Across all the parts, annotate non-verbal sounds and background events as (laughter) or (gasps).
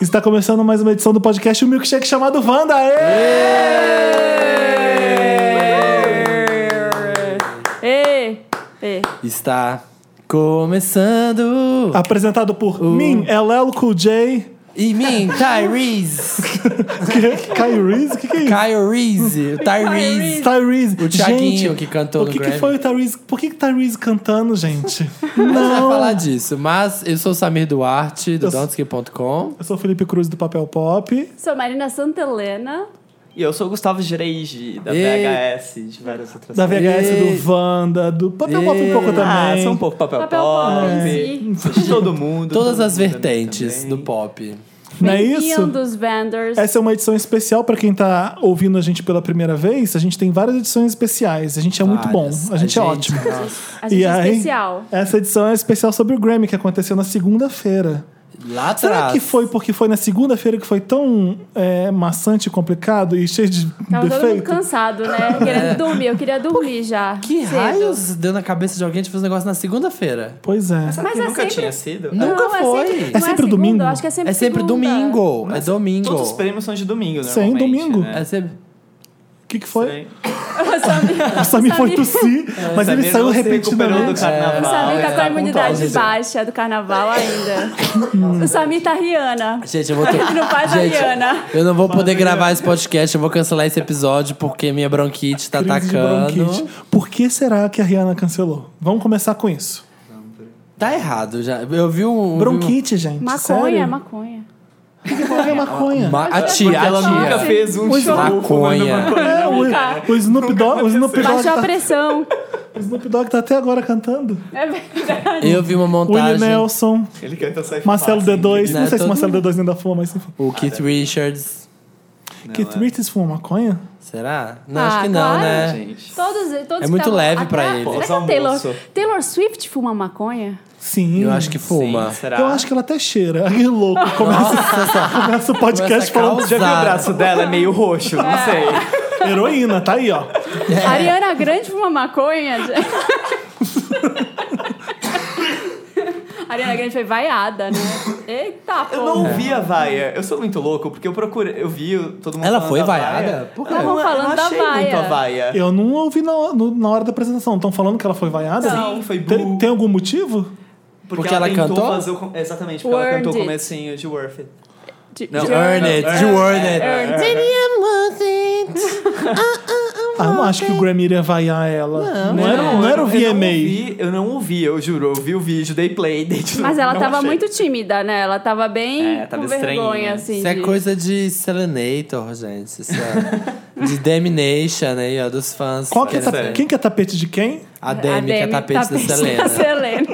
Está começando mais uma edição do podcast O Milkshake chamado Wanda. Aê! Ei, ei. Está começando. Apresentado por mim, é Lelo Cool J. E mim, (laughs) Tyrese. Que- Kyrie? O que, que é isso? Tyrese. Tyrese. Tyrese. O Thiaguinho Gente, que cantou o no que, que Grammy. foi o Tyrese? Por que, que Tyrese cantando, gente? Não vai Não. falar disso, mas eu sou o Samir Duarte, do Eu sou- Donski.com. Eu sou o Felipe Cruz do Papel Pop. Sou Marina Santelena. E eu sou o Gustavo Gereige, da E- VHS, de várias outras Da coisas. VHS Ei. do Wanda, do Papel Ei. Pop um pouco também. Ah, sou um pouco papel, Papel pop. Pop. de todo mundo. Todas todo as mundo vertentes também. do pop. Não é isso? Bem-vindos, Vanders. Essa é uma edição especial para quem tá ouvindo a gente pela primeira vez. A gente tem várias edições especiais. A gente é muito bom. Várias. tá A gente é ótimo. nossa. A gente e é aí? especial. Essa edição é especial sobre o Grammy, que aconteceu na segunda-feira. Lá atrás. Será que foi porque foi na segunda-feira que foi tão é, maçante, complicado e cheio de Tava todo mundo defeito? cansado, né? É. Querendo dormir. Eu queria dormir já. Que cedo. raios deu na cabeça de alguém de fazer um negócio na segunda-feira? Pois é. Sabe Mas que é nunca sempre- tinha sido? Não. Nunca é sempre- foi. É não sempre segunda, domingo? Acho que é sempre É sempre segunda. domingo. É domingo. Todos os prêmios são de domingo, Sim, normalmente, domingo. É Né? sempre... O que, que foi? Samir- O Samir foi Samir- tossir, mas ele É, Samir saiu É. não se recuperou repetidamente. do carnaval. O Ah, é, Samir tá com a imunidade contagiado. baixa do carnaval ainda. o Samir tá Rihanna. Gente, eu vou ter... (laughs) Não faz a Gente, Rihanna. Eu não vou poder gravar esse podcast, eu vou cancelar esse episódio porque minha bronquite tá Crise de atacando. bronquite. Por que será que a Rihanna cancelou? Vamos começar com isso. Tá errado já. Eu vi um. Bronquite, gente. Maconha, sério. maconha. Por que tem a ver maconha? Uma, a tia, Porque ela a nunca tia. fez um Os show maconha. fumando maconha. É, o, o Snoop Dogg, o Snoop Dogg, Baixou a tá, pressão. o Snoop Dogg tá até agora cantando. Tá, É verdade. Eu vi uma Willie montagem. Nelson, (laughs) Ele canta sai Marcelo fácil, D2. Não, Não sei se todo Marcelo D2 ainda fuma, mas enfim. O Keith Richards. Não, Keith é. Richards fuma maconha? Será? Não, Ah, acho que não, claro, né? Gente. Todos, todos É muito estavam- leve até- pra será ele. que a Pós-almoço. Taylor, Taylor Swift fuma maconha? Sim. Eu acho que fuma. Sim, será? Eu acho que ela até cheira. (laughs) Ai, que louco. Começa, começa o podcast Começa a falando causar. Já viu o braço dela? É meio roxo, não sei. de heroína, tá aí, ó. É. Ariana Grande fuma (laughs) maconha? Ariana Grande foi vaiada, né? Eita, pô. Eu não ouvi a vaia. É. Eu sou muito louco, porque eu procurei. Eu vi todo mundo. Ela falando foi da vaiada? vaia. Por quê? Não, É, eu não Estavam tá falando da achei vaia. muito a vaia. Eu não ouvi na, no- na hora da apresentação. Estão falando que ela foi vaiada? Sim, foi Tem, bu. tem algum motivo? Porque ela tentou cantou? fazer o com- Exatamente, porque Worth ela cantou o it. comecinho de Worth It. De- Não. de- Earn it, É, you earn it. Earn it. Ah, eu não acho que o Grammy iria vaiar ela. Não, era, um- não, era o VMA. é. Eu não, ouvi, eu não ouvi, eu juro. Eu vi o vídeo, dei play, (laughs) dei de Mas novo, ela não tava achei. muito tímida, né? Ela tava bem É, tava com estranhinha. vergonha, assim. Isso é de- coisa de Selenator, gente. Isso é de Demination aí, ó, dos fãs. Qual que é Pois ta- é. Quem que é tapete de quem? A Demi, que é tapete, da Selena. Selena.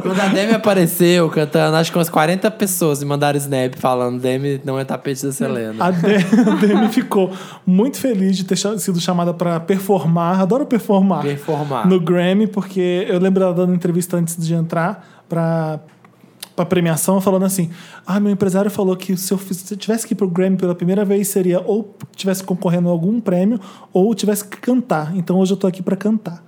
Quando a Demi apareceu cantando, acho que umas 40 pessoas me mandaram snap falando Demi não é tapete da Selena. A De- a Demi ficou muito feliz de ter cha- sido chamada pra performar. Adoro performar. Performar. No Grammy, porque eu lembro dela dando entrevista antes de entrar pra, pra premiação, falando assim: Ah, meu empresário falou que se eu, fiz- se eu tivesse que ir pro Grammy pela primeira vez, seria ou tivesse concorrendo a algum prêmio, ou tivesse que cantar. Então hoje eu tô aqui pra cantar.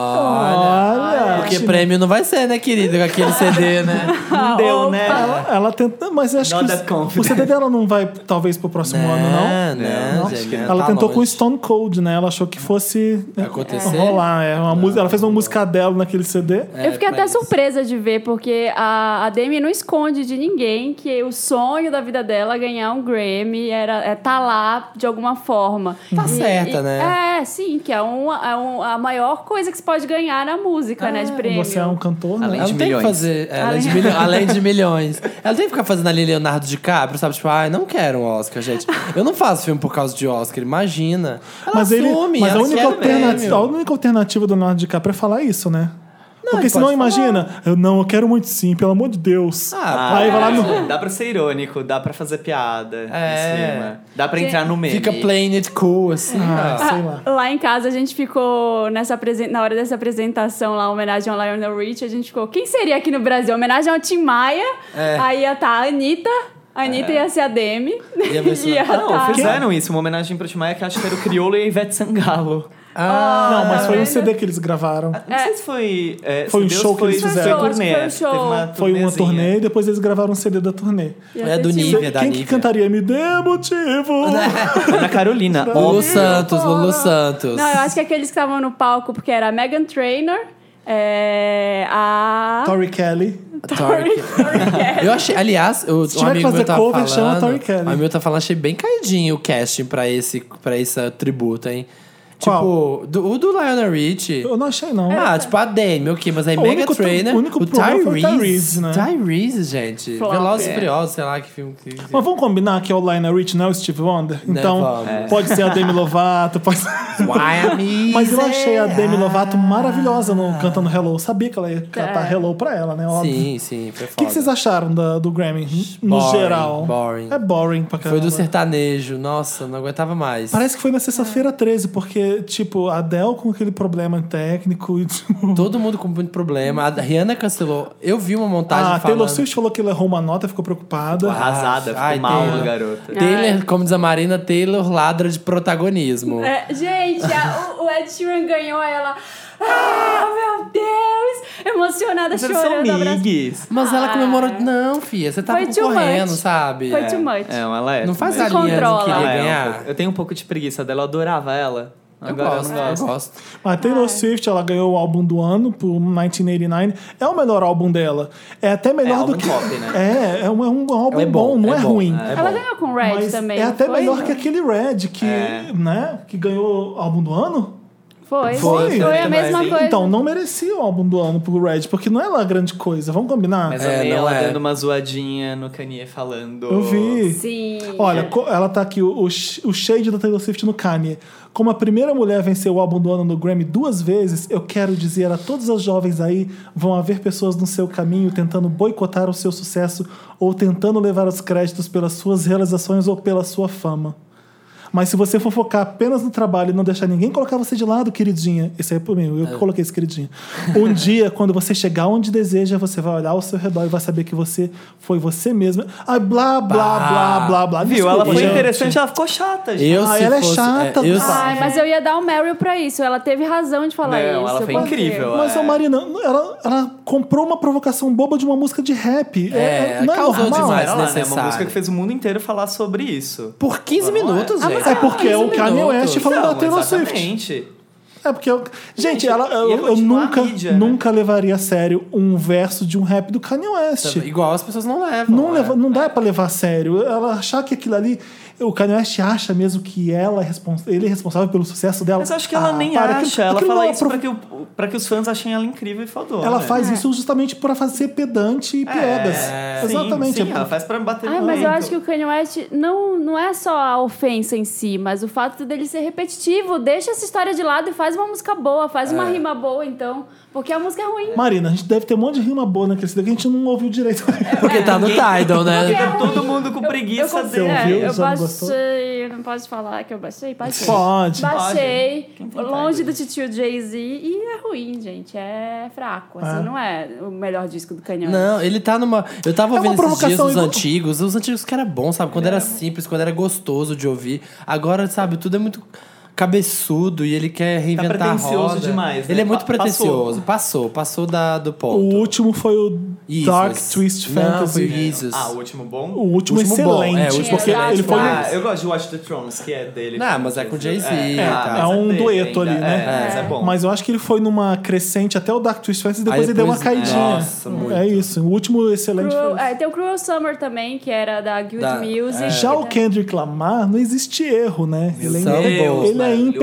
Olha. Olha! Ah, Porque ótimo. prêmio não vai ser, né, querido? Com aquele CD, né? tá Não deu, né? Ela, ela tenta, mas eu acho Not that que o- o, confident. CD dela não vai, talvez, pro próximo ano, não. Não, É, acho gente, que não. tá Ela tentou longe. com o Stone Cold, né? Ela achou que fosse é, Acontecer? rolar. É, uma música, ela fez uma música dela naquele CD. Eu fiquei É, até pra isso. surpresa de ver, porque a, a Demi não esconde de ninguém que o sonho da vida dela é ganhar um Grammy, era é tá lá de alguma forma. Tá certa, né? É, sim, que é, uma, é um- a maior coisa que se pode ganhar na música, né? De prêmio. Você é um cantor, né? Além Ela de não tem que milhões. fazer. é, Além, de milho- além de milhões. Ela tem que ficar fazendo ali Leonardo DiCaprio, sabe? Tipo, ai, não quero um Oscar, gente. Eu não faço filme por causa de Oscar, imagina. Ela Mas, ele, assume, mas a, ela única quer alternativa, a prêmio. única alternativa do Leonardo DiCaprio é falar isso, né? Porque ele senão, pode imagina, eu não, eu quero muito sim, pelo amor de Deus. Ah, Aí vai lá no. Dá pra ser irônico, dá pra fazer piada É. em cima. Dá pra entrar no meme. Fica playing it cool, assim. Ah, ó. (laughs) sei lá. Lá em casa a gente ficou, nessa apresen- na hora dessa apresentação lá, homenagem ao Lionel Rich, a gente ficou, quem seria aqui no Brasil? Homenagem ao Tim Maia, É. aí ia tá a Anitta, a Anitta ia ser a Demi. Ia ver se- (laughs) ia Ah, não, tá- fizeram isso, uma homenagem pra Timaya que acho que era o Criolo e a Ivete Sangalo. Ah, não, mas tá foi um vendo? CD que eles gravaram. Não sei se foi. é, Foi se um Deus show que foi, eles foi fizeram. uma Turnê, Foi um show. Teve Foi uma uma turnezinha. turnê e depois eles gravaram um CD da turnê. E É do assisti. nível. Quem da que Nívia. cantaria Me Dê (laughs) Motivo? Ana Carolina. Lulu óbvio. Santos, Lulu Santos. Não, eu acho que aqueles que estavam no palco, porque era a Megan Trainor, é, a. Tori Kelly. Torque. Eu achei, aliás, eu, Se um tiver que amigo fazer meu tava cover, chama falando. Tori Kelly. Um amigo meu tá falando, achei bem caidinho o casting pra esse, pra esse tributo, hein? Qual? Tipo, do, o do Lionel Richie. Eu não achei, não. Ah, tipo a Dame, ok, mas aí O Mega único- Trainer. o único problema Tyrese, foi o Tyrese, né? Tyrese, gente. Flop, Velozes e é. Furiosos, sei lá que filme que. Mas vamos combinar que é o Lionel Rich, não é o Steve Wonder? Né, Então, vamos. É. pode ser a Demi Lovato, pode ser... (laughs) Miami. Mas eu achei é. a Demi Lovato maravilhosa no, cantando Hello. Eu sabia que ela ia cantar É. Hello pra ela, né? Óbvio. Ah, Sim, sim, foi O que, que vocês acharam da- do Grammy, no Boring, geral? boring. É boring pra caramba. Foi do sertanejo, nossa, não aguentava mais. Parece que foi na sexta-feira 13, porque, tipo, a Adele com aquele problema técnico e, tipo... Todo mundo com muito problema. A Rihanna cancelou. Eu vi uma montagem Ah, a Tá falando. Tipo, ah. Taylor Swift falou que ela errou uma nota, ficou preocupada. Arrasada, ficou Ai, mal Taylor. a garota. Taylor, como diz a Marina, Taylor ladra de protagonismo. É, gente, a- o, o Ed Sheeran ganhou aí ela. Ah, meu Deus! Emocionada, Mas eles são chorando. abraçando. migs. Mas ela comemorou. Não, filha, você tava Ah. Foi too tá concorrendo, much. sabe? Foi É. too much. É, ela é. Não faz mas- a linha que Controla. queria Ah, é, um ganhar. pouco- eu tenho um pouco de preguiça dela, eu adorava ela. Eu Agora gosto, eu não eu gosto. gosto. A Taylor Swift, ela ganhou o álbum do ano por 1989. É o melhor álbum dela. É até melhor do álbum que... pop, né? É, é um, é um álbum É bom, bom, não é é, bom, ruim. é. Ela bom. ganhou com o Red Mas também. é não até foi? melhor que aquele Red, que, É. né, que ganhou o álbum do ano. Foi. Foi, Foi, também, a mesma mas- coisa. Então, não merecia o álbum do ano pro Red, porque não é lá grande coisa. Vamos combinar? Mas É, amei não ela é. dando uma zoadinha no Kanye falando. Eu vi. Sim. Olha, co- ela tá aqui, o, o sh- o shade da Taylor Swift no Kanye. Como a primeira mulher venceu o álbum do ano no Grammy duas vezes, eu quero dizer a todas as jovens aí: vão haver pessoas no seu caminho tentando boicotar o seu sucesso ou tentando levar os créditos pelas suas realizações ou pela sua fama. Mas se você for focar apenas no trabalho e não deixar ninguém colocar você de lado, queridinha, esse aí é por mim, eu que coloquei esse queridinha. Um dia, quando você chegar onde deseja, você vai olhar ao seu redor e vai saber que você foi você mesma. Ai, blá, blá, Bah. blá, blá, blá. Viu? Desculpa, Ela foi gente. interessante, ela ficou chata, gente. Eu, Ah, se ela é fosse- chata, eu, tá. Ai, mas eu ia dar o Meryl pra isso. Ela teve razão de falar isso. Não, ela foi porque- incrível. Mas a é. Marina, ela, ela comprou uma provocação boba de uma música de rap. É, É, não é causou normal. demais. Era lá, né? Uma desnecessário. música que fez o mundo inteiro falar sobre isso. Então, Por 15 minutos, gente. É porque é o 15 Kanye minutos. West falando da Taylor Swift. exatamente. É porque eu, gente, ela, eu, ia eu continuar a nunca, mídia, né? nunca levaria a sério um verso de um rap do Kanye West. Igual as pessoas não levam. Não, é. leva, não dá pra levar a sério. Ela achar que aquilo ali. O Kanye West acha mesmo que ela é respons- ele é responsável pelo sucesso dela. Mas eu acho que ela Ah, nem para, acha. aquilo- ela aquilo fala não é isso uma pra, que o- pra que os fãs achem ela incrível e fodona. Ela faz isso justamente para fazer pedante e piegas. É, Exatamente. Sim, sim, É ela faz pra bater Ah, no mas eu peito. acho que o Kanye West não, não é só a ofensa em si, mas o fato dele ser repetitivo. Deixa essa história de lado e faz uma música boa, faz uma rima boa, então. Porque a música é ruim. Marina, a gente deve ter um monte de rima boa naquele CD que a gente não ouviu direito. É. Porque tá no Tidal, né? Tá todo mundo com Eu, preguiça confesso, Você é, ouviu? eu Já não gostou? baixei, não posso falar que eu baixei, baixei. Pode. Baixei, Quem tem longe do Tidal? titio Jay-Z, e é ruim, gente, é fraco, assim, É. não é o melhor disco do Kanye West. Não, ele tá numa. Eu tava É uma ouvindo esses dias provocação os igual- É. antigos, os antigos que era bom, sabe? Quando era simples, quando era gostoso de ouvir. Agora, sabe, tudo é muito cabeçudo e ele quer Tá reinventar a pretencioso roda. demais, né? Ele é muito Pa- pretencioso. Passou, passou da, do o ponto. último foi o Jesus. Dark Twist Não, foi Fantasy. Jesus. Ah, o último bom? o último, Último bom, excelente. é, o último porque excelente, ele foi. um- mas- Ah, eu gosto de Watch the Thrones, que é dele. Não, mas é com Jay-Z, É, tá. mas É um dele dueto ainda. ali, né? É, mas é bom. Mas eu acho que ele foi numa crescente até o Dark Twist Fantasy e depois, Aí ele deu uma depois- caidinha. Nossa, muito. É isso. O último excelente Cruel- foi. é, tem o Cruel Summer também, que era da Guild Da- Music. né? Já o Kendrick Lamar, não existe erro, né? Ele é, impe- Deus, ele é maravilhoso. impecável.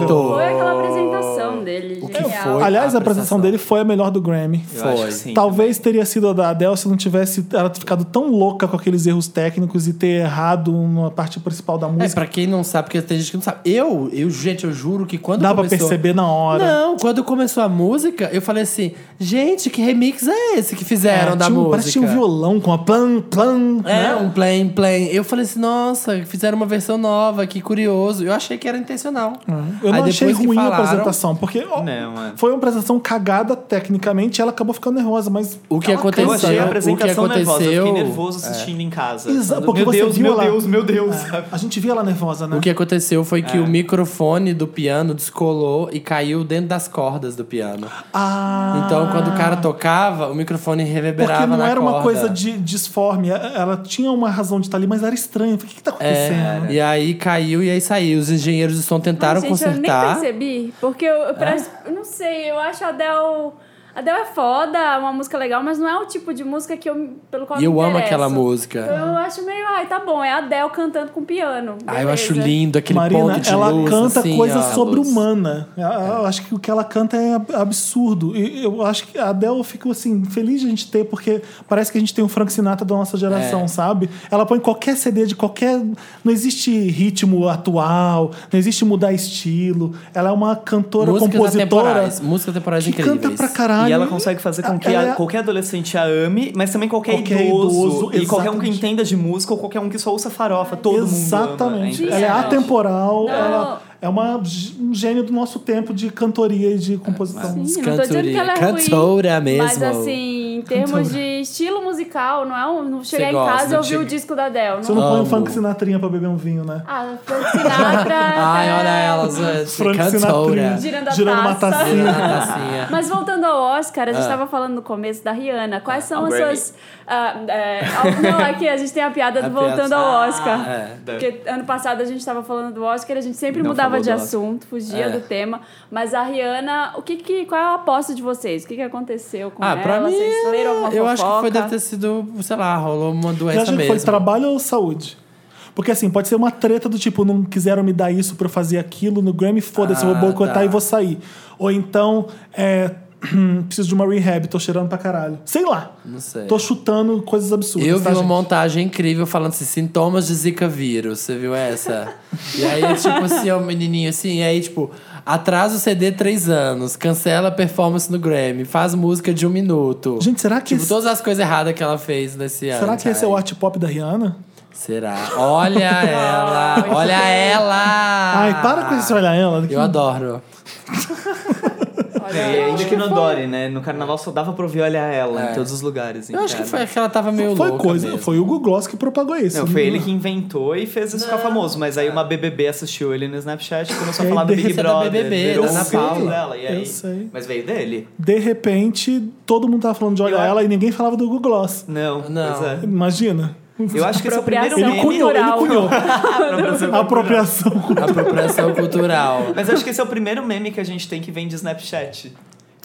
Heitor. Foi aquela apresentação dele, é O que genial. foi? Aliás, a apresentação A apresentação. dele foi a melhor do Grammy. Eu acho Foi. que sim. Talvez teria sido a da Adele se não tivesse ela ficado tão louca com aqueles erros técnicos e ter errado na parte principal da É, música. pra quem não sabe, porque tem gente que não sabe. Eu, eu gente, eu juro que quando Dá pra começou... perceber na hora. Não, quando começou a música, eu falei assim, gente, que remix é esse que fizeram É, da tinha um- música? Parece que tinha um violão com a plan, plan. É, né? um plain, plain. Eu falei assim, nossa, fizeram uma versão nova, que curioso. Eu achei que era convencional. É. Eu não Aí achei depois que ruim a falaram- né? apresentação, porque ó, Não, é. mano. foi uma apresentação cagada tecnicamente e ela acabou ficando nervosa, mas. O que aconteceu? Eu achei a o que apresentação nervosa. Eu aconteceu? é. fiquei nervoso assistindo em casa. Exa- Falando, porque meu você Deus, viu É. meu ela- Deus, meu Deus, sabe? A gente viu ela nervosa, né? O que aconteceu foi É. que o microfone do piano descolou e caiu dentro das cordas do piano. Ah, Então, quando o cara tocava, o microfone reverberava Porque não na era corda. uma coisa de disforme, é, ela tinha uma razão de estar ali, mas era estranho. O que, que tá acontecendo? É, e aí caiu e aí saiu. Os engenheiros de som tentaram Ai, gente, consertar. É? Eu nem percebi, porque eu, pra- eu não sei, eu acho a Adele. A Adele é foda, é uma música legal, mas não é o tipo de música que eu, pelo qual E eu eu me amo interesso. aquela música. Então eu acho meio, ai, tá bom, é a Adele cantando com piano. Ah, eu beleza. acho lindo aquele Marina, ponto de ela luz, canta assim, coisa ó. sobre-humana. Eu- Eu acho que o que ela canta é ab- absurdo. E eu acho que a Adele ficou assim, feliz de a gente ter, porque parece que a gente tem um Frank Sinatra da nossa É. geração, sabe? Ela põe qualquer CD de qualquer. Não existe ritmo atual, não existe mudar estilo. Ela é uma cantora, Músicas compositora. atemporais, músicas atemporais Que incríveis. canta pra caralho. E ela consegue fazer com que Ela é- a- qualquer adolescente a ame, mas também qualquer, Qualquer idoso, idoso, e qualquer um que exatamente. entenda de música ou qualquer um que só ouça farofa. Todo mundo ama. é Exatamente. ela é impressionante. atemporal, Não. ela é uma, g- um gênio do nosso tempo de cantoria e de composição. Sim, eu não tô dizendo que ela é Cantoria. ruim, Cantora Mas mesmo. assim, em termos Cantora. de estilo musical, não é um. Não chegar em gosta, casa e não ouvir o chega- disco da Adele. Você Não... não põe o Amo. Frank Sinatrinha pra beber um vinho, né? Ah, Frank Sinatra. (laughs) Ai, olha é, ela, gente, Frank cantora. Sinatrinha. Girando a uma taça. tacinha. Ela tá assim, (laughs) é. Mas voltando ao Oscar, a gente Ah. estava falando no começo da Rihanna. Quais são o as Grammy. suas. ah, é, al- não, aqui a gente tem a piada A do voltando piada. ao Oscar. É. Porque ano passado a gente estava falando do Oscar, a gente sempre Não mudava falou de do Oscar. assunto, fugia É. do tema. Mas a Rihanna, o que que, qual é a aposta de vocês? O que, que aconteceu com Ah, ela? pra mim, Vocês leram alguma eu acho que foi, fofoca? deve ter sido, sei lá, rolou uma Você doença acha que mesmo. foi trabalho ou saúde? Porque assim, pode ser uma treta do tipo, não quiseram me dar isso pra eu fazer aquilo no Grammy, foda-se, eu Ah, vou boicotar tá. e vou sair. Ou então, é, (clears throat) preciso de uma rehab, tô cheirando pra caralho. Sei lá. Não sei. Tô chutando coisas absurdas. Eu tá, vi uma gente? montagem incrível falando assim, sintomas de zika vírus, você viu essa? e aí, tipo assim, ó, o menininho assim, e aí, tipo, atrasa o CD três anos, cancela a performance no Grammy, faz música de um minuto. Gente, será que tipo, esse, todas as coisas erradas que ela fez nesse ano. será que esse é o cara. art pop da Rihanna? Será? Olha ela! olha ela! Ai, para com esse olhar ela. Ah, Eu adoro. É, ainda que não adore, né? No carnaval só dava pra ouvir olhar ela É. em todos os lugares. Eu acho que inferno. foi que ela tava meio Foi louca coisa, mesmo. foi o Hugo Gloss que propagou isso. Não, foi ele que inventou e fez isso ficar famoso. Mas aí uma BBB assistiu ele no Snapchat e começou a É, falar do Big derreteu da Brother. BBB, virou da um Ana filtro Paula. Dela, e Eu aí, sei. Mas veio dele? De repente, todo mundo tava falando de olhar Eu- ela e ninguém falava do Hugo Gloss. Não, Não. pois é. Imagina. Eu acho que esse é o primeiro Apropriação meme... Cunhou, ele Cultural. cunhou. Apropriação cultural. Apropriação cultural. (laughs) Apropriação cultural. Mas acho que esse é o primeiro meme que a gente tem que vem de Snapchat.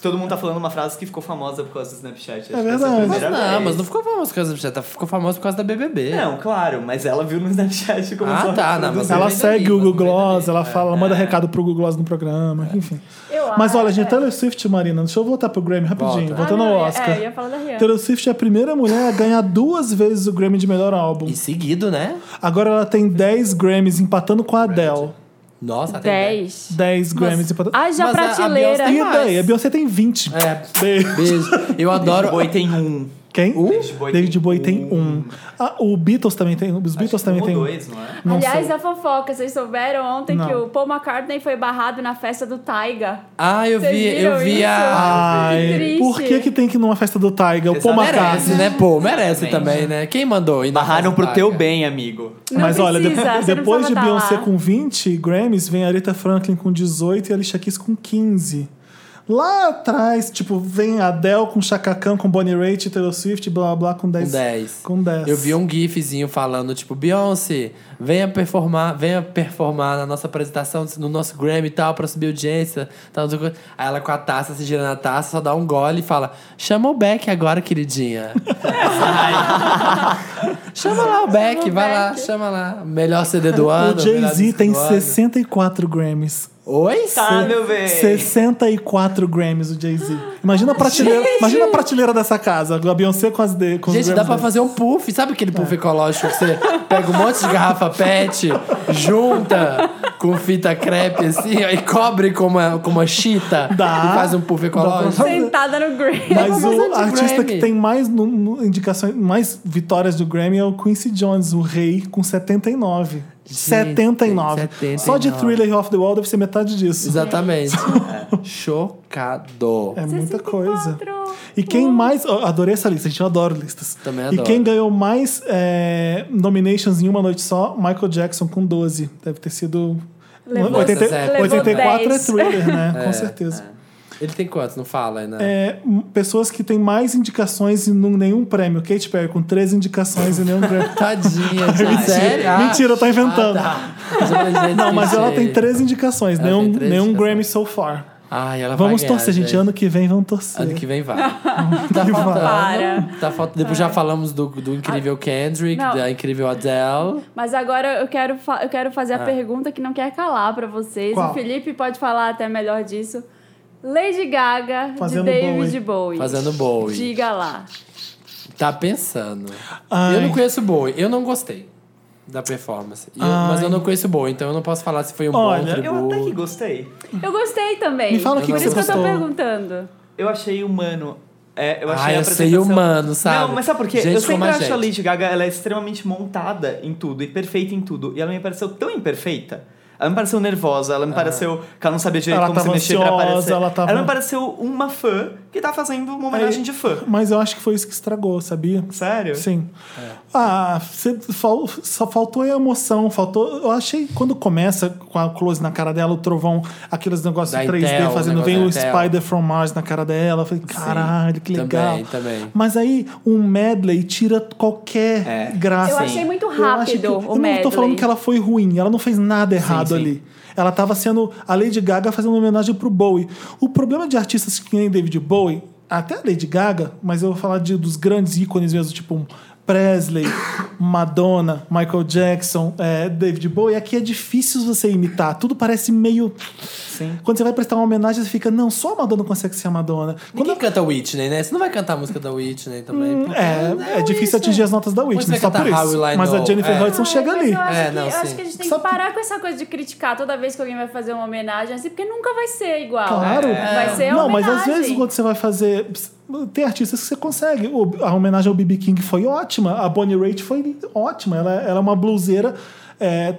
Todo mundo tá falando uma frase que ficou famosa por causa do Snapchat. Acho que essa é verdade. a Mas primeira não, vez. mas não ficou famoso por causa da Snapchat, tá, ficou famoso por causa da BBB. Não, claro, mas ela viu no Snapchat e começou Ah, tá, a não, mas reproduzir. Ela Você vem segue dali, o Hugo você vem Gloss, dali. ela fala, manda recado pro Hugo Gloss no programa, enfim. Eu Mas olha, acho, gente, é. Taylor Swift, Marina, deixa eu voltar pro Grammy rapidinho, Volta. Ah, voltando não, ao é, Oscar. É, eu ia falar da Rihanna. Taylor Swift é a primeira mulher a ganhar duas vezes o Grammy de melhor álbum. E seguido, né? Agora ela tem 10 Grammys empatando com a Adele. Nossa, tem dez. 10. 10 Grammys empatando. Haja Mas a- a prateleira. Beyoncé- E mais. daí? A Beyoncé tem 20. É, Beijo. beijo. Eu adoro. Boi tem um. Quem? Um? David Bowie, tem um. Ah, o Beatles também tem um. Os Beatles também um tem ou um. dois, não é? Não Aliás, sei. a fofoca, vocês souberam ontem Não. que o Paul McCartney foi barrado na festa do Taiga. Ah, eu Vocês vi, viram eu vi a. Que Ai, triste. por que que tem que ir numa festa do Tiger? O Exato. Paul Merece, McCartney. né? Pô, merece Exatamente. também, né? Quem mandou? ir na Barraram festa pro paga? teu bem, amigo. Não Mas olha, precisa, depois, você não depois de precisava tá Beyoncé lá. com 20 Grammys, vem a Aretha Franklin com 18 e a Alicia Keys com 15. Lá atrás, tipo, vem a Adele com Chaka Khan, com Bonnie Raitt, Taylor Swift, blá blá blá, com 10. Com 10. Com 10. Eu vi um gifzinho falando, tipo, Beyoncé, venha performar, venha performar na nossa apresentação, no nosso Grammy e tal, pra subir audiência. Tal, não sei o quê. Aí ela com a taça, se gira na taça, só dá um gole e fala, chama o Beck agora, queridinha. (laughs) chama lá o Beck, o vai lá, Beck. chama lá. Melhor CD do ano. O melhor Jay-Z disco tem do ano. 64 Grammys. Oi? Tá, meu bem. 64 Grammys o Jay-Z. Imagina a prateleira, imagina a prateleira dessa casa, a Beyoncé com as de, com os Gente, dá Grammys pra dela. fazer um puff. Sabe aquele É. puff ecológico que você pega um monte de (laughs) garrafa pet, junta com fita crepe assim, aí cobre com uma, com uma chita Dá. e faz um puff ecológico? Sentada no Grammy. Mas Mas é o de artista Grammy. que tem mais no- no indicações, mais vitórias do Grammy é o Quincy Jones, o rei, com 79. 79. 79. Só de Thriller e Off the Wall deve ser metade disso. Exatamente. É. Chocado. É muita 64. coisa. E Hum. quem mais. eu adorei essa lista, gente. Eu adoro listas. Também E adoro. quem ganhou mais é, nominations em uma noite só, Michael Jackson com 12. Deve ter sido. Levou- levou 84 é 10. thriller, né? com é. certeza. Ele tem quantos? Não fala, né? É, m- pessoas que têm mais indicações e não- nenhum prêmio. Kate Perry com 13 indicações e nenhum (laughs) prêmio. Tadinha, (laughs) gente. Mentira, Ah, mentira, eu tô inventando. Ah, tá. Gente, Não, mas ela tem mentira. 13 indicações, Ela nenhum, tem 13 nenhum indicações. Grammy so far. Ai, ela Vamos vai ganhar, torcer, gente. Ano que vem vamos torcer. Ano que vem vai. (laughs) tá faltando. (laughs) Para. Ah, Tá faltando. Depois já falamos do, do incrível Kendrick, Não. da incrível Adele. Mas agora eu quero, fa- eu quero Ah. fazer a pergunta que não quer calar pra vocês. Qual? O Felipe pode falar até melhor disso. Lady Gaga Fazendo de David Bowie. Fazendo Bowie. Diga lá. Tá pensando. Ai. Eu não conheço Bowie. Eu não gostei da performance. E eu- Ai. mas eu não conheço Bowie, então eu não posso falar se foi um Olha, bom Eu até que tributo. gostei. Eu gostei também. Me fala o que Por que isso você que eu tô gostou. perguntando. Eu achei humano. É, eu achei Ah, a eu sei apresentação- humano, sabe? Não, mas sabe por quê? Gente eu sempre como a acho a gente. Lady Gaga, ela é extremamente montada em tudo e perfeita em tudo. E ela me pareceu tão imperfeita. Ela me pareceu nervosa, Ah. ela me pareceu que ela não sabia direito Ela como se tava mexer pra ansiosa, aparecer. ela tava- me pareceu uma fã que tá fazendo uma homenagem Aí- de fã. Mas eu acho que foi isso que estragou, sabia? Sério? Sim. É. Ah, cê- fal- só faltou a emoção, faltou. Eu achei quando começa com a close na cara dela, o trovão, aqueles negócios Da 3D Intel, fazendo, o vem o negócio da Intel. Spider from Mars na cara dela. Eu falei, caralho, que legal. Também, também. Mas aí um medley tira qualquer É. graça. Eu achei muito Eu acho rápido que- o eu não tô medley. falando que ela foi ruim, ela não fez nada errado sim. ali. Ela tava sendo a Lady Gaga fazendo uma homenagem pro Bowie. O problema de artistas que nem David Bowie, até a Lady Gaga, mas eu vou falar de, dos grandes ícones mesmo, tipo um Presley, (coughs) Madonna, Michael Jackson, é, David Bowie, aqui é difícil você imitar. Tudo parece meio. Sim. Quando você vai prestar uma homenagem, você fica, não, só a Madonna consegue ser a Madonna. Quando Ninguém canta Whitney, né? Você não vai cantar a música da Whitney também. porque- é, é, difícil atingir as notas da Whitney, vai só por cantar isso. How Will I Mas a Know? Jennifer É. Hudson chega Mas ali. Eu acho, É, que, não, eu acho sim. que a gente tem Sabe que parar com essa coisa de criticar toda vez que alguém vai fazer uma homenagem, assim, porque nunca vai ser igual. né? Claro. Vai ser Não, homenagem. mas às vezes quando você vai fazer. Tem artistas que você consegue. O- A homenagem ao B.B. King foi ótima. A Bonnie Raitt foi ótima. Ela, ela é uma bluseira é,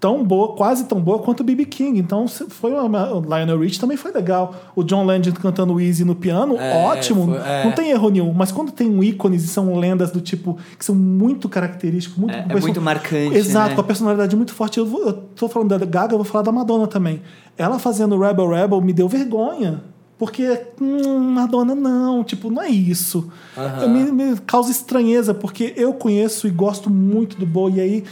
tão boa, quase tão boa quanto o B.B. King. Então se- foi uma, o Lionel Rich também foi legal. O John Legend cantando Easy no piano, É, ótimo. foi- é. Não tem erro nenhum. Mas quando tem ícones e são lendas do tipo que são muito característicos, muito É, é com perso- muito marcante, Exato, né? com a personalidade muito forte. Eu, vou- eu tô falando da Gaga, eu vou falar da Madonna também. Ela fazendo Rebel Rebel me deu vergonha. Porque, hum, Madonna, não, tipo, não é isso. Aham. Me, me causa estranheza, porque eu conheço e gosto muito do Bowie, e aí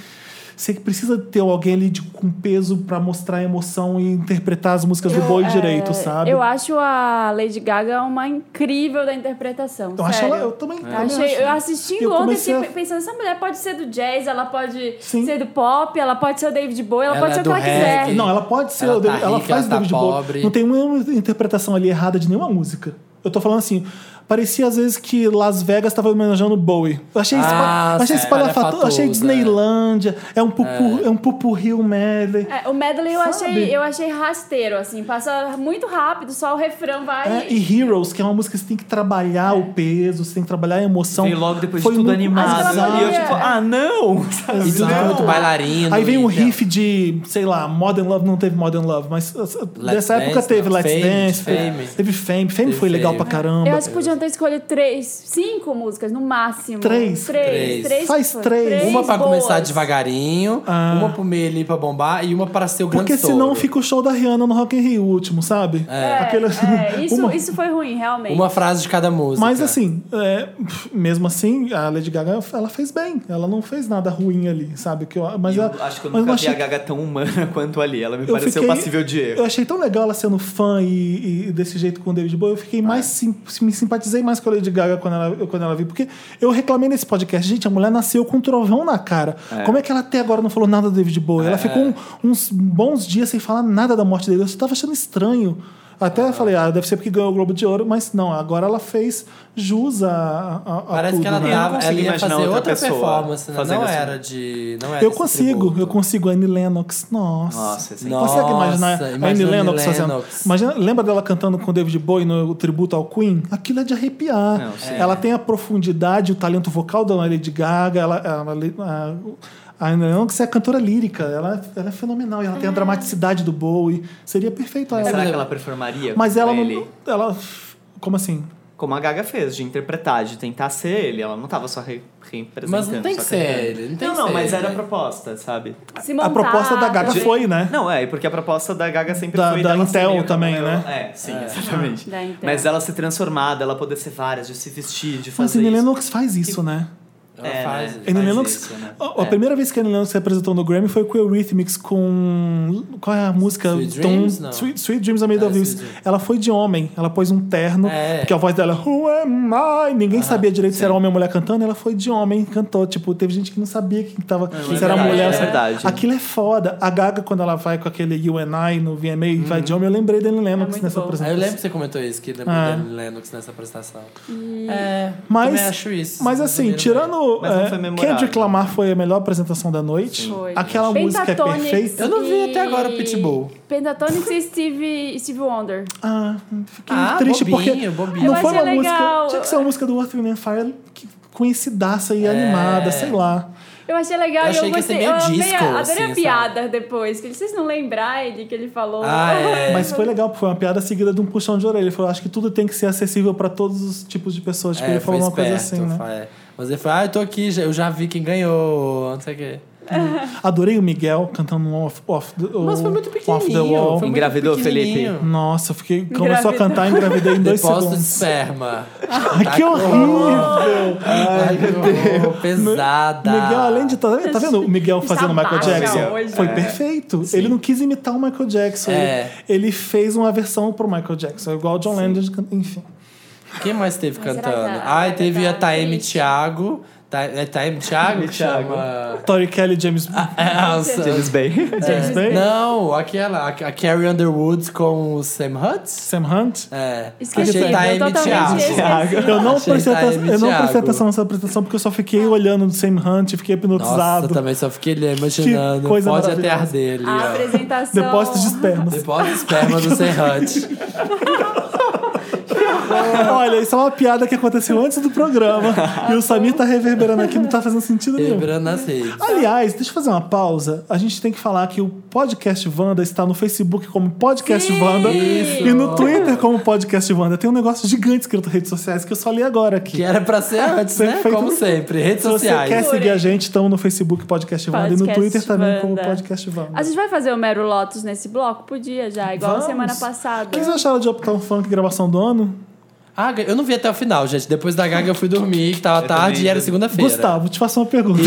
você precisa ter alguém ali de, com peso pra mostrar a emoção e interpretar as músicas do Bowie direito, sabe? é, Eu acho a Lady Gaga uma incrível da interpretação. Eu acho sério. ela, eu também, Eu, também achei, acho. eu assisti Eu ontem e comecei a- fiquei pensando, essa mulher pode ser do jazz, ela pode Sim. ser do pop, ela pode ser o David Bowie, ela, Ela pode é ser o que do ela reggae. quiser. Não, ela pode ser. Ela o David- tá Ela, rica, faz o ela tá David Bowie. pobre. Não tem nenhuma interpretação ali errada de nenhuma música. Eu tô falando assim. Parecia às vezes que Las Vegas tava homenageando o Bowie. Eu achei, Ah, espa achei é, espalhafatoso, achei espalhafatoso, Disneylândia. É um pupu, é. um pupurri, um medley. É, o medley eu Sabe? achei, eu achei rasteiro, assim, passa muito rápido, só o refrão vai. É, e Heroes, que é uma música que você tem que trabalhar o peso, você tem que trabalhar a emoção. Veio logo depois Foi de tudo muito- É. animado. Mas ela E eu podia- tipo, ah, não! Sabe? E tudo Não. muito bailarino. Aí vem um e tal. riff de, sei lá, Modern Love não teve Modern Love, mas uh, dessa Dance, época teve não. Let's Fame, Dance, teve- Fame. teve Fame, Fame Teve foi legal Fame. pra caramba. É, Eu acho que podiam ter escolhido três, cinco músicas no máximo. Três. Três. Três. três Faz foi. três. Uma pra boas. começar devagarinho, Ah. uma pro meio ali pra bombar e uma pra ser o grande Porque senão estouro. fica o show da Rihanna no Rock in Rio, o último, sabe? É, Aquele- é, isso, (laughs) Uma- isso foi ruim, realmente. Uma frase de cada música. Mas assim, é, mesmo assim, a Lady Gaga, ela fez bem. Ela não fez nada ruim ali, sabe? Que eu, mas Eu ela- acho que eu mas nunca vi achei- a Gaga tão humana (laughs) quanto ali. Ela me eu pareceu fiquei- passível de erro. Eu achei tão legal ela sendo fã e, e desse jeito com o David Bowie. Eu fiquei É. mais. sim- me simpatizei mais com a Lady Gaga quando ela, eu- quando ela vi. Porque eu reclamei nesse podcast. Gente, a mulher nasceu com um trovão na cara. Como é que ela até agora não falou nada do David Bowie? É. Ela ficou um- uns bons dias sem falar nada da morte dele. Eu só tava achando estranho. Até É. falei, ah, deve ser porque ganhou o Globo de Ouro, mas não, agora ela fez jus a, a, a Parece tudo, que ela, né? tava, ela consigo ia imaginar fazer outra outra, pessoa performance, né? fazendo Não assim. era de. Não era Eu esse consigo, eu tributo. consigo. Annie Lennox, nossa. Nossa, esse é Nossa, Consegue imaginar a Annie imagina a Lennox, Annie fazendo? Lennox. Imagina, lembra dela cantando com o David Bowie no tributo ao Queen? Aquilo é de arrepiar. Não, sim. ela tem a profundidade, o talento vocal da Lady Gaga, ela, ela- a, A Anne Young, que é cantora lírica, ela, ela é fenomenal. E ela Ah. tem a dramaticidade do Bowie. Seria perfeito ela. Será que ela performaria É, Mas com ela ele? não. Ela. Como assim? Como a Gaga fez, de interpretar, de tentar ser ele. Ela não tava só re representando. Mas não tem que só ser cantando. ele, não tem Não, que não, ser mas ele, era a né? proposta, sabe? Se A montar, proposta da Gaga tá- foi, né? Não, é, porque a proposta da Gaga sempre Da- foi da dela ser Intel meio também, como ela- né? É, sim, exatamente. Da Intel. Mas ela se transformar, dela poder ser várias, de se vestir, Mas de a fazer Annie isso. Lennox faz isso, né? Ela É, faz. né? Annie faz Lennox, isso, né? a, a É. primeira vez que a Annie Lennox se apresentou no Grammy foi com o Eurythmics com qual é a música? Sweet Tom- Dreams, não. Sweet, Sweet Dreams Are Made É, of This. Sweet Dreams. Ela foi de homem, ela pôs um terno, É. Ah, porque a voz dela Who am I? Ninguém sabia direito se era homem ou mulher cantando, ela foi de homem, cantou, tipo, teve gente que não sabia que tava se é era verdade, mulher. é se- verdade. Aquilo é foda. A Gaga quando ela vai com aquele You and I no VMA e vai de homem, eu lembrei da Annie Lennox É muito nessa bom. apresentação. Aí Uhum. Ah, eu lembro que você comentou isso, que lembrou Ah. da Lennox nessa apresentação. É, Mas- também acho isso. Mas assim, tirando. Mas não eh, foi memorável. Kendrick Lamar foi a melhor apresentação da noite. Foi. Aquela música é Pentatonix perfeita. Eu não vi e- até agora o Pitbull. Pentatonix e Steve, Steve Wonder. Ah, fiquei Ah, triste porque bobinho, bobinho. é não Eu foi uma achei legal. música. Tinha que ser uma música do Earth, Wind and Fire que conhecidaça É. e animada, sei lá. Eu achei legal Eu e achei eu que ia ser gostei. meio eu amei, disco, a- adorei assim, a piada depois. Que vocês não lembrarem que ele falou. Ah, (laughs) é. Mas foi legal, porque foi uma piada seguida de um puxão de orelha. Ele falou: acho que tudo tem que ser acessível pra todos os tipos de pessoas. Tipo, É, ele falou foi uma coisa assim, esperto, né? fa- é. Mas ele falou, ah, eu tô aqui, já- eu já vi quem ganhou, não sei o quê. Adorei o Miguel cantando um off, off, the- Mas foi um muito off the pequenininho. wall. foi muito Engravidou, pequenininho. Nossa, eu fiquei. Começou a Engravidou. cantar, engravidei em dois Depósito de segundos. (laughs) esperma. Tá Ai, que horrível! Ai, Pesada. Miguel, além de. Tá, tá vendo o Miguel Está fazendo o Michael baixa Jackson? hoje, Foi né? perfeito. Ele não quis imitar o Michael Jackson. É. Ele, ele fez uma versão pro Michael Jackson, igual o John Lennon, enfim. Quem mais teve Mas será cantando? que a- Ai, teve a tá Taeme triste? Thiago. Ta- É Taeme Thiago que Thiago. chama? (laughs) Tori Kelly, James. É, nossa. James Bay. (laughs) (laughs) é. É. James Bay? Não, aquela, a, a Carrie Underwood com o Sam Hutz. Sam Hunt. É, Esqueci, achei Taeme totalmente Thiago. esqueci. Eu não, (laughs) Achei prestei atenção, Taeme eu não prestei Thiago. atenção nessa apresentação porque eu só fiquei olhando do Sam Hunt e fiquei Nossa, eu hipnotizado. também só fiquei ali imaginando. Que coisa Pode até maravilhosa. arder ali, A ó. apresentação. Depósito de espermas. Depósito de esperma do Sam (laughs) Hutz. Olha, isso é uma piada que aconteceu antes do (laughs) programa. e o Samir tá reverberando aqui, não tá fazendo sentido nenhum. Lembrando nas redes. Aliás, deixa eu fazer uma pausa. A gente tem que falar que o Podcast Wanda está no Facebook como Podcast Sim! Wanda Isso! e no Twitter como Podcast Wanda. Tem um negócio gigante escrito redes sociais que eu só li agora aqui. Que era pra ser antes, Sempre né? foi Como tudo- sempre. Redes Se você sociais. quer seguir a gente, estamos no Facebook Podcast Wanda e no Podcast Twitter também Wanda. como Podcast Wanda. A gente vai fazer o Mero Lotus nesse bloco? Podia já, igual Vamos. a semana O passada. que vocês acharam de Uptown Funk gravação do ano? Ah, eu não vi até o final, gente. Depois da Gaga eu fui dormir, que tava Eu tarde também e era dormi. segunda-feira. Gustavo, te faço uma pergunta.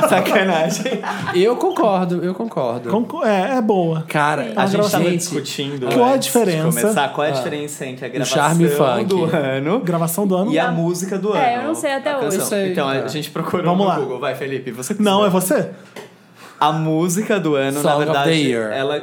Sacanagem. Eu concordo, eu concordo. Conco- É, é boa. Cara, a A gente gente, tava gente discutindo. Qual a antes de diferença? Começar, qual é a diferença entre a charme gravação funk. do ano Gravação do ano? e a música do ano? É, eu não sei até A hoje. canção. Eu sei, então a tá. gente procurou Vamos no lá. Google. Vai, Felipe, você que Não, é sabe. você? A música do ano, Song na of verdade, the year. ela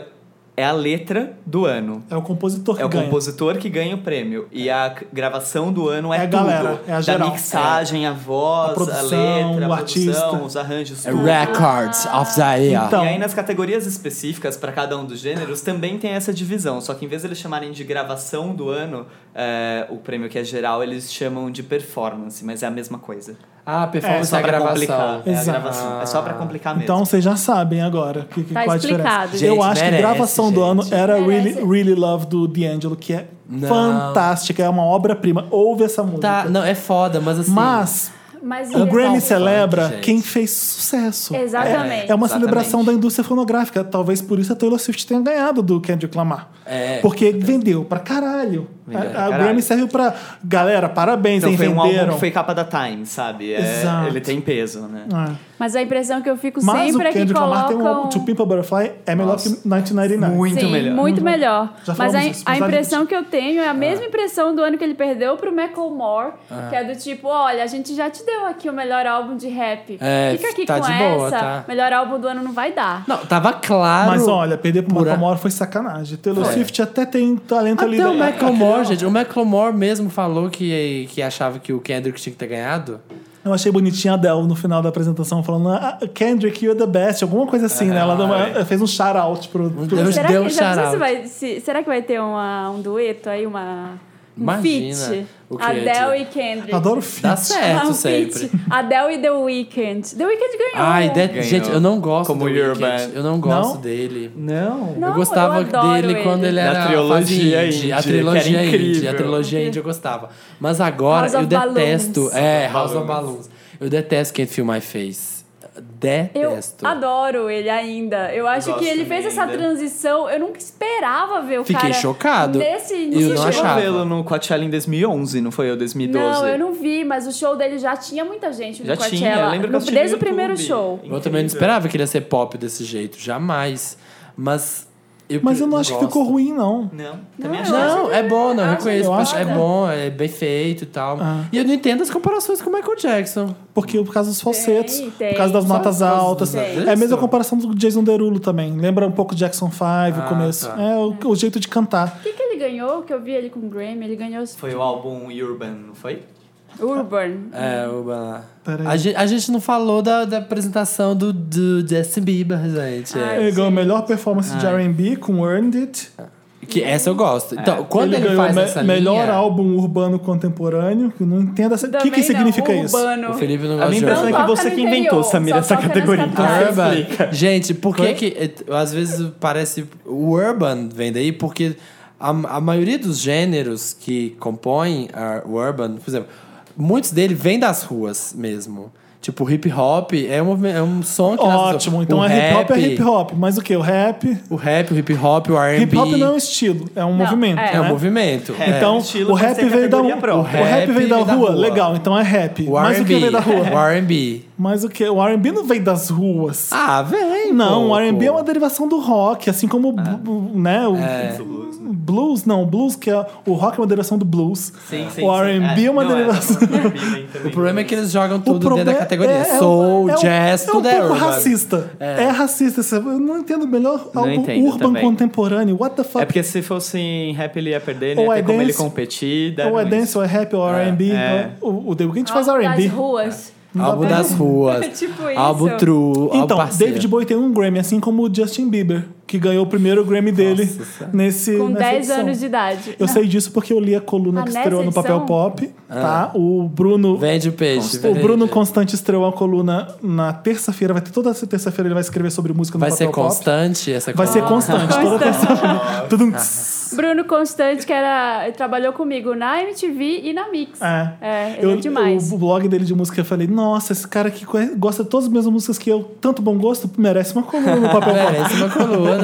é a letra do ano. É o compositor que É o ganha. compositor que ganha o prêmio. E a c- gravação do ano é, É a tudo. galera, é a da geral. É mixagem, a voz, A a, produção, letra, o a produção, artista. os arranjos, É tudo. Records of the Year. Então. E aí nas categorias específicas para cada um dos gêneros também tem essa divisão, só que em vez de eles chamarem de gravação do ano, é, o prêmio que é geral, eles chamam de performance, mas é a mesma coisa. Ah, a É, performance só é a pra gravação. complicar. É, a Exato. gravação. é só para complicar mesmo. Então vocês já sabem agora que, que Tá qual a diferença. explicado. Eu Gente, acho que merece, gravação do gente. ano era Merece. Really, really Love do D'Angelo, que é Não. fantástica, é uma obra-prima. Ouve essa música. Tá, não, é foda, mas assim. Mas Mas é o ele- Grammy celebra gente. quem fez sucesso. É, Exatamente. é uma Exatamente. celebração da indústria fonográfica. Talvez por isso a Taylor Swift tenha ganhado do Kendrick Lamar. É. Porque vendeu pra caralho. É, Vendeu pra a, a caralho. Grammy serviu pra. Galera, parabéns, Então hein? foi um álbum venderam. que foi capa da Time, sabe? É, Exato. Ele tem peso, né? É. Mas a impressão que eu fico Mas sempre o é que Kendrick Lamar tem um álbum, colocam... To Pimp a Butterfly, é melhor Nossa. que 1999. Muito Sim, melhor. muito Uhum. melhor. Já Mas a, falamos isso, a mas vale impressão que eu tenho é a mesma impressão do ano que ele perdeu pro Macklemore, que é do tipo, olha, a gente já te deu aqui o melhor álbum de rap. É, Fica aqui tá com de essa. boa, tá? Melhor álbum do ano não vai dar. Não, tava claro. Mas olha, perder pro Pura- Macklemore foi sacanagem. Taylor Foi. Swift até tem talento ali. Até o né? Macklemore, gente. O Macklemore mesmo falou que, que achava que o Kendrick tinha que ter ganhado. Ah, Eu achei bonitinha a Adele no final da apresentação falando ah, Kendrick, you're the best, alguma coisa assim, né? Ela deu uma- É. fez um shout-out pro... pro- Deus. Será deu que, um já pensou shout-out. se vai, se- será que vai ter uma- um dueto aí, uma Imagina feat. o que é Adele de- e Kendrick. Adoro (laughs) feat. Dá Ah, certo um feat. sempre. Adele e The Weeknd. The Weeknd ganhou. Ai, de- Ganhou. gente, eu não gosto Como do Your Weeknd. Man. Eu não gosto Não? dele. Não. Não, eu gostava eu adoro dele ele. quando ele Da era trilogia fase indie, A que era trilogia indie, a incrível. trilogia indie eu gostava. Mas agora House eu of Balloons. detesto. É, House House of of Balloons. Eu detesto Can't Feel My Face. Eu Detesto. adoro ele ainda. Eu acho gosto que ele fez também essa ainda. transição. Eu nunca esperava ver o Fiquei cara. chocado. Nesse Eu não Você chegou a achava. vê-lo no Coachella em 2011, não foi eu? 2012? Não, eu não vi, mas o show dele já tinha muita gente no Já Coachella. tinha, eu lembro que eu No- assisti no Desde o YouTube. primeiro show. Incrível. Eu também não esperava que ele ia ser pop desse jeito, jamais. Mas eu Mas eu não acho que gosto. ficou ruim, não. Não, também achei. Não, é bom, não, eu Ah, acho reconheço. que- eu acho é que- bom, é bem feito e tal. Ah. E eu não entendo as comparações com o Michael Jackson. Porque por causa dos falsetos, tem. por causa das notas Só por causa dos altas. notas. É a mesma comparação do Jason Derulo também. Lembra um pouco de Jackson 5, Ah, o começo. tá. É o, o jeito de cantar. O que, que ele ganhou? Que eu vi ele com o Grammy. Ele ganhou Foi o álbum Urban, não foi? Urban. É, oba. Peraí. A gente, a gente não falou da, da apresentação do, do Justin Bieber, gente. É, Ai, Ele ganhou a gente. melhor performance de R&B com Earned It. Que essa eu gosto. É. Então, quando ele, ele, ganhou faz me- essa melhor linha, álbum urbano contemporâneo. Que eu não entendo essa... O que, Também que significa não, isso? Urbano. o Felipe não A gosta minha de impressão é Urban. que Não toca você no que interior, inventou, Samira, só essa toca nas categoria. Tá, Então Ah, é capitais. você Urban. explica. Tá, Gente, por que Foi? que eh, às vezes parece o urban vem daí porque a, a maioria dos gêneros que compõem a- o urban, por exemplo, muitos dele vêm das ruas mesmo. Tipo, hip hop é um, é um som que nasce- Ótimo. Então o é hip hop, é rap, hip hop. Mas o que? O rap... O rap, o hip hop, o R&B. Hip hop não é um estilo, é um movimento. é. É um né? movimento. É. Então, Estilo o vai rap ser veio da, categoria rua. o própria. rap veio da, rua, legal, então é É. rap. O Mas o que R&B. veio da rua? (laughs) O R&B. Mas o que? O R&B não veio das ruas. Ah, vem. não, o pouco. R&B é uma derivação do rock, assim como o blu- né, o Blues, né? blues, não, o blues que é o rock é uma derivação do blues. Sim, sim, o R&B é uma derivação O problema é que eles jogam tudo dentro da problema- categoria. é- é um- Soul, é um- jazz, é um tudo é pouco urban. racista. É, racista. esse- Eu não entendo o melhor Não álbum entendo urban também. contemporâneo. What the fuck? É porque se fosse em rap ele ia perder, né? Ou Tem é como ele dance, competir. ou é deram dance, ou é rap, ou É, R&B. é. Então, O, o The Weeknd faz Álbum R&B. Das ruas. Não dá Álbum pra- (laughs) das ruas. Tipo isso. Álbum true. álbum Então, parceiro. David Bowie tem um Grammy, assim como o Justin Bieber, que ganhou o primeiro Grammy dele nesse Com nessa 10 edição. anos de idade. Eu sei disso porque eu li a coluna Ah, que nessa estreou no edição? Papel Pop, tá? O Bruno Ah. Vende o peixe. o vende. Bruno Constante estreou a coluna na terça-feira, vai ter toda essa terça-feira ele vai escrever sobre música no Vai Papel ser constante essa Pop. Vai Ah. ser (laughs) constante, tá? toda terça-feira. Tudo um tss. Bruno Constante, que era, trabalhou comigo na MTV e na Mix. É. ele é demais. O blog dele de música, eu falei, nossa, esse cara que conhe- gosta de todas as mesmas músicas que eu, tanto bom gosto, merece uma coluna no (laughs) papel pop. Merece É, (laughs) uma coluna.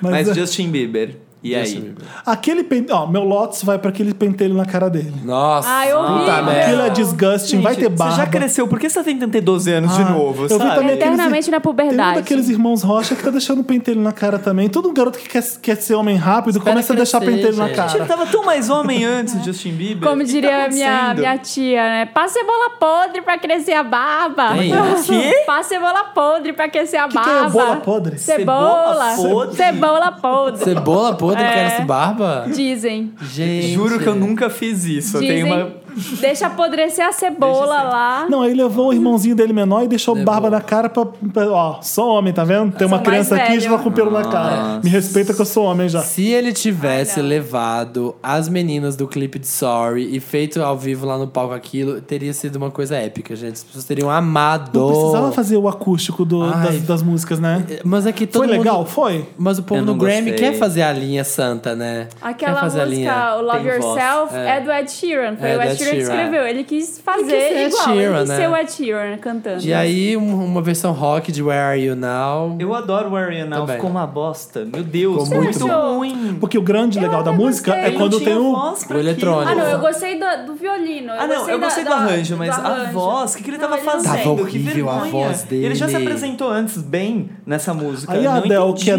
Mas é- Justin Bieber. E aí? Justin Bieber. Aquele pentelho. Ó, meu Lotus vai pra aquele pentelho na cara dele. Nossa. Ai, horrível. puta merda. Aquilo é disgusting, vai ter barba. um Você já cresceu, por que você tá tentando ter 12 anos Ah, de novo? eu vi sabe? também aqueles- Eternamente Tem na um puberdade. daqueles irmãos Rocha que tá deixando pentelho na cara também. Todo garoto que quer, quer ser homem rápido começa a deixar crescer, pentelho na gente. Gente, ele cara. tava tão mais homem antes, o Justin Bieber. É. Como O que diria tá a minha, acontecendo? minha tia, né? Passa cebola podre pra crescer a barba. (laughs) Tem isso? Passa cebola podre pra crescer a que é barba. bola podre? Cebola. Cebola podre? Cebola podre. Cebola podre, É. cresce barba? (laughs) Dizem. Gente. Juro que eu nunca fiz isso. Eu Dizem. tenho uma. Deixa apodrecer a cebola lá. Não, aí levou o irmãozinho dele menor e deixou Levou. barba na cara pra, pra- Ó, sou homem, tá vendo? Tem uma Sou criança mais aqui e velho. já tá com pelo na cara. Me respeita que eu sou homem já. Se ele tivesse Ai, não. levado as meninas do clipe de Sorry e feito ao vivo lá no palco aquilo, teria sido uma coisa épica, gente. As pessoas teriam amado. Não precisava fazer o acústico do- Ai. das, das músicas, né? Mas é que todo Foi mundo- legal? Foi? Mas o povo Eu no não Grammy gostei. quer fazer a linha santa, né? quer Aquela fazer a linha. música, o Love tem voz. Yourself, é. É. do Ed Sheeran. Foi É o do Ed Sheeran Ed que Sheeran. escreveu. Ele quis é fazer ser Ed igual. ele Sheeran, quis ser né? o Ed Sheeran cantando. E aí, um- uma versão rock de Where Are You Now? Eu adoro o Ariana, Também. ficou uma bosta. Meu Deus, Ficou muito muito bom. ruim. Porque o grande Eu legal da até música gostei. é quando tem um. O eletrônico. Ah, não, eu gostei do, do violino. Ah, não, eu da- gostei do da- arranjo, mas do a arranjo. voz, o que, que ele Não, tava não fazendo? Tava que horrível a vergonha. voz Ele já se dele. apresentou antes bem nessa música. Aí eu a não Adele, entendi. que é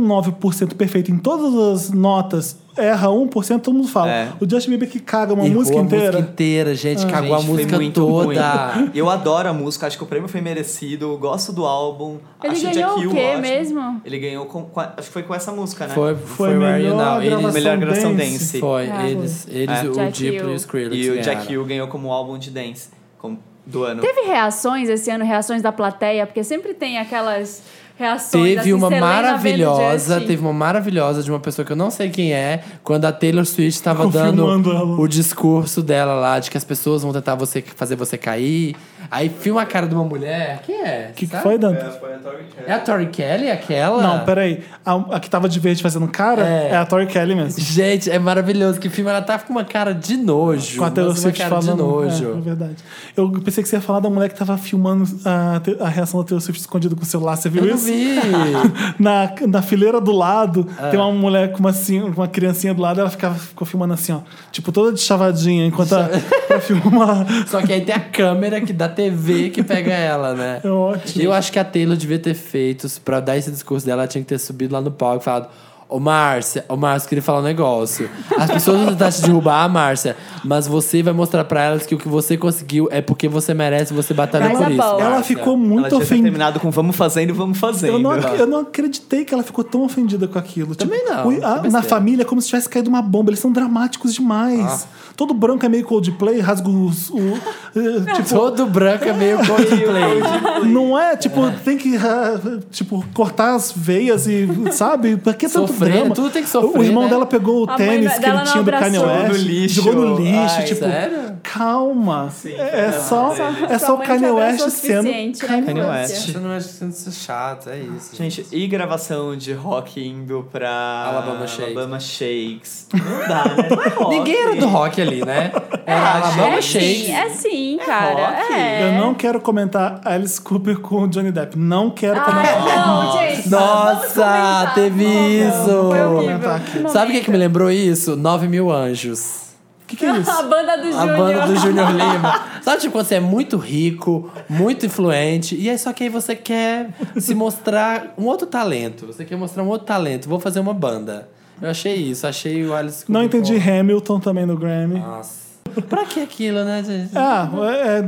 99% perfeita em todas as notas, erra 1%, todo mundo fala. É. O Justin Bieber que caga uma Errou música a inteira. Ah. música inteira, gente. cagou Gente, a foi música muito toda. ruim. Eu adoro a música, acho que o prêmio foi merecido, eu gosto do álbum. Ele acho ganhou Jack o Hill quê ótimo. mesmo? Ele ganhou com, com a- acho que foi com essa música, né? Foi, foi, É. Foi Where Are You melhor Now. Eles, gravação melhor gravação dance. dance. foi, Ah, eles, eles É. o Jack Diplo Hill. e o Skrillex E o Jack ganharam. Hill ganhou como álbum de dance como- do ano. Teve reações esse ano, reações da plateia, porque sempre tem aquelas reações. Teve assim, uma Selena maravilhosa, vendo Justin. teve uma maravilhosa de uma pessoa que eu não sei quem é, quando a Taylor Swift estava Ficou dando filmando ela. o discurso dela lá de que as pessoas vão tentar você fazer você cair. Aí filma a cara de uma mulher. Quem é? O que, que Sabe? foi, Dante? É, foi a Tori Kelly. É a Tori Kelly aquela? Não, peraí. A, a que tava de verde fazendo cara É. é, a Tori Kelly mesmo. Gente, é maravilhoso que filme ela tá com uma cara de nojo. Com a Taylor mas uma Swift cara falando. de É, é nojo. verdade. Eu pensei que você ia falar da mulher que tava filmando ah, a, te- a reação da Taylor Swift escondida com o celular. Você viu eu não isso? (laughs) vi. É. Na, na fileira do lado, tem uma mulher com uma, assim, uma criancinha do lado, ela ficava, ficou filmando assim, ó. Tipo, toda de chavadinha, enquanto (laughs) a, pra filmar. Só que aí tem a câmera que da TV que pega ela, né? É ótimo. Eu acho que a Taylor devia ter feito, pra dar esse discurso dela, ela tinha que ter subido lá no palco e falado. Ô Márcia, ô Márcia, eu queria falar um negócio. As pessoas vão tentar te derrubar, ah, Márcia, mas você vai mostrar pra elas que o que você conseguiu é porque você merece, você batalhou Mas é a por isso. boa. Ela Márcia. ficou Ela muito tinha ofendida. terminado com vamos fazendo, vamos fazendo. Eu não, ac- eu não acreditei que ela ficou tão ofendida com aquilo. Tipo, Também não, o- isso é a- na besteira. família, é como se tivesse caído uma bomba. Eles são dramáticos Ah. demais. Todo branco é meio Coldplay, rasga os- o. (laughs) eh, tipo, Todo branco (laughs) é meio coldplay. não é? Tipo, tem que ah, tipo, cortar as veias e, sabe? Pra que tanto Sofrer, drama? tudo tem que sofrer, O irmão né? dela pegou o A mãe tênis que dela ele não tinha do Kanye abraçou. West. Jogou no lixo. Jogou Ah, no lixo. Ai, tipo, sério? calma. Sim, é, é não, só, Sua- é sua só o mãe te Kanye abraçou West sendo o suficiente, né, Kanye infância? West. Isso não é isso é chato, é isso. Gente, e gravação de rock indo pra Alabama Shakes. Alabama Shakes? Não dá, né? Não é rock. (laughs) Ninguém era do rock ali, né? Era Ah, Alabama É gente. Shakes. sim, é sim, cara. rock. É. Eu não quero comentar Alice Cooper com o Johnny Depp. Não quero comentar. Ah, não, gente. vamos Nossa, comentar. teve isso! Foi horrível. Sabe o que, que me lembrou isso? Nove Mil Anjos. O que, que (laughs) é (laughs) A isso? banda do A Júnior. banda do Júnior Lima. Sabe tipo, quando você é muito rico, muito influente, e aí só que aí você quer se mostrar um outro talento. Você quer mostrar um outro talento. Vou fazer uma banda. Eu achei isso, achei o Alice Não Cooper entendi Hamilton também no Grammy. com- Nossa. Pra que aquilo, né, gente? Ah,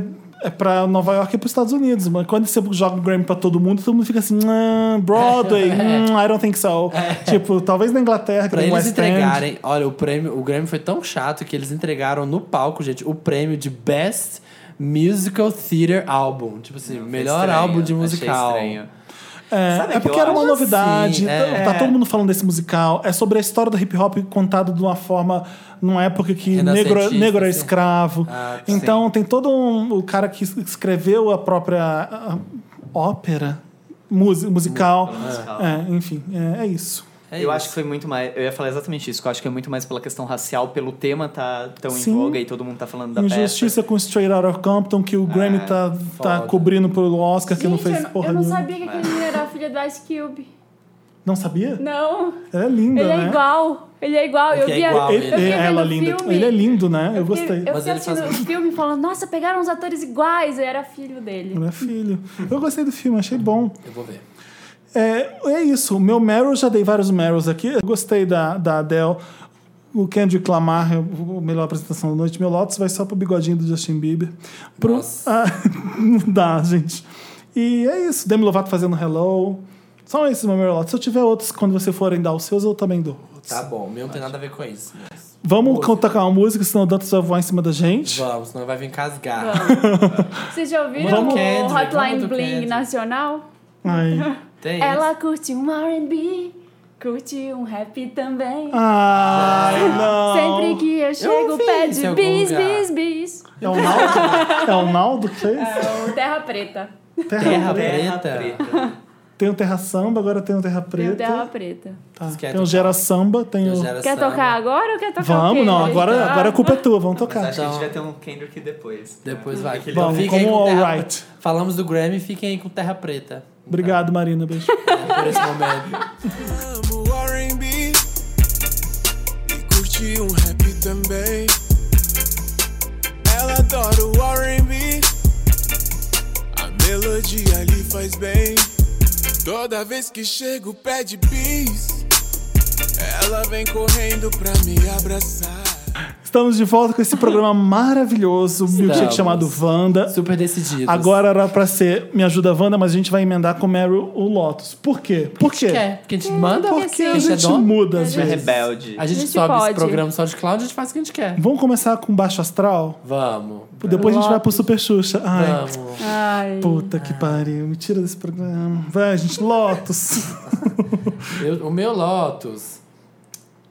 é, é pra Nova York e pros Estados Unidos, mas quando você joga o Grammy pra todo mundo, todo mundo fica assim, "Hum, (laughs) Broadway, hum, I don't think so. Tipo, talvez na Inglaterra, que É. é Pra tem eles West End. entregarem, olha, o prêmio, o Grammy foi tão chato que eles entregaram no palco, gente, o prêmio de Best Musical Theater Album. Tipo assim, melhor Estranho, álbum de achei musical. estranho. Sabe É, é que porque eu era uma acho novidade, assim, é. tá, tá todo mundo falando desse musical, é sobre a história do hip hop contada de uma forma, numa época que negro, Renascentista, negro era sim. escravo. Ah, sim. então tem todo um, o cara que escreveu a própria a- ópera, musi- musical. musical. É, enfim, é- é isso. É eu isso. acho que foi muito mais. Eu ia falar exatamente isso, que eu acho que é muito mais pela questão racial, pelo tema tá tão Sim. em voga e todo mundo tá falando da Injustiça com Straight Outta Compton, que o Grammy tá, tá foda. cobrindo pelo Oscar, que não Gente, fez eu não- porra Eu não nenhuma. sabia que aquele menino era a filha do Ice Cube. Não sabia? Não. Ela é linda, Ele né? é igual. Ele é igual. Eu Ele é vi a- igual, eu Ele, ele- fiquei ela vendo o linda. filme. Ele é lindo, né? Eu, fiquei- gostei. Eu Mas fiquei ele faz- um- assistindo o filme falando, nossa, pegaram os atores iguais. Eu era filho dele. Não é filho. Eu gostei do filme, achei bom. Eu vou ver. É, é isso. O meu Meryl, já dei vários Meryls aqui. Eu gostei da, da Adele. O Kendrick Lamar, a melhor apresentação da noite. Meu Lotus vai só pro bigodinho do Justin Bieber. Pro... Nossa. Ah, (laughs) não dá, gente. E é isso. Demi Lovato fazendo Hello. São esses meu Meryl Lotus. Se eu tiver outros, quando você forem dar os seus, eu também dou outros. Tá bom, o meu não tem nada a ver com isso. mas Vamos Música. tocar uma música, senão o Dantas vai voar em cima da gente. Vamos, senão vai vir casgar. Vocês já ouviram Vamos, o Kendrick, vamos Hotline do Bling Kendrick. nacional? Ai. Tem Ela isso? curte um R&B, curte um rap também. Ai, não. Sempre que eu chego, ouvi pede isso em algum bis, lugar. bis, bis. É o Naldo? É o Naldo que fez? É o Terra Preta. Terra, Terra Preta. Terra Preta. Tem o Terra Samba, agora tem o Terra Tem o Preta. Terra Preta. Tá. Vocês querem Tem o tocar? um Gera Samba, tem o... Gera Quer Samba. tocar agora ou quer tocar o quê? Vamos, não, agora, Tá. agora a culpa é tua, vamos Mas tocar. acho que a gente Então- vai ter um Kendrick depois. Depois vai. Porque ele- Vamos, Fiquem aí como com Terra- alright. Falamos do Grammy, fiquem aí com Terra Preta. É. Obrigado, Marina, beijo. Por esse momento. amo R&B E curte um rap também Ela adora o R&B A melodia lhe faz bem Toda vez que chego pede bis Ela vem correndo pra me abraçar Estamos de volta com (laughs) esse programa maravilhoso, um milkshake Estamos. chamado Wanda. Super decididos. Agora era pra ser Me Ajuda Wanda, mas a gente vai emendar com Meryl o Lotus. Por quê? Por quê? Quer? Porque a gente manda? Porque a é gente dono? muda às É vezes. rebelde. A gente, A gente sobe esse pode. programa só de cloud e a gente faz o que a gente quer. Vamos começar com Baixo Astral? Vamos. Depois a gente vai pro Super Xuxa. Ai, Vamos. É. Ai. puta que pariu. Me tira desse programa. Vai, gente, Lotus. Eu- o meu Lotus.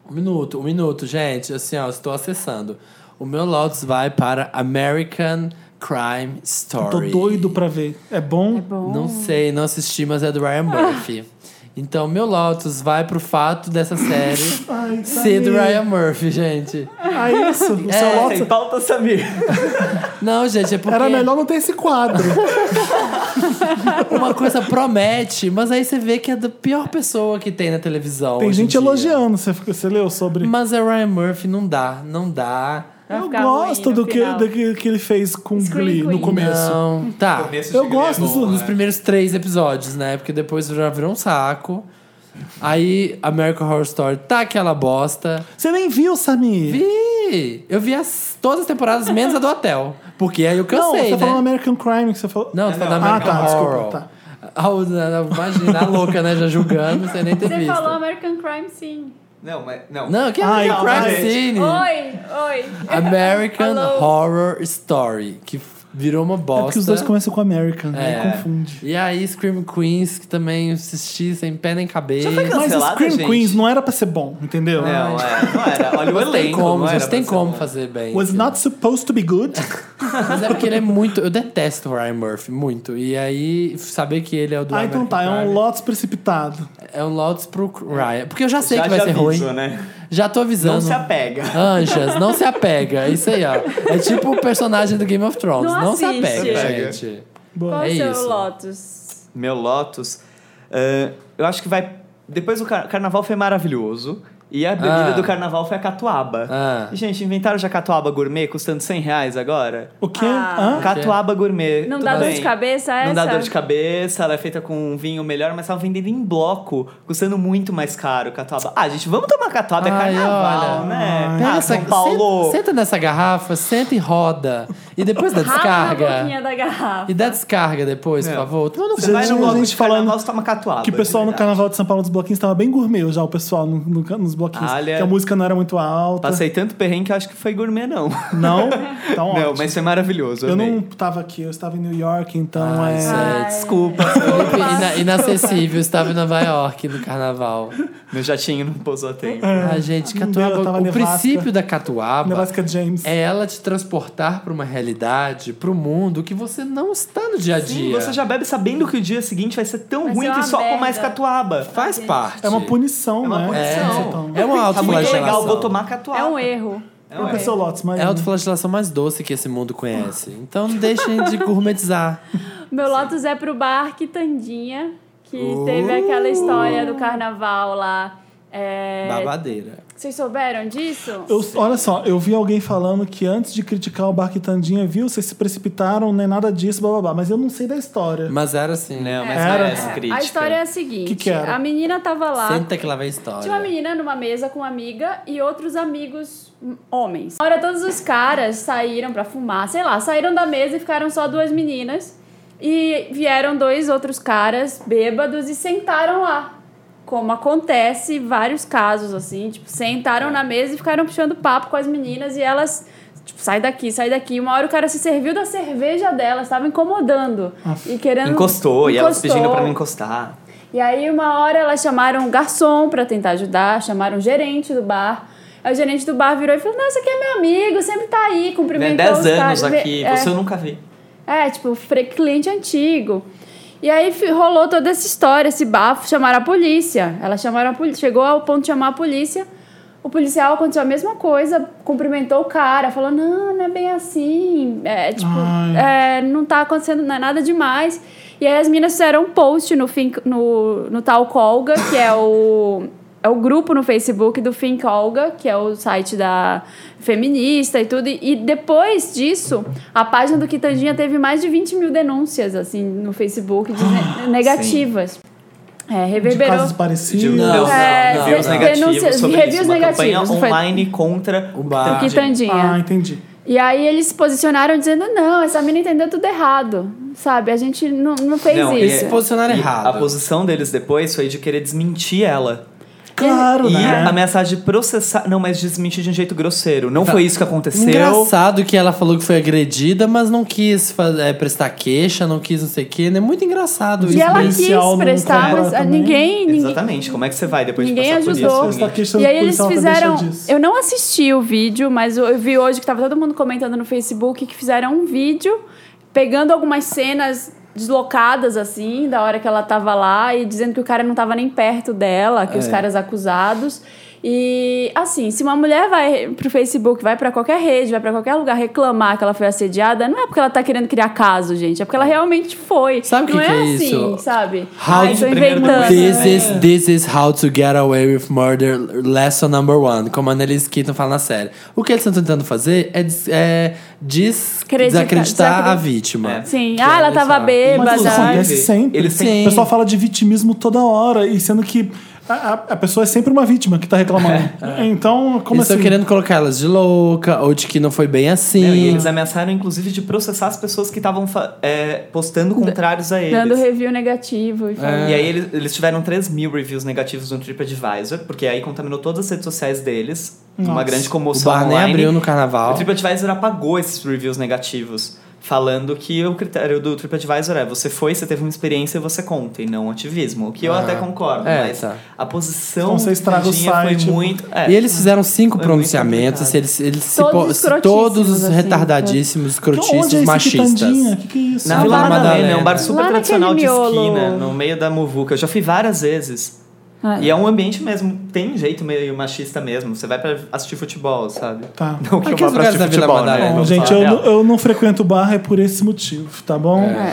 Um minuto, um minuto, gente. Assim, ó, estou acessando. O meu Lotus vai para American Crime Tô Story. doido pra ver. É bom? É bom. Não sei, não assisti, mas é do Ryan Murphy. Então, meu Lotus vai pro fato (laughs) dessa série Ai, ser do Samir. Ryan Murphy, gente. Ah, isso. O seu É, Lotus. Tem pauta, Samir. Não, gente, é porque Era melhor não ter esse quadro. uma coisa promete, mas aí você vê que é da pior pessoa que tem na televisão. Tem hoje em gente dia. elogiando. Você, você leu sobre. Mas é Ryan Murphy, não dá, não dá. Vai Eu ficar ruim gosto no do que, final. do que que ele fez com Scream Glee no Queen. começo. Não, tá. Começo Eu de Guilherme gosto dos- Bom, Nos né? primeiros três episódios, né? Porque depois já virou um saco. Aí, American Horror Story tá aquela bosta. Você nem viu, Samir? Vi! Eu vi as, todas as temporadas, menos a do Hotel. Porque aí Não, eu cansei, você né? tá falando American Crime que você falou. Não, tô falando Ah, American tá, desculpa, Horror. tá. Ah, o- na- imagina, a louca, né? Já julgando, sem nem ter Você visto. falou American Crime, sim. Não, mas... Não. Não, que é Ai, American calma, Crime gente. Scene. Oi, oi. American Alô. Horror Story, que f- virou uma É bosta. porque os dois começam com American, É. aí confunde. E aí, Scream Queens, que também assisti sem pé nem cabeça. Já foi Mas Cancelada, Scream gente? Queens não era pra ser bom, entendeu? Não, é, não era. Olha o Mas tem elenco. como, não era gente, tem pra ser como bom. fazer bem. Was not supposed to be good. (laughs) Mas é porque ele é muito. Eu detesto o Ryan Murphy, muito. E aí, saber que ele é o do. ah, então American tá, é um Crime Lotus precipitado. É um Lotus pro Ryan. Porque eu já sei Já que vai te ser aviso, ruim. né? Já tô avisando. Não se apega. Anjas, não se apega. É Isso aí, ó. É tipo o personagem do Game of Thrones. Não, Não se assiste. apega, Apega. gente. Qual É o seu isso. Lotus? Meu Lotus. ah, eu acho que vai... Depois o car- carnaval foi maravilhoso. E a bebida Ah. do carnaval foi a catuaba. Ah. E, Gente, inventaram já catuaba gourmet custando 100 reais agora? O quê? Ah. Hã? Catuaba gourmet. Não tudo dá dor bem. de cabeça essa? Não dá dor de cabeça, ela é feita com um vinho melhor, mas tava vendendo em bloco, custando muito mais caro catuaba. Ah, gente, vamos tomar catuaba, é Ai, carnaval, olha. né? Ai. Ah, São Paulo. Senta, senta nessa garrafa, senta e roda. E depois da Rasga a descarga. boquinha um da garrafa. E dá descarga depois, por Não. favor. Toma no Você vai Já no tinha bloco tá gente de carnaval, falando você toma catuaba. Que o pessoal de no verdade. Carnaval de São Paulo dos bloquinhos tava bem gourmet já, o pessoal no- no- nos bloquinhos. Olha. Que a música não era muito alta. Passei tanto perrengue que eu acho que foi gourmet, não. Não? Então, não, ótimo. mas foi maravilhoso. Eu amei. não tava aqui, eu estava em New York, então Ah, é. isso aí. Desculpa, é Felipe, ina- inacessível, estava em Nova York no carnaval. (laughs) meu jatinho não pousou a tempo. Ah, gente, Não deu, catuaba. tava O nevasca. princípio da catuaba Nevasca James. é ela te transportar para uma realidade, para o mundo que você não está no dia a Sim, dia. você já bebe sabendo que o dia seguinte vai ser tão Vai ruim ser que uma só com merda. mais catuaba. faz parte. É uma punição, É uma né? punição. Você toma. É, é uma Tá muito autoflagelação. legal, vou tomar catuaba. É um erro. É Eu um pensei, erro. Lotus, mas. É a autoflagelação mais doce que esse mundo conhece. Então não deixem de gourmetizar. Meu Lotus é pro bar Quitandinha, que teve Uh. aquela história do carnaval lá. (laughs) É, Babadeira. Vocês souberam disso? Eu- olha só, eu vi alguém falando que antes de criticar o Barquitandinha, viu? Vocês se precipitaram, nem nada disso, blá blá blá. Mas eu não sei da história. Mas era assim, né? Não, mas Era- era essa crítica. A história é a seguinte: Que que era? a menina tava lá. Senta que lá vem a história. Tinha uma menina numa mesa com uma amiga e outros amigos hum, homens. Ora, todos os caras saíram pra fumar, sei lá, saíram da mesa e ficaram só duas meninas. E vieram dois outros caras bêbados e sentaram lá. Como acontece em vários casos, assim, tipo, sentaram na mesa e ficaram puxando papo com as meninas e elas. Tipo, sai daqui, sai daqui. Uma hora o cara se serviu da cerveja delas, tava incomodando. E querendo. Ah, Encostou, e elas pedindo pra Encostou. não encostar. Né, E aí, uma hora, elas chamaram um garçom pra tentar ajudar, chamaram o gerente do bar. Aí o gerente do bar virou e falou: Não, esse aqui é meu amigo, sempre tá aí, Né? cumprimentou os 10 caras. anos Vê- aqui, é, você eu nunca vi. é, tipo, fre- cliente antigo. E aí fi- rolou toda essa história, esse bafo, chamaram a polícia. Elas chamaram a polícia, chegou ao ponto de chamar a polícia. O policial aconteceu a mesma coisa, cumprimentou o cara, falou: não, não é bem assim, é, tipo, é, não tá acontecendo não é nada demais. E aí as meninas fizeram um post no, Think- no, no tal Colga, que é o, é o grupo no Facebook do Think Olga, que é o site da feminista e tudo. E, e depois disso, a página (gasps) do Quitandinha teve mais de 20 mil denúncias, assim, no Facebook, de ne- negativas. É, De reverberou. casos De parecidos. Não, É, não, reviews não. negativos Denúncias- sobre reviews isso. Uma campanha negativos, não foi- online contra O bar. Ah, Quitandinha. entendi. E aí eles se posicionaram dizendo, não, essa mina entendeu tudo errado, sabe? A gente não, não fez Não, Eles isso. se posicionaram E errado. A posição deles depois foi de querer desmentir ela. Claro, E né? ameaçar de processar. Não, mas desmentir de um jeito grosseiro. Não Tá. foi isso que aconteceu. Engraçado que ela falou que foi agredida, mas não quis fa- é, prestar queixa, não quis não sei o quê. É muito engraçado isso. E ela mesmo. quis policial não prestar, concorda mas ah, também. ninguém, ninguém Exatamente. Como é que você vai depois Ninguém de passar ajudou. tá por isso? Está Ninguém- é questão E aí eles policial até fizeram. deixa é disso. Eu não assisti o vídeo, mas eu eu vi hoje que tava todo mundo comentando no Facebook que fizeram um vídeo pegando algumas cenas deslocadas assim, da hora que ela tava lá e dizendo que o cara não tava nem perto dela, que os É. caras acusados. E assim, se uma mulher vai pro Facebook, vai pra qualquer rede, vai pra qualquer lugar reclamar que ela foi assediada, não é porque ela tá querendo criar caso, gente, é porque ela realmente foi. Sabe o não que que é assim, isso? sabe? How Ai, to tô primeiro inventando. This É. is, this is how to get away with murder, lesson number one. Como a Annelise Keaton fala na série. O que eles estão tentando fazer é, des- é des- Acreditar- desacreditar a desacredi- vítima. É. Sim, Que ah, ela olha tava só. Mas bêbada. isso acontece sempre. Eles têm- O pessoal fala de vitimismo toda hora, e sendo que a, a- a pessoa é sempre uma vítima que tá reclamando. Então, como eles estão assim? querendo colocar elas de louca, ou de que não foi bem assim. Não, e eles ameaçaram, inclusive, de processar as pessoas que estavam fa- é, postando contrários a eles. Dando é. review negativo. E falando. E aí eles, eles tiveram 3 mil reviews negativos no TripAdvisor, porque aí contaminou todas as redes sociais deles. Uma Nossa. grande o comoção bar nem online. abriu no O carnaval. TripAdvisor apagou esses reviews negativos, falando que o critério do TripAdvisor é você foi, você teve uma experiência e você conta, e não ativismo. O que eu Ah. até concordo, É, mas tá. a posição Então você estraga o tadinha site. foi muito... é. E eles fizeram cinco Foi muito pronunciamentos, assim, complicado. eles, eles se Todos po- escrotíssimos, todos os assim, retardadíssimos, Então, onde escrotistas, é esse quitandinha? machistas. Que que é isso? Na São Vila Paulo. Madalena, Madalena. é um bar super Lá tradicional de naquele miolo. esquina, no meio da muvuca. Eu já fui várias vezes. Ah. E é um ambiente mesmo, tem um jeito meio machista mesmo. Você vai pra assistir futebol, sabe? Tá. (laughs) Não que eu Aqueles vá pra lugares assistir da Vila futebol, Madalena. né? Bom, Vamos gente, falar eu, real. não- eu não frequento bar é por esse motivo, tá bom? É.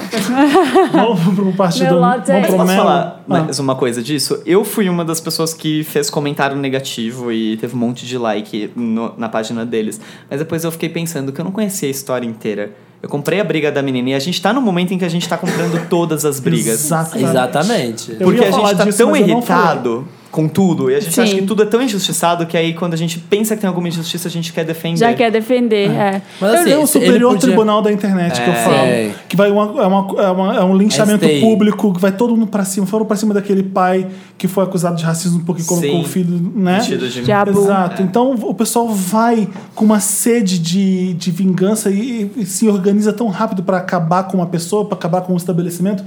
Vamos pro partido. Meu lado Vamos é- pro Posso Melo? falar Ah. mais uma coisa disso? Eu fui uma das pessoas que fez comentário negativo e teve um monte de like no- na página deles. Mas depois eu fiquei pensando que eu não conhecia a história inteira. Eu comprei a briga da menina e a gente tá no momento em que a gente tá comprando todas as brigas. Exatamente. Exatamente. Eu Porque ia a falar gente tá disso, tão mas eu não falei. irritado com tudo e a gente acha Sim. que tudo é tão injustiçado que aí quando a gente pensa que tem alguma injustiça a gente quer defender. Já quer defender. é. Mas assim, É o se ele Superior podia- Tribunal da Internet que eu falo. Sei. Que vai uma- é, uma- é uma- é um linchamento STI. público, que vai todo mundo pra cima. Foram pra cima daquele pai que foi acusado de racismo porque colocou Sim. o filho, né? Vestido de- Já- Tabu. É. Exato. Então o pessoal vai com uma sede de, de vingança e, e se organiza tão rápido pra acabar com uma pessoa, pra acabar com um estabelecimento.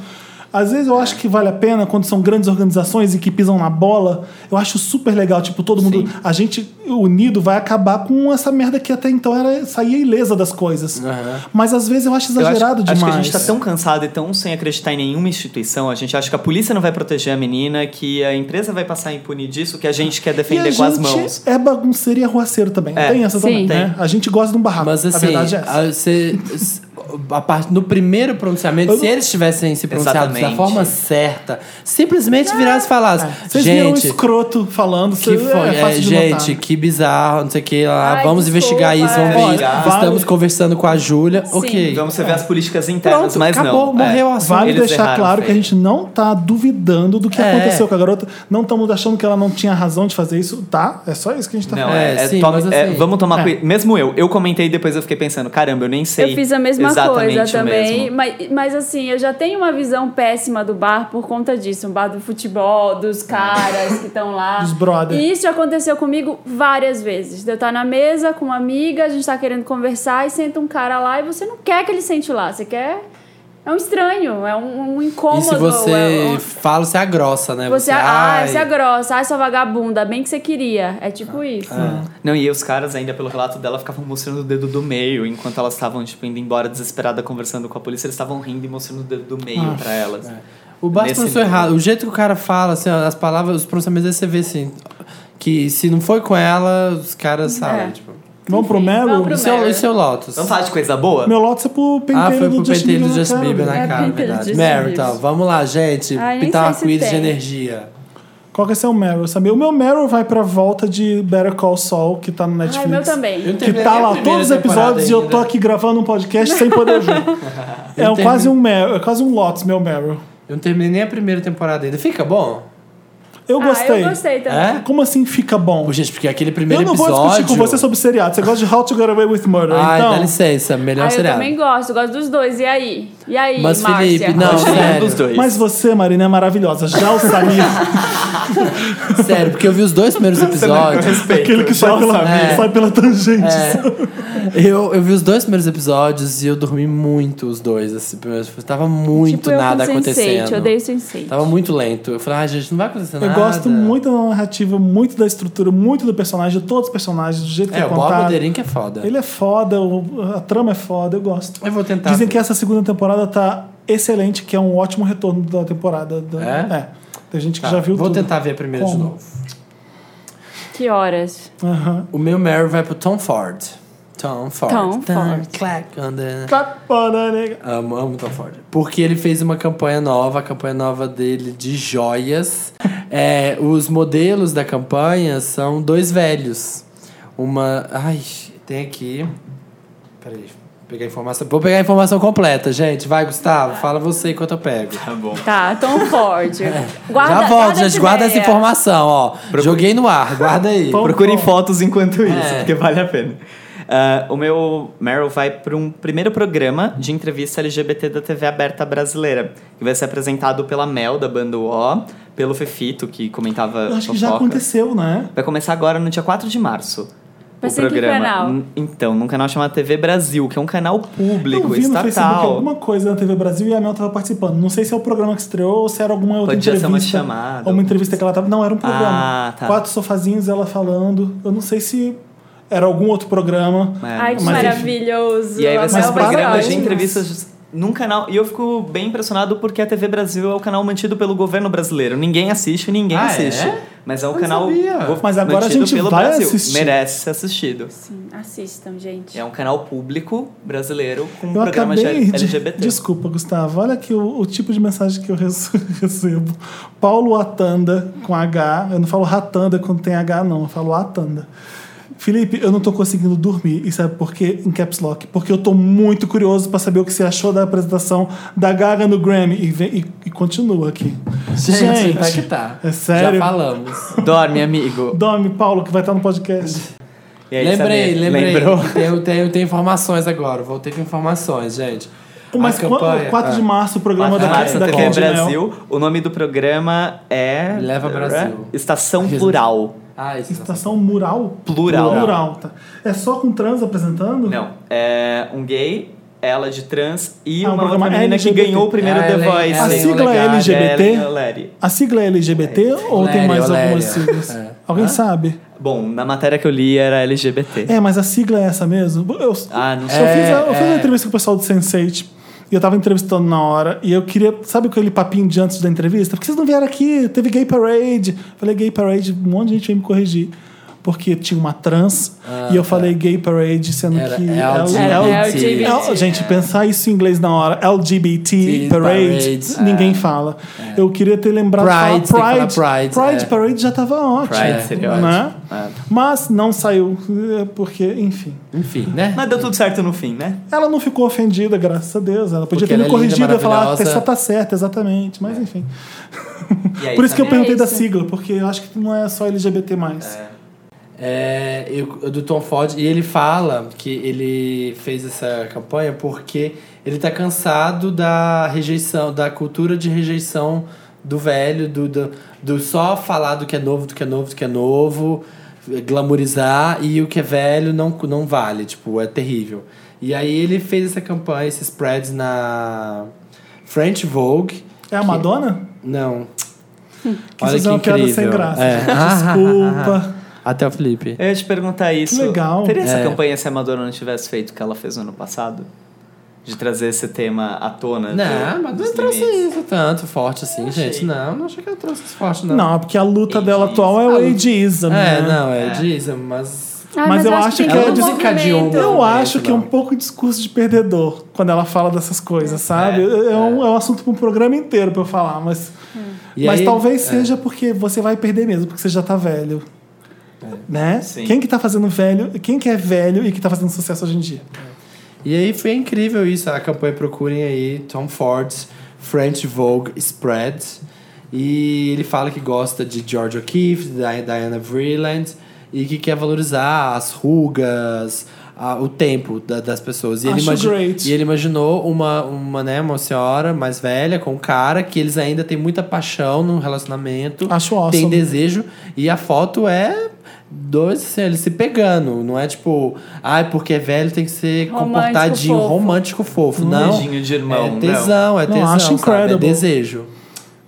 Às vezes É. eu acho que vale a pena quando são grandes organizações e que pisam na bola. Eu acho super legal, tipo, todo mundo, Sim. a gente unido vai acabar com essa merda que até então era saía ilesa das coisas. Mas às vezes eu acho Eu acho, exagerado demais. acho que a gente tá tão cansado e tão sem acreditar em nenhuma instituição. A gente acha que a polícia não vai proteger a menina, que a empresa vai passar impune disso, que a gente quer e a defender gente com as mãos. é bagunceiro e arruaceiro também. É, tem essa também, sim. né? A gente gosta de um barraco. Mas a assim, verdade é essa. a- se- se- a parte- no primeiro pronunciamento, Eu não- se eles tivessem se pronunciado da Exatamente. forma certa, simplesmente virassem e falassem, Vocês viram o gente, escroto falando que cê- foi, é fácil é, de gente, notar. que bizarro, não sei o que lá, Ai, vamos investigar desculpa, isso, vamos é. ver isso. Olha, Estamos vale- conversando com a Júlia, Sim. ok. Vamos ver as políticas internas, Pronto, mas acabou, não. morreu o é. assunto. Vale Eles deixar erraram, claro feio. que a gente não tá duvidando do que É. aconteceu com a garota. Não estamos achando que ela não tinha razão de fazer isso, tá? É só isso que a gente tá Não, falando. é, É, é, sim, tome- mas é, assim- vamos tomar É. cuidado. Mesmo eu, eu comentei e depois eu fiquei pensando, caramba, eu nem sei. Eu fiz a mesma assim, exatamente coisa o também. mesmo. Mas, mas assim, eu já tenho uma visão péssima do bar por conta disso. Um bar do futebol, dos caras que estão lá. Dos brother. E isso aconteceu comigo várias vezes. De eu estar na mesa com uma amiga, a gente tá querendo conversar e senta um cara lá e você não quer que ele sente lá. Você quer... É um estranho, é um, um E incômodo. se você é um- fala, você agrossa, né? Você, ah, ai, você é grossa, ah, sua vagabunda, bem que você queria. É tipo isso. Ah. Não, e os caras, ainda pelo relato dela, ficavam mostrando o dedo do meio, enquanto elas estavam, tipo, indo embora desesperada, conversando com a polícia, eles estavam rindo e mostrando o dedo do meio Ah, pra elas. é. O Bart Nesse pronunciou nível. errado. O jeito que o cara fala, assim, ó, as palavras, os pronunciamentos, aí você vê assim. Que se não foi com ela, os caras sabem. É. Tipo. é Vamos pro Meryl? vamos pro E seu, Meryl. e seu Lotus? Vamos falar de coisa boa? Meu Lotus é pro ah, penteiro foi do pro Justin penteiro Bieber. né? do Justin Bieber né? cara. na É, cara, penteiro do verdade. Justin Meryl, Bieber. então, vamos lá, gente. Ai, nem pintar sei um se arco-íris de tem. energia. Qual que é seu Meryl, sabe? O meu Meryl vai pra volta de Better Call Saul, que tá no Ai, Netflix. meu também. Que Eu terminei tá a lá primeira todos os temporada episódios e eu tô (laughs) ainda. aqui gravando um podcast sem poder ver. É um- Entendi. quase um Meryl, é quase um Lotus, meu Meryl. Eu não terminei nem a primeira temporada ainda. Fica bom? Eu Ah, gostei. eu gostei também. Ah, É? Como assim fica bom? Pô, gente, porque aquele Eu primeiro não episódio... vou discutir com você sobre seriado. Você gosta de How to Get Away with Murder, Ai, então... dá licença. Melhor Ah, eu seriado. também gosto, gosto dos dois. E aí? E aí, Mas, Márcia? Felipe, não, Acho que nenhum sério. dos dois. Mas você, Marina, é maravilhosa. Já o (laughs) Samir, Sério, porque eu vi os dois primeiros episódios. Respeito. aquele que sai pela, Samir. sai pela tangente. É. eu, eu vi os dois primeiros episódios e eu dormi muito os dois. Assim, primeiros- tava muito tipo, eu nada com acontecendo. Tá Sense8, eu odeio Sense8. Tava muito lento. Eu falei, ah, gente, não vai acontecer Eu nada. gosto muito da narrativa, muito da estrutura, muito do personagem, de todos os personagens, do jeito que É, é o Bob contado. Oderin que é foda. Ele é foda, o- a trama é foda, eu gosto. Eu vou tentar. Dizem que essa segunda temporada tá excelente, que é um ótimo retorno da temporada. da- É? Tem gente que Tá, já viu Vou tudo. tentar ver a primeira de Como? novo. Que horas? Aham. O meu Mary vai pro Tom Ford. Tom Ford. Tom Ford. Clack. on the- Capana, nega. Amo, amo Tom Ford. Porque ele fez uma campanha nova, a campanha nova dele de joias. É, os modelos da campanha são dois velhos. Uma. Ai, tem aqui. Peraí, vou pegar a informação. Vou pegar a informação completa, gente. Vai, Gustavo, fala você enquanto eu pego. (laughs) Tá bom. Tá, (laughs) Tom Ford. Guarda, É. Já volto, guarda gente. Guarda essa ideia. informação, ó. Joguei no ar, guarda aí. Tom- Procurem fotos enquanto isso, É. porque vale a pena. Ah, o meu Meryl vai para um primeiro programa de entrevista LGBT da TV aberta brasileira, que vai ser apresentado pela Mel, da banda UO, pelo Fefito, que comentava Eu acho que já fofoca. aconteceu, né? Vai começar agora no dia 4 de março. Vai o ser em que programa. canal? N- Então, num canal chamado TV Brasil, que é um canal público, eu vi no Facebook estatal. alguma coisa na TV Brasil e a Mel tava participando. Não sei se é o programa que estreou ou se era alguma outra Podia ser entrevista. uma chamada, ou Uma alguma entrevista que ela tava. Não, era um programa. Ah, tá. Quatro sofazinhos, ela falando. Eu não sei se era algum outro programa. É, Ai, que Mas, enfim. maravilhoso. E aí vai ser Mas um para programa nós. de entrevistas num canal. E eu fico bem impressionado porque a TV Brasil é o canal mantido pelo governo brasileiro. Ninguém assiste, ninguém Ah, assiste. é? Mas é um Eu não canal sabia. go- Mas agora a mantido gente pelo vai Brasil. assistir. Merece ser assistido. Sim, assim. assistam, gente. É um canal público brasileiro com um Eu programa de acabei de- LGBT. Desculpa, Gustavo. Olha aqui o, o tipo de mensagem que eu res- (laughs) recebo. Paulo Atanda com H. Eu não falo Ratanda quando tem H, não. Eu falo Atanda. Felipe, eu não tô conseguindo dormir. E sabe por quê? Em caps lock. Porque eu tô muito curioso pra saber o que você achou da apresentação da Gaga no Grammy. E, vem- e- e continua aqui. Gente, vai que tá. É sério? Já falamos. Dorme, amigo. Dorme, Paulo, que vai estar no podcast. E aí, lembrei, Samir, lembrei. Lembrou? Eu tenho, eu tenho informações agora, voltei com informações, gente. Ah. Mas A é. qu- 4 de março, o programa da, Massa tá da né? TV Kid Mel. é Brasil. O nome do programa é. Leva Brasil. Estação Plural. Ah, isso. Estação Mural? Plural. Plural, tá. É só com trans apresentando? Não. É um gay, ela de trans e Ah, um uma programa outra menina que LGBT. ganhou o primeiro É a The Ellen- Voice. A Ellen sigla é Olegário, LGBT? Ellen O'Leary. A sigla é LGBT ou tem Oléria, mais Oléria. algumas siglas? É. Alguém sabe? Bom, na matéria que eu li era LGBT. É, mas a sigla é essa mesmo? Eu, Ah, não eu sei. fiz, a- eu É, fiz uma é. entrevista com o pessoal do Sense8 e eu tava entrevistando na hora e eu queria... Sabe aquele papinho de antes da entrevista? Porque vocês não vieram aqui, teve gay parade. Falei gay parade, um monte de gente veio me corrigir. Porque tinha uma trans e eu falei gay parade, sendo Ah, tá. Era é que... é É, Era LGBT. LGBT. L- gente, pensar isso em inglês na hora, LGBT Sim, Parade, parades, é. ninguém fala. Eu queria ter lembrado Pride, de falar tem que falar Pride. Pride, é. Parade já tava ótimo. Pride É, seria verdade. ótimo. né? é. Mas não saiu, é, porque, enfim. Enfim, né? Mas deu tudo certo no fim, né? Ela não ficou ofendida, graças a Deus. Ela podia Porque ter me ela é linda, corrigido e falar, a maravilhosa. É. pessoa tá certa, exatamente. Mas, enfim. E aí, Por isso que eu Samir? perguntei da isso. sigla, porque eu acho que não é só LGBT+. mais. É, eu- do Tom Ford, e ele fala que ele fez essa campanha porque ele tá cansado da rejeição, da cultura de rejeição do velho, do, do, do só falar do que é novo, do que é novo, do que é novo, eh, glamorizar e o que é velho não, não vale, tipo, é terrível. E aí ele fez essa campanha, esses spreads na French Vogue. É a Madonna? Não. Hum. Quis fazer uma piada sem graça. É. Desculpa. (laughs) Até o Felipe. Eu ia te perguntar isso. Que legal. Teria essa É. campanha se a Madonna não tivesse feito o que ela fez no ano passado? De trazer esse tema à tona? Não, do- mas dos não trouxe limites. isso tanto forte assim, achei. gente. Não, não achei que ela trouxe isso forte, não. Não, porque a luta dela atual é o ageism, É, né? não, é diesel, mas. Ai, Mas eu Ah, eu acho que é tem ela todo um desencadeou movimento. um- Eu Não, acho não. que é um pouco discurso de perdedor quando ela fala dessas coisas, sabe? É, um, é um assunto para um programa inteiro para eu falar, mas, E mas aí- é. talvez seja porque você vai perder mesmo, porque você já tá velho. É, Né? Sim. Quem que tá fazendo velho? Quem que é velho e que tá fazendo sucesso hoje em dia? E aí foi incrível isso. A campanha Procurem aí, Tom Ford. French Vogue Spread. E ele fala que gosta de George O'Keeffe, da Diana Vreeland, e que quer valorizar as rugas, a- o tempo da- das pessoas. E ele, Acho imagi- great. e ele imaginou uma, uma, né, uma senhora mais velha, com um cara, que eles ainda têm muita paixão num relacionamento. Acho Tem um awesome. desejo. E a foto é dois, assim, eles se pegando. Não é tipo, ai, porque é velho tem que ser Romântico, comportadinho, fofo. romântico, fofo. Não. beijinho de irmão, É tesão, é Não, tesão. acho sabe? incredible. É desejo.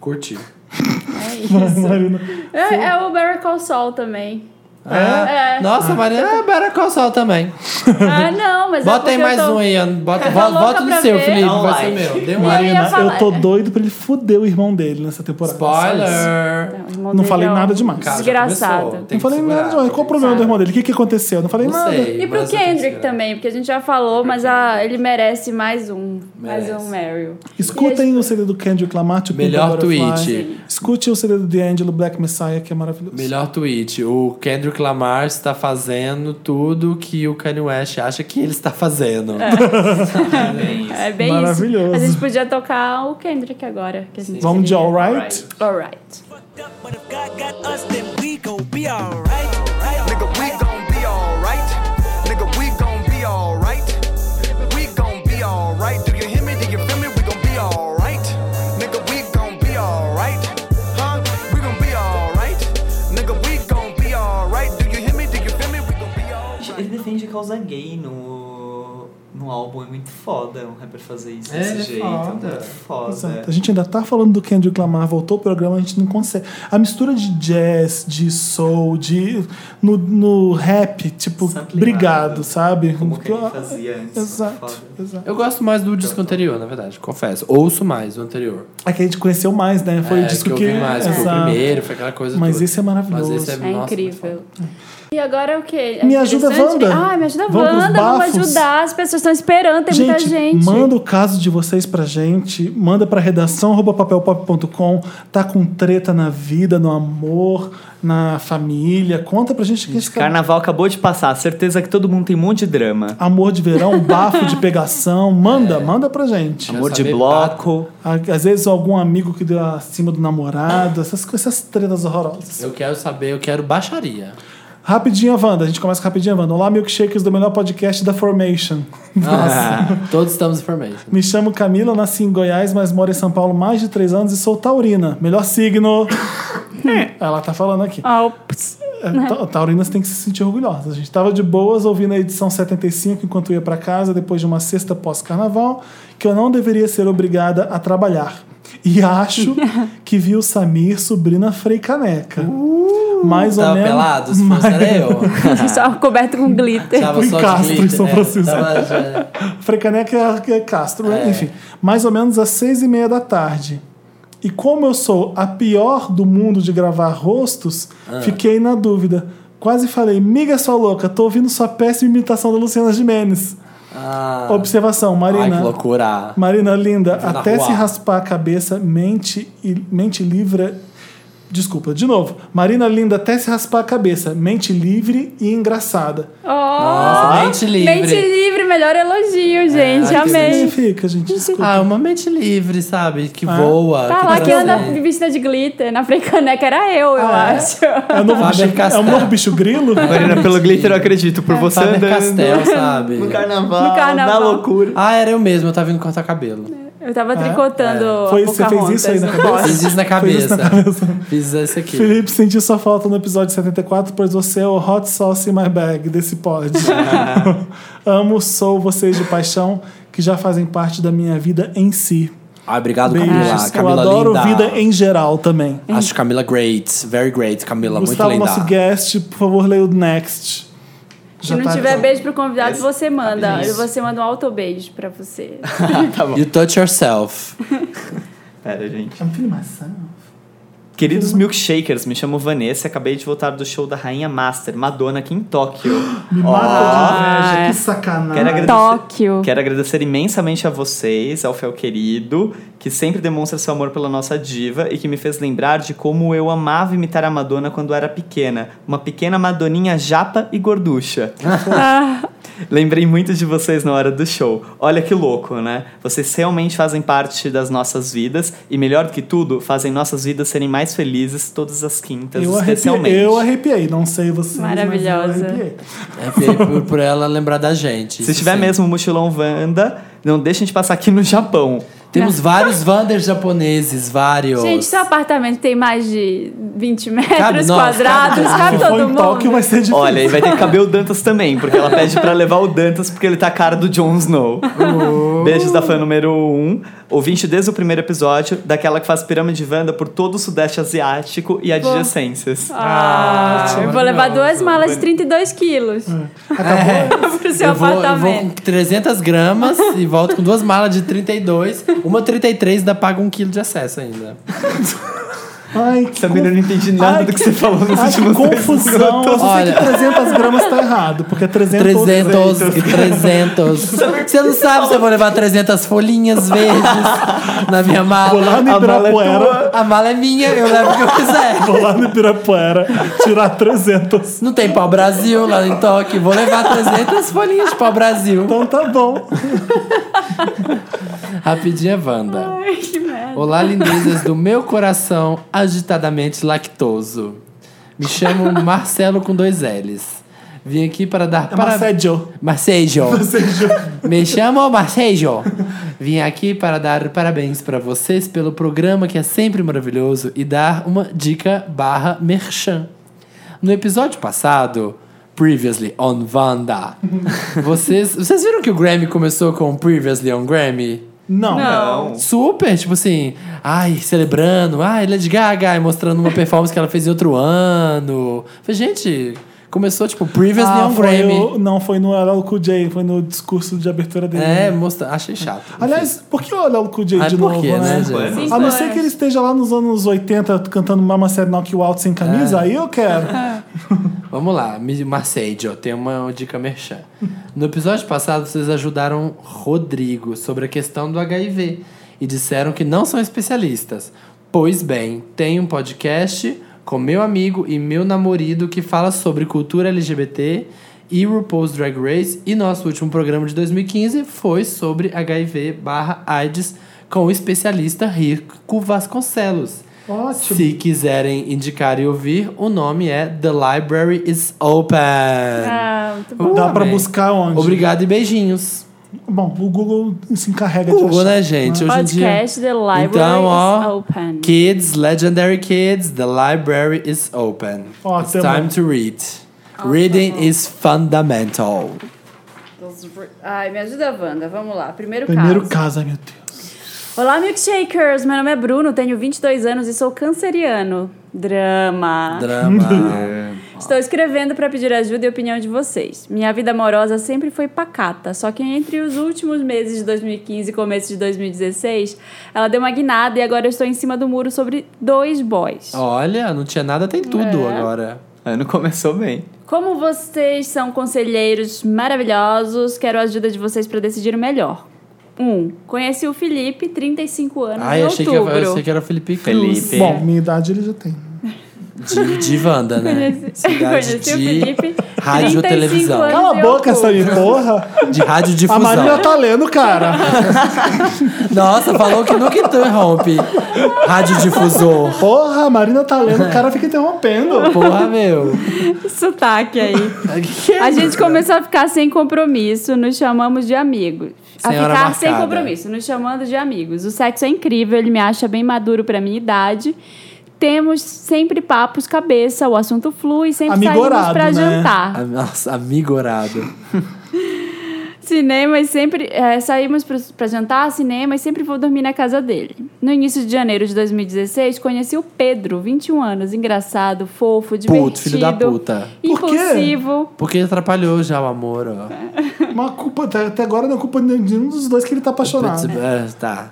Curti. É (laughs) isso. Marina. É, é o Better Call Saul (laughs) também. Ah, É. Nossa, Marina, é Better Call Saul também. Ah, não, mas Bota é aí porque mais eu tô... um aí, Ana. (laughs) Bota, Eu tô vo- louca bota pra no seu, ver. Felipe, Não vai like. ser meu. Deu um Não, eu É, ia Marina, eu falar- tô doido pra ele foder o irmão dele nessa temporada. spoiler. irmão Não dele falei é um nada demais. Cara, já Desgraçado. começou, tem Não que falei segurar, nada demais. tem Qual o que problema do segurar. irmão dele? O que, que aconteceu? Não falei Não nada. sei. E pro mas eu tenho que Kendrick segurar. também, porque a gente já falou, mas a, ele merece mais um. Mais Merece. um Meryl. Escutem o CD do Kendrick Lamar, tipo Melhor Butterfly. tweet. Escute o CD do D'Angelo Black Messiah, que é maravilhoso. Melhor tweet. O Kendrick Lamar está fazendo tudo que o Kanye West acha que ele está fazendo. É bem Maravilhoso. isso. A gente podia tocar o Kendrick agora. Que a gente Vamos de queria. Alright? Alright. fucked up, but if God got us, then we gon' be alright. Nigga, we gon' be alright. Nigga, we gon' be alright. We gon' be alright. Do you hear me? Do you feel me? We gon' be alright. Nigga, we gon' be alright. Huh? We gon' be alright. Nigga, we gon' be alright. Do you hear me? Do you feel me? We gon' be alright. Ele defende causa gay no, no álbum, é muito foda um rapper fazer isso É, desse ele é jeito. foda. É muito foda. Exato. A gente ainda tá falando do Kendrick Lamar, voltou o programa, a gente não consegue. A mistura de jazz, de soul, de. no, no rap, tipo, Sampleado. obrigado, sabe? Como que ele Ah, fazia antes. é Exato, Foda. exato. (laughs) Eu gosto mais do disco anterior, na verdade, confesso. Ouço mais o anterior. É que a gente conheceu mais, né? Foi é, o disco que que. eu ouvi mais, foi o Exato. primeiro, foi aquela coisa Mas toda. esse é maravilhoso. Mas esse é, É nossa, incrível. E agora é o quê? É Me ajuda, interessante Wanda. que- Ah, me ajuda, Vamos pros Wanda. Vamos bafos. ajudar. As pessoas estão esperando, tem muita gente. Manda o caso de vocês pra gente, manda pra redação arroba papelpop.com, tá com treta na vida, no amor, na família, conta pra gente que esse Carnaval acabou de passar, certeza que todo mundo tem um monte de drama. amor de verão, um bafo de pegação, manda, manda pra gente. Amor de saber bloco. À- Às vezes algum amigo que deu acima do namorado, essas, co- essas tretas horrorosas. Eu quero saber, eu quero baixaria. Rapidinha, Wanda, a gente começa com rapidinha, Wanda. Olá, milkshakers do melhor podcast da Formation. Nossa, todos estamos information. Me chamo Camila, nasci em Goiás, mas moro em São Paulo há mais de três anos e sou taurina. Melhor signo. Ela tá falando aqui. Ah, ops. É, ta- Taurinas tem que se sentir orgulhosas. A gente tava de boas ouvindo a edição 75 enquanto ia pra casa depois de uma sexta pós-carnaval, que eu não deveria ser obrigada a trabalhar. E acho que vi o Samir Sobrina Frei Caneca. mais ou Tava menos. (laughs) pelado? Se fosse era eu. Só (laughs) coberto com glitter. Tava Fui só Castro de em glitter. né? São Francisco. (laughs) Tava, já- Frecaneca é Castro, né? É. enfim. Mais ou menos às seis e meia da tarde. E como eu sou a pior do mundo de gravar rostos, Ah. fiquei na dúvida. Quase falei, miga sua louca, tô ouvindo sua péssima imitação da Luciana Jimenez. Ah, Observação, ai, que Marina. loucura. Marina linda, na até rua. se raspar a cabeça, mente e mente livre. Desculpa, de novo. Marina linda, até se raspar a cabeça, mente livre e engraçada. Oh, Nossa, mente livre. Mente livre, melhor elogio, gente. ai, que O que Amei. significa, gente? Desculpa. Ah, uma mente livre, sabe? Que voa. Tá lá que prazer. anda vestida de glitter. Na Frecaneca era eu, eu Ah, é? acho. É o novo, bicho, é Faber o Castell. novo bicho grilo? né? Ah, Marina, pelo glitter eu acredito, É, por você Faber andando. Castell, é sabe? No carnaval, No carnaval. na loucura. Ah, era eu mesmo, eu tava indo cortar cabelo. Eu tava tricotando. a É? Foi, você fez Pocahontas isso aí né? na no cabeça? poste. Fiz isso na Fez É. isso cabeça. na cabeça. Fiz isso aqui. Felipe, senti sua falta no episódio 74, pois você é o hot sauce in my bag desse (laughs) pod. Amo, sou vocês de paixão, que já fazem parte da minha vida em si. Ah, obrigado, Beijos. Camila. Eu Camila adoro linda. vida em geral também. Acho Camila great. Very great, Camila. Gustavo, é muito nosso linda. guest, por favor, leia o next. Se não tá- tiver beijo pro convidado, Esse- você manda. Isso. Você manda um auto-beijo pra (laughs) você. You touch yourself. Pera, gente. I'm feeling myself. Queridos milkshakers, me chamo Vanessa e acabei de voltar do show da Rainha Master, Madonna, aqui em Tóquio. (gasps) Me Ó, mata de Ah, inveja, é. que sacanagem. Quero agradecer. Tóquio. Quero agradecer imensamente a vocês, ao Fel querido, que sempre demonstra seu amor pela nossa diva e que me fez lembrar de como eu amava imitar a Madonna quando era pequena. Uma pequena Madoninha japa e gorducha. (laughs) Lembrei muito de vocês na hora do show. Olha que louco, né? Vocês realmente fazem parte das nossas vidas e, melhor do que tudo, fazem nossas vidas serem mais felizes todas as quintas, Eu arrepiei, especialmente. eu arrepiei, não sei vocês, mas Maravilhosa. eu arrepiei. É (laughs) feio por, por ela lembrar da gente. Se isso tiver sim. mesmo o mochilão Wanda, não deixem de passar aqui no Japão. Temos vários Wanders japoneses, vários. Gente, seu apartamento tem mais de 20 metros não, quadrados, cabe Se todo for em mundo. Tóquio vai um- ser difícil. Olha, e vai ter que caber o Dantas também, porque ela pede pra levar o Dantas porque ele tá a cara do Jon Snow. Beijos da fã número 1, um, ouvinte desde o primeiro episódio, daquela que faz pirâmide Wanda por todo o Sudeste Asiático e adjacências. Ah, eu vou levar duas malas de 32 quilos É. (laughs) pro seu eu, vou, eu vou com apartamento. 300 gramas e volto com duas malas de 32. Uma 33 ainda paga um quilo de acesso ainda. Ai, que Também não entendi nada Ai, do que você falou nos Ai, que últimos dois confusão. Eu só sei que Olha. 300 gramas tá errado, porque é 300... 300, (laughs) 300. Você não sabe se eu vou levar 300 folhinhas verdes na minha Vou lá no mala. A mala é Ibirapuera, A mala é minha, eu levo o que eu quiser. vou lá no Ibirapuera tirar 300. Não tem pau Brasil lá em Tóquio. Vou levar 300 folhinhas de pau Brasil. Então tá bom. Rapidinha, Wanda. Ai, que merda. Olá, lindezas do meu coração agitadamente lactoso. Me chamo Marcelo com dois L's. Vim aqui para dar É parabéns. Marcejo. Marcejo. Marcejo. (laughs) Me chamo Marcejo. Vim aqui para dar parabéns para vocês pelo programa que é sempre maravilhoso e dar uma dica barra merchan. No episódio passado, Previously on (laughs) Wanda, vocês, vocês viram que o Grammy começou com Previously on Grammy? Não. Não. Super, tipo assim, ai, celebrando, ai, Lady Gaga, ai, mostrando uma performance que ela fez em outro ano. Falei, gente, começou tipo Previously Ah, on foi Grammy. o- não, foi no Aral Kujay, foi no discurso de abertura dele. É, mostra, achei chato. Aliás, por que o Aral Kujay Ah, de por novo, quê, né, né? gente? Sim, A não claro. ser que ele esteja lá nos anos 80 cantando Mama Said Knock You É. Out sem camisa, aí eu (laughs) quero. Vamos lá, Mi- Marcejo, tem uma dica merchan. No episódio passado, vocês ajudaram Rodrigo sobre a questão do HIV e disseram que não são especialistas. Pois bem, tem um podcast com meu amigo e meu namorado que fala sobre cultura LGBT e RuPaul's Drag Race e nosso último programa de 2015 foi sobre HIV barra AIDS com o especialista Rico Vasconcelos. Ótimo. Se quiserem indicar e ouvir, o nome é The Library is Open. Ah, muito bom. Uh, Dá pra amei. buscar onde? Obrigado e beijinhos. Bom, o Google se encarrega de Google, achar. né, gente? Hoje em dia. Podcast The Library Então, is ó, Open. Kids, Legendary Kids, The Library is Open. It's Ótimo. time to read. Reading is fundamental. Ai, me ajuda, Wanda. Vamos lá. Primeiro, Primeiro caso. caso, ai meu Deus. Olá, milkshakers. Meu nome é Bruno, tenho 22 anos e sou canceriano. Drama. Drama. (laughs) Estou escrevendo para pedir ajuda e opinião de vocês. Minha vida amorosa sempre foi pacata, só que entre os últimos meses de 2015 e começo de 2016, ela deu uma guinada e agora eu estou em cima do muro sobre dois boys. Ah. Olha, não tinha nada, tem tudo É. agora. Ano começou bem. Como vocês são conselheiros maravilhosos, quero a ajuda de vocês para decidir o melhor. 1. Um, conheci o Felipe, 35 anos, Ai, em achei que, outubro. eu achei que era o Felipe Cruz. Felipe. Bom, minha idade ele já tem. De, de Wanda, (laughs) né? Cidade Conheci o de Felipe, rádio 35 ou televisão. anos. Cala a eu boca, tô. essa aí, porra. De radiodifusão. A Marília tá lendo, cara. Nossa, falou que nunca interrompe. Radiodifusor. Porra, a Marina tá lendo, o cara fica interrompendo. Porra, meu. (laughs) Sotaque aí. A gente começou a ficar sem compromisso, nos chamamos de amigos. A Senhora ficar sem marcada. compromisso, nos chamando de amigos. O sexo é incrível, ele me acha bem maduro pra minha idade. Temos sempre papos cabeça, o assunto flui, sempre Amigorado, saímos pra né? jantar. Nossa, amigorado. Cinema e sempre. eh, saímos pro- pra jantar, cinema e sempre vou dormir na casa dele. No início de janeiro de 2016, conheci o Pedro, 21 anos, engraçado, fofo, divertido. Puto, filho da puta. Por quê? Impulsivo. Porque atrapalhou já o amor, ó. Uma culpa, até até agora não é culpa de nenhum dos dois que ele tá apaixonado. né? É, tá.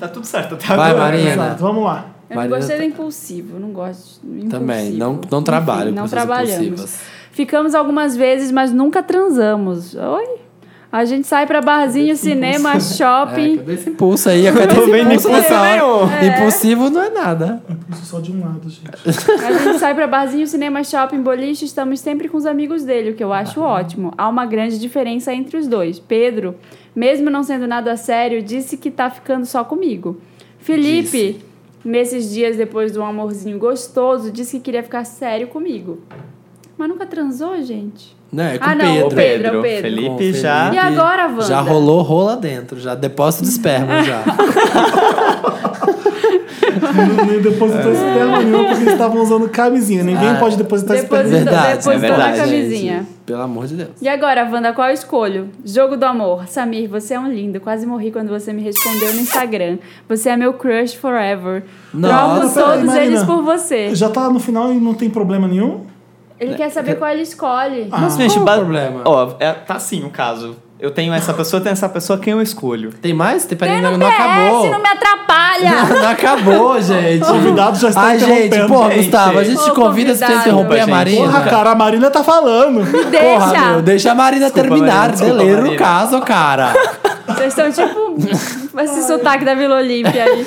Tá tudo certo até Vai, agora. Marina. Exato, vamos lá. Eu Marina não gostei tá- do impulsivo, não gosto do impulsivo. Também, não- não trabalho Enfim, não pessoas trabalhamos. impulsivas. Ficamos algumas vezes, mas nunca transamos. Oi? A gente sai pra barzinho, cinema, É, shopping. cadê esse impulso aí? Cadê Tô esse vendo impulso impulso nessa hora? nenhum. Impulsivo não é nada. Isso só de um lado, gente. A gente sai pra barzinho, cinema, shopping, boliche, estamos sempre com os amigos dele, o que eu acho ótimo. Há uma grande diferença entre os dois. Pedro, mesmo não sendo nada sério, disse que tá ficando só comigo. Felipe, nesses dias depois de um amorzinho gostoso, disse que queria ficar sério comigo. Mas nunca transou, gente? Não, é com Ah, não, Pedro. Ô, o Pedro, Pedro, o Pedro. Com o Felipe já. E agora, Wanda? Já rolou rola dentro, já depósito de (laughs) esperma já. Não nem depositou esperma nenhum porque eles estavam usando camisinha. Ninguém Ah, pode depositar Deposita- esperma. Verdade, depositando é verdade, a camisinha. Gente, pelo amor de Deus. E agora, Wanda, qual eu escolho? Jogo do amor. Samir, você é um lindo. Quase morri quando você me respondeu no Instagram. Você é meu crush forever. Troco Nossa, todos Marina. eles por você. Já tá no final e não tem problema nenhum? Ele quer saber qual ele escolhe. Mas, gente, qual o ba- problema? Ó, é- tá sim o caso. Eu tenho essa pessoa, tenho essa pessoa, quem eu escolho? Tem mais? Tem, peraí, Tem não, no não PS, acabou. não me atrapalha. Não acabou, gente. Convidados já estão Ai, gente, interrompendo, pô, gente. Gustavo, a gente te Ô, convida se tu convidado. interromper a Desculpa, gente. Marina. Porra, cara, a Marina tá falando. Deixa. Porra, meu, deixa a Marina Desculpa, terminar, Marina, desculpa, deleira o Marina. caso, (laughs) cara. Vocês estão tipo esse sotaque da Vila Olímpia aí.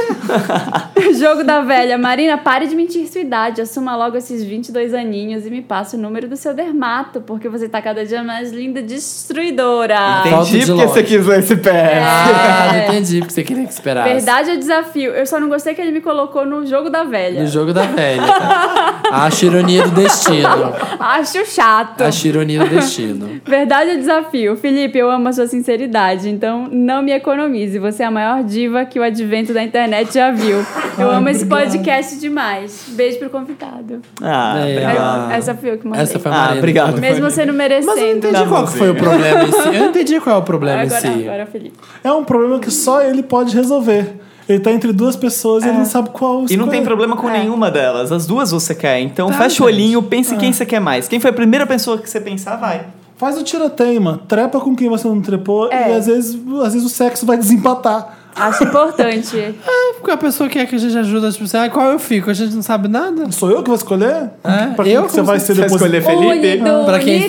(laughs) Jogo da velha. Marina, pare de mentir sua idade. Assuma logo esses 22 aninhos e me passe o número do seu dermato, porque você tá cada dia mais linda e destruidora. Entendi. Falta de Entendi porque lógica. você quis ler esse pé. É. Ah, entendi, porque você queria que esperasse. É. Verdade é desafio. Eu só não gostei que ele me colocou no jogo da velha. No jogo da velha. (laughs) Acho ironia do destino. Acho chato. Acho ironia do destino. Verdade é desafio. Felipe, eu amo a sua sinceridade, então não me economize. Você é a maior diva que o advento da internet já viu. Eu Ai, amo esse obrigado. podcast demais. Beijo pro convidado. Ah, É. obrigado. Ah. Essa foi eu que mandei. Essa foi a Ah, Marina. obrigado. Foi. Mesmo você não merecendo. Mas eu não entendi qual que foi o problema em si. Eu entendi qual é o problema Agora, em si. agora, Felipe. É um problema que só ele pode resolver. Ele tá entre duas pessoas e ele não sabe qual E não tem escolher. problema com É. nenhuma delas. As duas você quer. Então Tá, fecha o gente. olhinho, pense Ah. quem você quer mais. Quem foi a primeira pessoa que você pensar, vai. Faz o tiroteima. Trepa com quem você não trepou É. e às vezes, às vezes o sexo vai desempatar. Acho (laughs) importante. É, porque a pessoa quer que a gente ajuda, tipo assim, ah, qual eu fico? A gente não sabe nada. Sou eu que vou escolher? É, Pra quem eu que como você vai você ser vai depois? escolher, Felipe? Unido, Pra quem-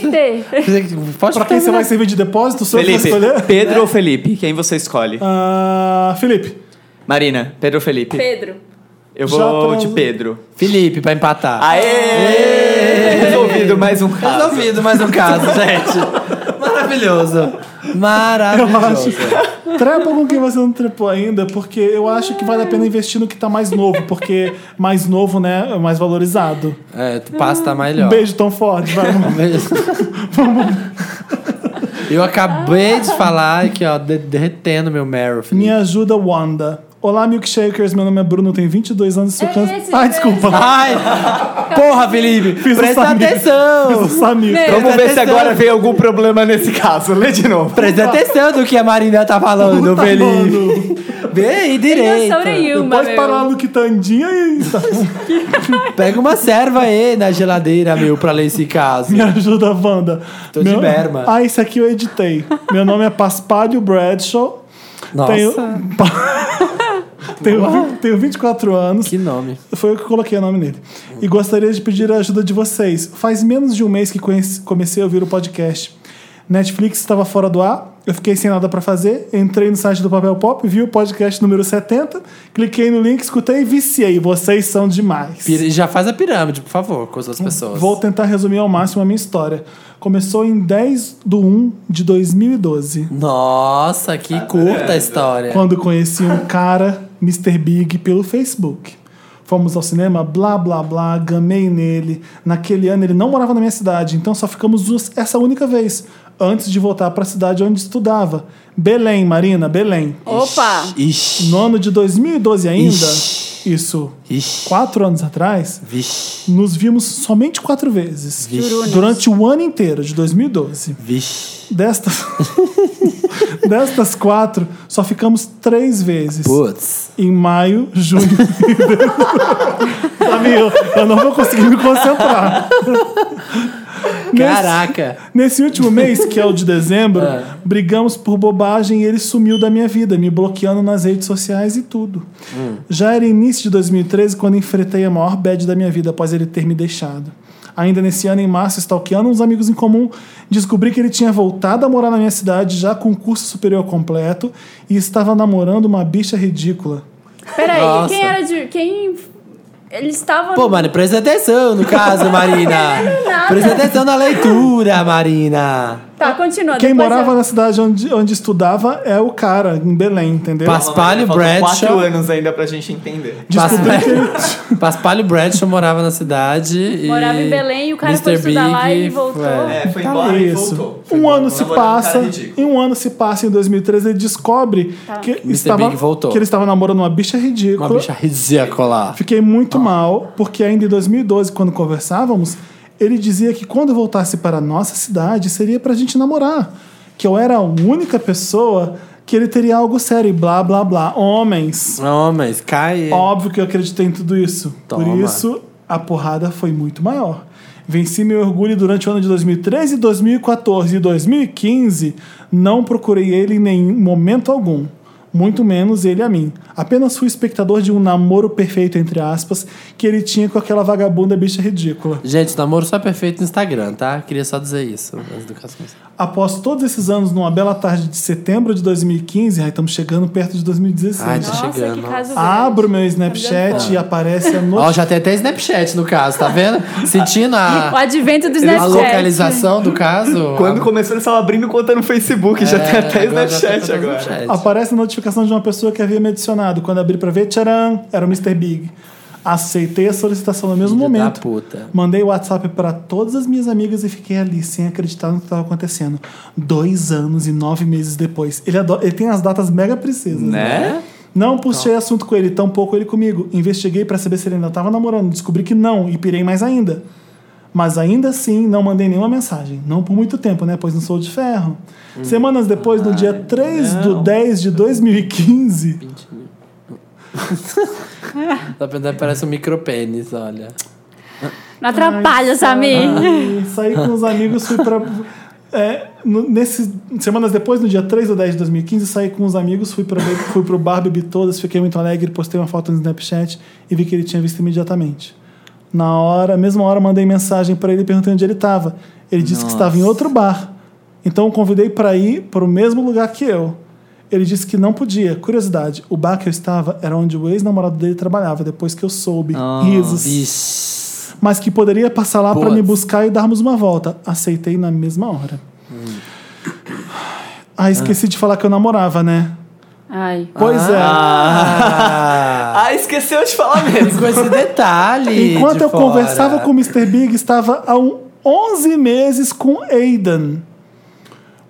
unite. (laughs) Pode Pra quem você terminar. vai servir de depósito? Sou eu que Felipe, vou escolher? Pedro ou Felipe? Quem você escolhe? É. Ah, Felipe. Marina, Pedro ou Felipe? Pedro. Eu Já vou de transo. Pedro. Felipe, pra empatar. Aê! Resolvido mais um caso. Resolvido mais um (laughs) caso, gente. Maravilhoso. Eu acho. Maravilhoso. Trepa com quem você não trepou ainda, porque eu acho que vale a pena investir no que tá mais novo, porque mais novo, né, é mais valorizado. É, tu passa tá melhor. Um beijo tão forte, vai. Um beijo. (laughs) Eu acabei de falar aqui, ó, de- derretendo meu Meryl, Felipe. Me ajuda, Wanda. Olá, milkshakers. Meu nome é Bruno, tenho 22 anos e sou É trans. esse, Ah, é desculpa. Ai! Porra, Felipe! Fiz o presta Samir. atenção! Eu sou Samir. Meu. Vamos ver se Atenção. agora vem algum problema nesse caso. Lê de novo. Presta atenção do que a Marina tá falando, Puta, Felipe. mano. Vem aí Tem direito. noção nenhuma, Depois é meu. parar no quitandinha e. tá- Pega uma serva aí na geladeira, meu, pra ler esse caso. Me ajuda, Wanda. Tô de berma. Ah, esse aqui eu editei. Meu nome é Paspalho Bradshaw. Nossa, Tenho... (laughs) tenho, vi- tenho 24 anos. que nome. Foi eu que coloquei o nome nele. E gostaria de pedir a ajuda de vocês. Faz menos de um mês que conheci- comecei a ouvir o podcast. Netflix estava fora do ar, eu fiquei sem nada para fazer. Entrei no site do Papel Pop, vi o podcast número 70, cliquei no link, escutei e viciei. Vocês são demais. Pir- Já faz a pirâmide, por favor, com as Hum, outras pessoas. Vou tentar resumir ao máximo a minha história. Começou em 10 de 1 de 2012, Nossa, que curta a história. quando conheci um cara, Mr. Big, pelo Facebook. Fomos ao cinema, blá blá blá, gamei nele. Naquele ano ele não morava na minha cidade, então só ficamos duas- essa única vez, antes de voltar para a cidade onde estudava. Belém, Marina, Belém. Opa! Ixi, No ano de 2012 ainda, Ixi. isso, ixi, quatro anos atrás, vixe, nos vimos somente quatro vezes. Jurunas. Durante o ano inteiro de 2012. vixe. Destas, (laughs) destas quatro, só ficamos três vezes. Putz. Em maio, junho e (laughs) dezembro. Amigo, eu não vou conseguir me concentrar. Nesse, Caraca. nesse último mês, que é o de dezembro, brigamos por bobagem e ele sumiu da minha vida, me bloqueando nas redes sociais e tudo. Já era início de 2013 quando enfrentei a maior bad da minha vida após ele ter me deixado. ainda nesse ano, em março, stalkeando uns amigos em comum, descobri que ele tinha voltado a morar na minha cidade já com um curso superior completo e estava namorando uma bicha ridícula. Peraí, Nossa. quem era de. Quem. Eles estavam. Pô, mano, presta atenção no caso, (laughs) Marina. presta atenção na leitura, Marina. Tá, continua. Quem depois morava eu- na cidade onde, onde estudava é o cara, em Belém, entendeu? Passa- Paspalho Faltam Quatro Bradshaw. anos ainda pra gente entender. Descobri que ele (laughs) Paspalho Bradshaw morava na cidade. Morava e em Belém e o cara Mr. foi estudar Big lá e foi- voltou. É, foi Tá embora e isso. voltou. Foi Um embora. ano se Namorou um cara passa, ridículo. e um ano se passa em 2013, ele descobre que, estava, Big voltou. que ele estava namorando uma bicha ridícula. Uma bicha ridícula. Fiquei muito mal, porque ainda em 2012, quando conversávamos, ele dizia que quando voltasse para a nossa cidade seria para a gente namorar. Que eu era a única pessoa que ele teria algo sério, e blá blá blá. Homens. Homens, cai. Óbvio que eu acreditei em tudo isso. Por É. Toma. isso, a porrada foi muito maior. Venci meu orgulho durante o ano de 2013, 2014 e 2015. Não procurei ele em nenhum momento algum. Muito menos ele a mim. Apenas fui espectador de um namoro perfeito, entre aspas, que ele tinha com aquela vagabunda bicha ridícula. Gente, namoro só é perfeito no Instagram, tá? Queria só dizer isso. antes do caso começar. Após todos esses anos, numa bela tarde de setembro de 2015, aí estamos chegando perto de 2016. Ai, Nossa, chegando. que caso Abro meu grande. Snapchat e aparece a Ó, notificação. já tem até Snapchat no caso, tá vendo? Sentindo (laughs) a, O advento do a Snapchat. localização do caso. Quando começou, eles estavam abrindo conta no Facebook. já tem até Snapchat É, agora. Aparece a notificação de uma pessoa que havia me adicionado. Quando abri pra ver, tcharam, era o Mr. Big. Aceitei a solicitação no mesmo Filho da momento. puta. Mandei o WhatsApp pra todas as minhas amigas e fiquei ali, sem acreditar no que estava acontecendo. Dois anos e nove meses depois. Ele, ado- ele tem as datas mega precisas. Né? Não puxei assunto com ele, tampouco ele comigo. Investiguei pra saber se ele ainda estava namorando, descobri que não e pirei mais ainda. Mas ainda assim, não mandei nenhuma mensagem. Não por muito tempo, né? Pois não sou de ferro. Semanas depois, no dia 3 do 10 de 2015, Tá pensando, parece um micropênis, olha. Não atrapalha, Samir. Ah. Ai, saí com os amigos, fui pra. É, no- nesse, semanas depois, no dia 3 ou 10 de 2015, saí com os amigos, fui, pra, be- fui pro bar, bebi todas, fiquei muito alegre, postei uma foto no Snapchat e vi que ele tinha visto imediatamente. Na hora, mesma hora, mandei mensagem pra ele perguntando onde ele tava. Ele disse que estava em outro bar. Então o convidei pra ir pro mesmo lugar que eu. Ele disse que não podia. Curiosidade, o bar que eu estava era onde o ex-namorado dele trabalhava, depois que eu soube. Risos Ixi. mas que poderia passar lá para Boa. me buscar e darmos uma volta. Aceitei na mesma hora. Hum. Ah, esqueci de falar que eu namorava, né? Ai. Pois é. Ah, Ah, esqueceu de falar mesmo. (laughs) ficou esse é. detalhe. Enquanto de eu fora. conversava com o Mr. Big, estava há um 11 meses com Aidan.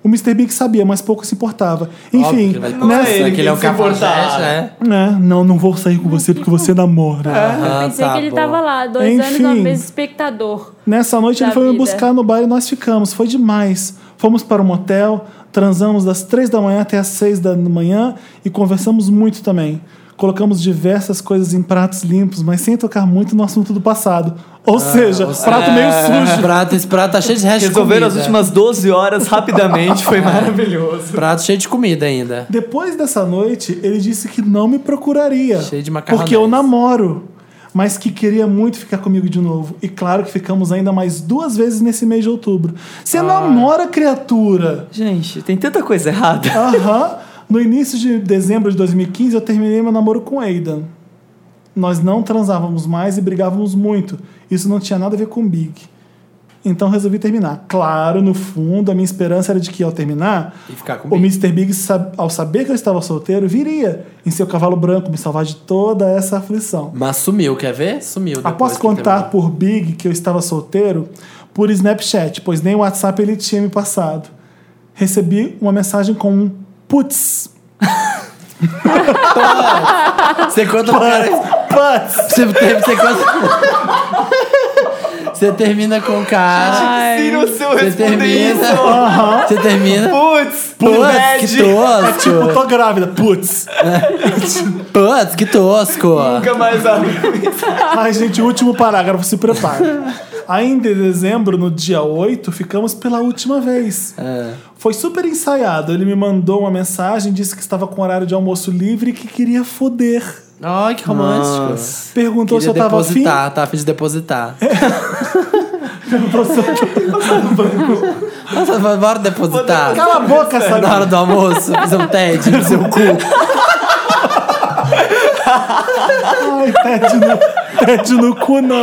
O Mr. Big sabia, mas pouco se importava. Óbvio Enfim, que ele vai- nessa- Isso aqui ele é um Ele tem que se cafajeste, importar. né? né? Não, não vou sair com você porque você namora. Eu pensei Ah, tá que ele bom. tava lá, dois anos, Enfim. nove meses, espectador. Nessa noite Da ele foi me vida. buscar no bar e nós ficamos. Foi demais. Fomos para um motel, transamos das três da manhã até as seis da manhã e conversamos muito também. Colocamos diversas coisas em pratos limpos, mas sem tocar muito no assunto do passado. Ou seja, prato (laughs) meio Esse sujo. prato, esse prato tá cheio de resto de é Resolveram as comida. últimas 12 horas rapidamente, (laughs) foi maravilhoso. Prato cheio de comida ainda. Depois dessa noite, ele disse que não me procuraria. Cheio de macarronés. Porque eu namoro. Mas que queria muito ficar comigo de novo. E claro que ficamos ainda mais duas vezes nesse mês de outubro. Você namora, criatura! Gente, tem tanta coisa errada. Aham. No início de dezembro de 2015, eu terminei meu namoro com Aidan. Nós não transávamos mais e brigávamos muito. Isso não tinha nada a ver com Big. Então resolvi terminar. Claro, no fundo, a minha esperança era de que ao terminar, E ficar com o Big. Mr. Big, sab- ao saber que eu estava solteiro, viria em seu cavalo branco me salvar de toda essa aflição. Mas sumiu, quer ver? Sumiu. Hum. depois Após que contar terminou. por Big que eu estava solteiro, por Snapchat, pois nem o WhatsApp ele tinha me passado. Recebi uma mensagem com um putz. Você conta pro cara. Você, ter- você conta. Você termina com o cara. Se não se eu Você responder termina. isso. Você termina. Putz, Putz, que bad. Tipo, tosco. tô grávida, putz. Putz, que tosco. Nunca mais a... Ai, gente, último parágrafo, se prepara. Ainda em dezembro, no dia 8, ficamos pela última vez. Foi super ensaiado. Ele me mandou uma mensagem, disse que estava com horário de almoço livre e que queria foder. Ai, que romântico. Então Perguntou Queria se eu tava afim. (laughs) depositar, tá afim de depositar. Nossa, bora depositar. Cala a boca, Na sabe? hora do almoço, fazer um TED no seu cu. Ai, Ted no, Ted no cu, não.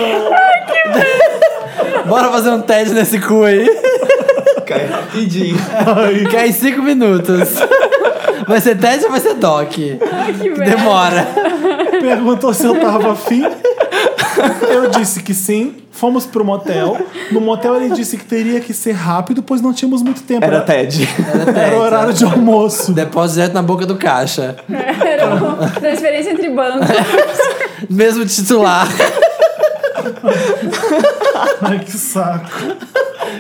Bora fazer um TED nesse cu aí. Cai rapidinho. Ai, Que é em cinco minutos. Vai ser TED ou vai ser DOC? Que merda. (laughs) Demora. perguntou se eu tava afim. Eu disse que sim. Fomos pro motel. No motel ele disse que teria que ser rápido, pois não tínhamos muito tempo. Era É, TED. Era o né? horário de almoço. Depósito direto na boca do caixa. Era uma transferência entre bancos. Mesmo titular. (laughs) Ai, que saco.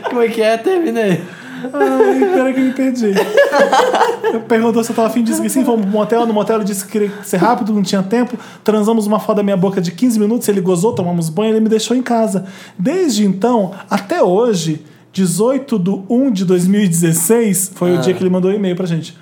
(laughs) Como é que é? Terminei. Ai, pera que eu me (laughs) perdi. Eu perguntou se eu tava afim, disse que sim, fomos pro um motel. No motel ele disse que queria ser rápido, não tinha tempo. Transamos uma foda da minha boca de 15 minutos, ele gozou, tomamos banho, ele me deixou em casa. Desde então, até hoje, 18 de 1 de 2016, foi Ah. o dia que ele mandou um e-mail pra gente.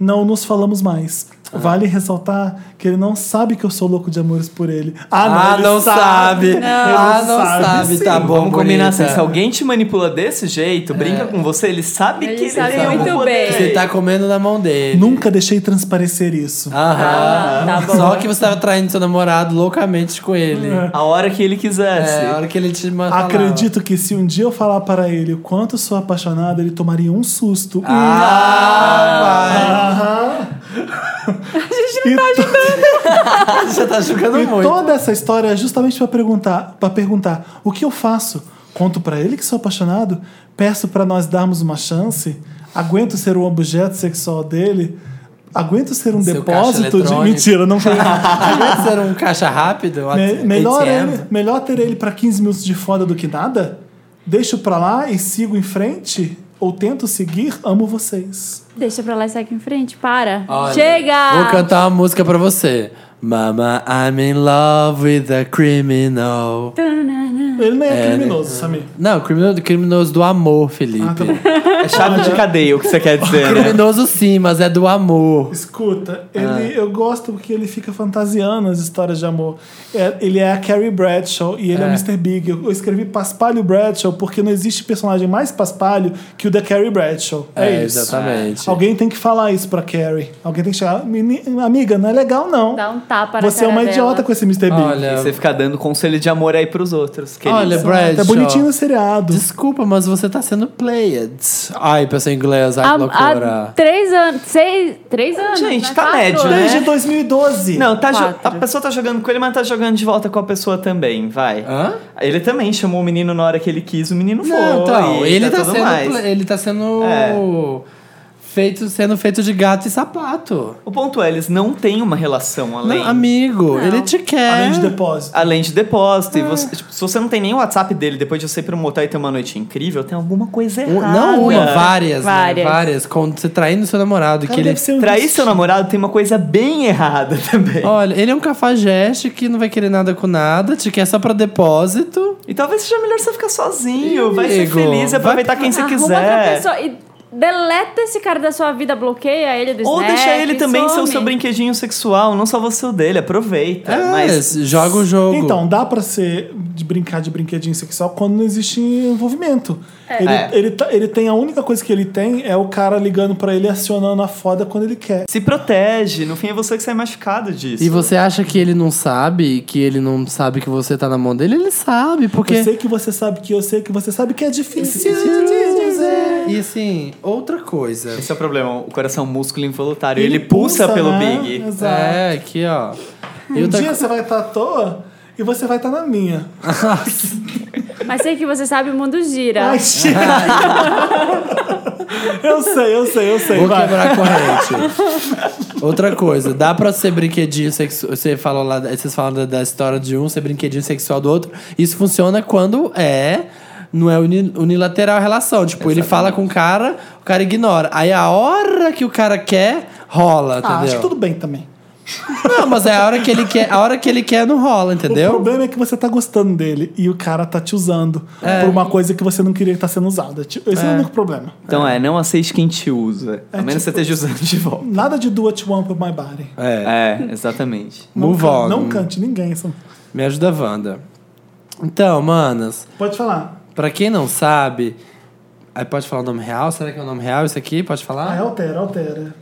Não nos falamos mais. Ah. Vale ressaltar que ele não sabe que eu sou louco de amores por ele. Ah, ele não sabe. Ele Ah, não sabe. Tá sim. bom, Vamos combinar assim. bonita. Se alguém te manipula desse jeito, brinca com você, ele sabe Ele que sabe ele tem muito algum poder. bem. Você tá comendo na mão dele. Nunca deixei transparecer isso. Aham. Ah, tá bom. Só que você tava traindo seu namorado loucamente com ele. A hora que ele quisesse. É, a hora que ele te mandou. Uhum. Acredito que se um dia eu falar para ele o quanto sou apaixonado, ele tomaria um susto. Ah, Aham. E, vai. Você tá julgando to- (laughs) e tá muito. toda essa história é justamente para perguntar, para perguntar o que eu faço. Conto para ele que sou apaixonado, peço para nós darmos uma chance, aguento ser um objeto sexual dele, aguento ser um Seu caixa depósito de eletrônico. mentira, não foi. Antes era um caixa rápido, um Me- melhor, ATM. ele- melhor ter ele pra 15 minutos de foda do que nada? Deixo pra lá e sigo em frente? Ou tento seguir? Amo vocês. Deixa pra lá e segue em frente, para. Olha, Chega! Vou cantar uma música pra você. Mama, I'm in love with a criminal. Ele nem é, criminoso, Samir. Não, criminoso, criminoso do amor, Felipe. Ah, tá bom. É chave de cadeia, o que você quer dizer, né? Criminoso sim, mas é do amor. Escuta, ele, eu gosto porque ele fica fantasiando as histórias de amor. É, ele é a Carrie Bradshaw e ele é, o É. Mr. Big. Eu, eu escrevi Paspalho Bradshaw porque não existe personagem mais Paspalho que o da Carrie Bradshaw. É, É, isso. exatamente. Alguém tem que falar isso pra Carrie. Alguém tem que chegar. "Meni- Amiga, não é legal, não. Dá um tapa na Você é cara uma dela. idiota com esse Mr. Big. E Olha, Você ficar dando conselho de amor aí pros outros, querido. É. olha, Brad. Tá bonitinho no seriado. Desculpa, mas você tá sendo played. Ai, pessoa inglesa, ai, que Há, há loucura. três anos, seis, três anos. Gente, né? tá Quatro médio, anos. né? É. Desde 2012. Não, tá jo- a Quatro. pessoa tá jogando com ele, mas tá jogando de volta com a pessoa também, vai. Hã? Ele também chamou o menino na hora que ele quis, o menino foi. Ah. Não, então, e ele tá, tudo sendo. mais. pla- Ele tá sendo. Feito, sendo feito de gato e sapato. O ponto é, eles não têm uma relação além. Não, amigo, ele te quer. Além de depósito. Além de depósito, É. e você- tipo, se você não tem nem o WhatsApp dele depois de você ir pra um motel e ter uma noite incrível, tem alguma coisa Um- errada. não uma, várias, várias. Várias. Né? Várias. Quando você traindo seu namorado, que Cara, ele. deve ser um Trair bicho. seu namorado tem uma coisa bem errada também. Olha, ele é um cafajeste que não vai querer nada com nada, te quer só pra depósito. E talvez seja melhor você ficar sozinho, vai ser amigo, feliz, vai- aproveitar quem você Ah, Arruma outra quiser. pessoa e deleta esse cara da sua vida, bloqueia ele do Ou Snap, deixar ele também ser o é, seu some. brinquedinho sexual, não só você o dele, aproveita. É, mas joga o É jogo. Então, dá pra ser de brincar de brinquedinho sexual quando não existe envolvimento. Ele, É. ele, tá- ele tem a única coisa que ele tem é o cara ligando pra ele e acionando a foda quando ele quer. se protege, no fim é você que sai machucado disso. E você acha que ele não sabe, que ele não sabe que você tá na mão dele? Ele sabe, porque. Eu sei que você sabe que eu sei que você sabe que é difícil de dizer. E assim, outra coisa. Esse é o problema, o coração músculo involuntário. Ele, Ele pulsa, pulsa, pelo né? Big. Exato. É, aqui, ó. E Um outra dia co- você vai estar à toa e você vai estar na minha. Mas sei que você sabe, o mundo Tá. gira. Ai, (laughs) chega. (laughs) eu sei, eu sei, eu sei. Vou vai. quebrar a corrente. Outra coisa, dá pra ser brinquedinho sexual. Você falou lá, vocês falam da, da história de um ser brinquedinho sexual do outro. Isso funciona quando é. Não é uni- unilateral a relação. Tipo, ele fala com o cara, o cara ignora. Aí a hora que o cara quer, rola, entendeu? Ah, acho que tudo bem também. Não, mas é a hora que ele quer, a hora que ele quer não rola, entendeu? O problema é que você tá gostando dele e o cara tá te usando É. por uma coisa que você não queria estar sendo usada. Tipo, Esse é. o único problema. Então é, não aceite quem te usa. a menos você esteja usando (laughs) de volta. Nada de do what you want with my body. É. É, exatamente. Não, Move can- on. não cante ninguém. Sam. Me ajuda, Wanda. Então, manas, Pode falar. Pra quem não sabe. Aí pode falar o nome real? Será que é o nome real isso aqui? Pode Ah, falar? altera, altera.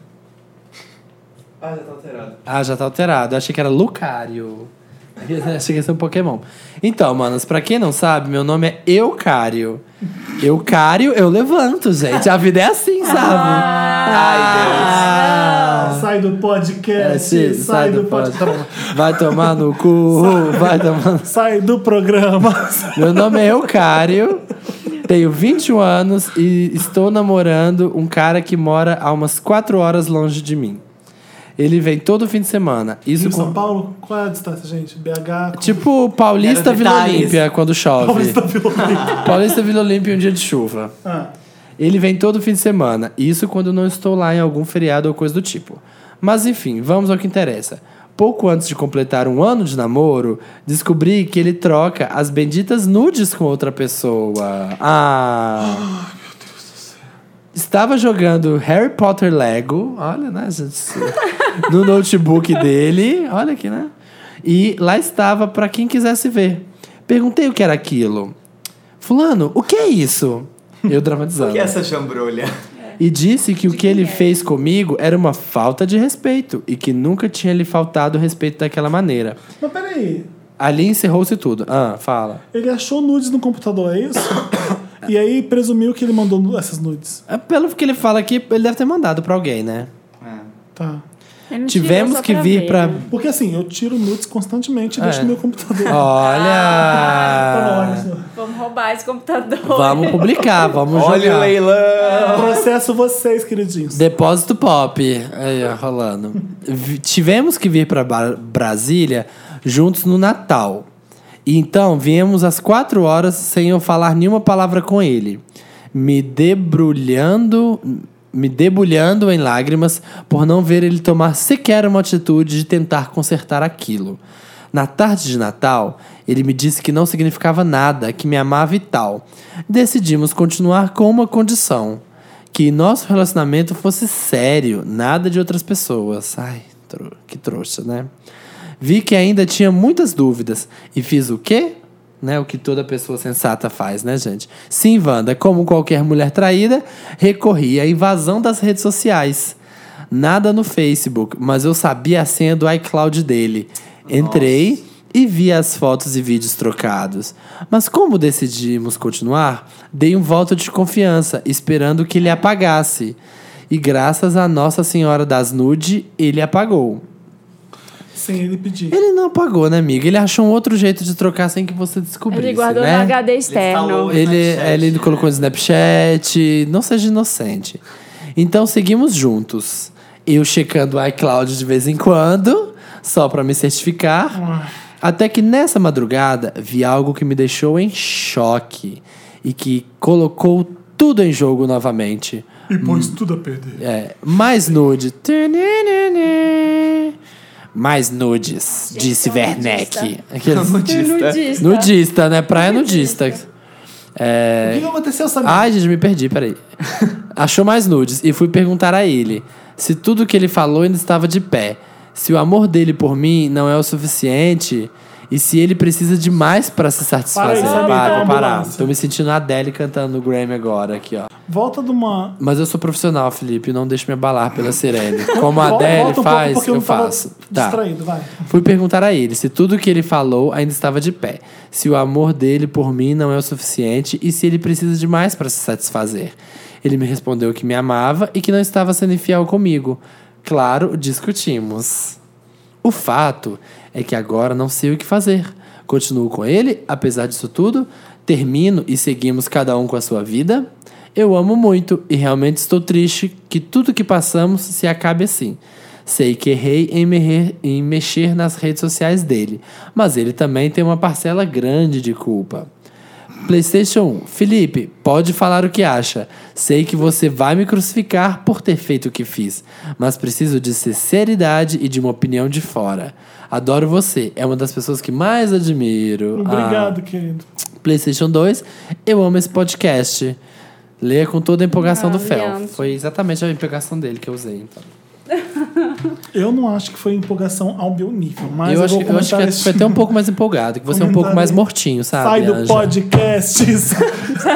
Ah, já tá alterado. Ah, já tá alterado. Eu achei que era Lucario. (laughs) Eu achei que ia ser um Pokémon. Então, manos, pra quem não sabe, meu nome é Eucário. Eucário, eu levanto, gente. A vida é assim, sabe? Ai, Deus. Ah, Sai do Ah. É, podcast, sim, sai do pod- (laughs) Tá Vai tomar no cu, vai tomar no... Sai do (laughs) programa. Meu nome é Eucário, tenho 21 anos e estou namorando um cara que mora a umas 4 horas longe de mim. Ele vem todo fim de semana. Isso Rio, com- São Paulo, qual é a distância, gente? BH. com- Tipo Paulista Era Vila detalhes. Olímpia quando chove. Paulista Paulista, Vila Olímpia. Vila Olímpia um dia de chuva. Ah, Ele vem todo fim de semana. Isso quando não estou lá em algum feriado ou coisa do tipo. Mas enfim, vamos ao que interessa. Pouco antes de completar um ano de namoro, descobri que ele troca as benditas nudes com outra pessoa. Ah. Estava jogando Harry Potter Lego, olha, né, gente, (laughs) no notebook dele, olha aqui, né? E lá estava para quem quisesse ver. Perguntei o que era aquilo. Fulano, o que é isso? Eu dramatizando. E essa jambrolha? E disse que o que ele fez comigo era uma falta de respeito e que nunca tinha lhe faltado respeito daquela maneira. mas peraí. Ali encerrou-se tudo. Ah, fala. Ele achou nudes no computador, é isso? (coughs) e aí presumiu que ele mandou nu- essas nudes. É Pelo que ele fala aqui, ele deve ter mandado pra alguém, né? Tá. Eu não tive Tivemos só que pra vir ver, pra. né? Porque assim, eu tiro nudes constantemente e É. deixo no meu computador. (laughs) Ah, tá, assim, Olha! Vamos roubar esse computador. Vamos publicar, vamos Olha jogar. o Ah, leilão! Processo vocês, queridinhos. Depósito Pop. Aí, ó, rolando. Vi- Tivemos que vir para Brasília juntos no Natal. E então viemos às quatro horas sem eu falar nenhuma palavra com ele. Me debrulhando. Me debulhando em lágrimas por não ver ele tomar sequer uma atitude de tentar consertar aquilo. Na tarde de Natal, ele me disse que não significava nada, que me amava e tal. Decidimos continuar com uma condição que nosso relacionamento fosse sério, nada de outras pessoas. Ai, tro- que trouxa, né? Vi que ainda tinha muitas dúvidas e fiz o quê? Né, o que toda pessoa sensata faz, né, gente? Sim, Wanda, como qualquer mulher traída, recorri à invasão das redes sociais. Nada no Facebook, mas eu sabia a senha do iCloud dele. Entrei e vi as fotos e vídeos trocados. Mas como decidimos continuar, dei um voto de confiança, esperando que ele apagasse. E graças a Nossa Senhora das Nude, ele apagou. Sem ele pedir. Ele não apagou, né, amiga? Ele achou um outro jeito de trocar sem que você descobrisse, Ele guardou né? no HD instalou externo. ele. Ele, Snapchat. ele colocou no Snapchat. Não seja inocente. Então seguimos juntos. Eu checando o iCloud de vez em quando, só pra me certificar. Até que nessa madrugada vi algo que me deixou em choque e que colocou tudo em jogo novamente. E pôs tudo a perder. É, mais nude. Mais nudes, disse é um (laughs) Werneck. nudista. Aqueles- Nudista. Nudista, né? Praia nudista. O que que aconteceu, Samir? Ai, gente, me perdi, peraí. Achou mais nudes e fui perguntar a ele se tudo que ele falou ainda estava de pé. Se o amor dele por mim não é o suficiente e se ele precisa de mais para se satisfazer. Samir, tá Para, na parar. ambulância. Tô me sentindo a Adele cantando o Grammy agora aqui, ó. Volta de uma. Mas eu sou profissional, Felipe, não deixo me abalar (laughs) pela sirene. Como a Vol- Adele volta um pouco, faz, porque eu, não tava faço. Tá. Distraído, vai. Fui perguntar a ele se tudo que ele falou ainda estava de pé, se o amor dele por mim não é o suficiente e se ele precisa de mais para se satisfazer. Ele me respondeu que me amava e que não estava sendo infiel comigo. Claro, discutimos. O fato é que agora não sei o que fazer. Continuo com ele, apesar disso tudo, termino e seguimos cada um com a sua vida. Eu amo muito e realmente estou triste que tudo que passamos se acabe assim. Sei que errei em, merrer- em mexer nas redes sociais dele, mas ele também tem uma parcela grande de culpa. PlayStation 1, Felipe, pode falar o que acha. Sei que você vai me crucificar por ter feito o que fiz, mas preciso de sinceridade e de uma opinião de fora. Adoro você, é uma das pessoas que mais admiro. Ah. Obrigado, querido. PlayStation 2, eu amo esse podcast. Leia com toda a empolgação Ah, do Fel. obrigado. Foi exatamente a empolgação dele que eu usei. Então. Eu não acho que foi empolgação ao meu nível, mas eu, eu, acho, vou que- eu acho comentar que esse- foi até um pouco mais empolgado, que você é um pouco comentar mais aí. mortinho, sabe? (laughs) Sai do Anja? podcast. (laughs) (laughs)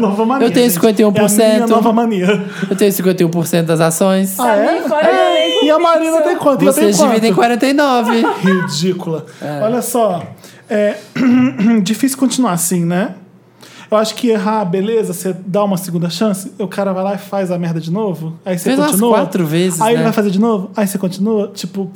nova mania. Eu tenho gente. 51%. É a minha nova mania. Eu tenho 51% das ações. Ah, é? Samir, Tá fora do elenco E a Marina tem quanto? E eu tenho Vocês quanto? dividem 49. Ridícula. Olha só. É (clears throat) difícil continuar assim, né? Eu acho que errar, beleza, você dá uma segunda chance, o cara vai lá e faz a merda de novo. Aí você Fez umas continua. quatro vezes, Aí ele né? vai fazer de novo, aí você continua. Tipo,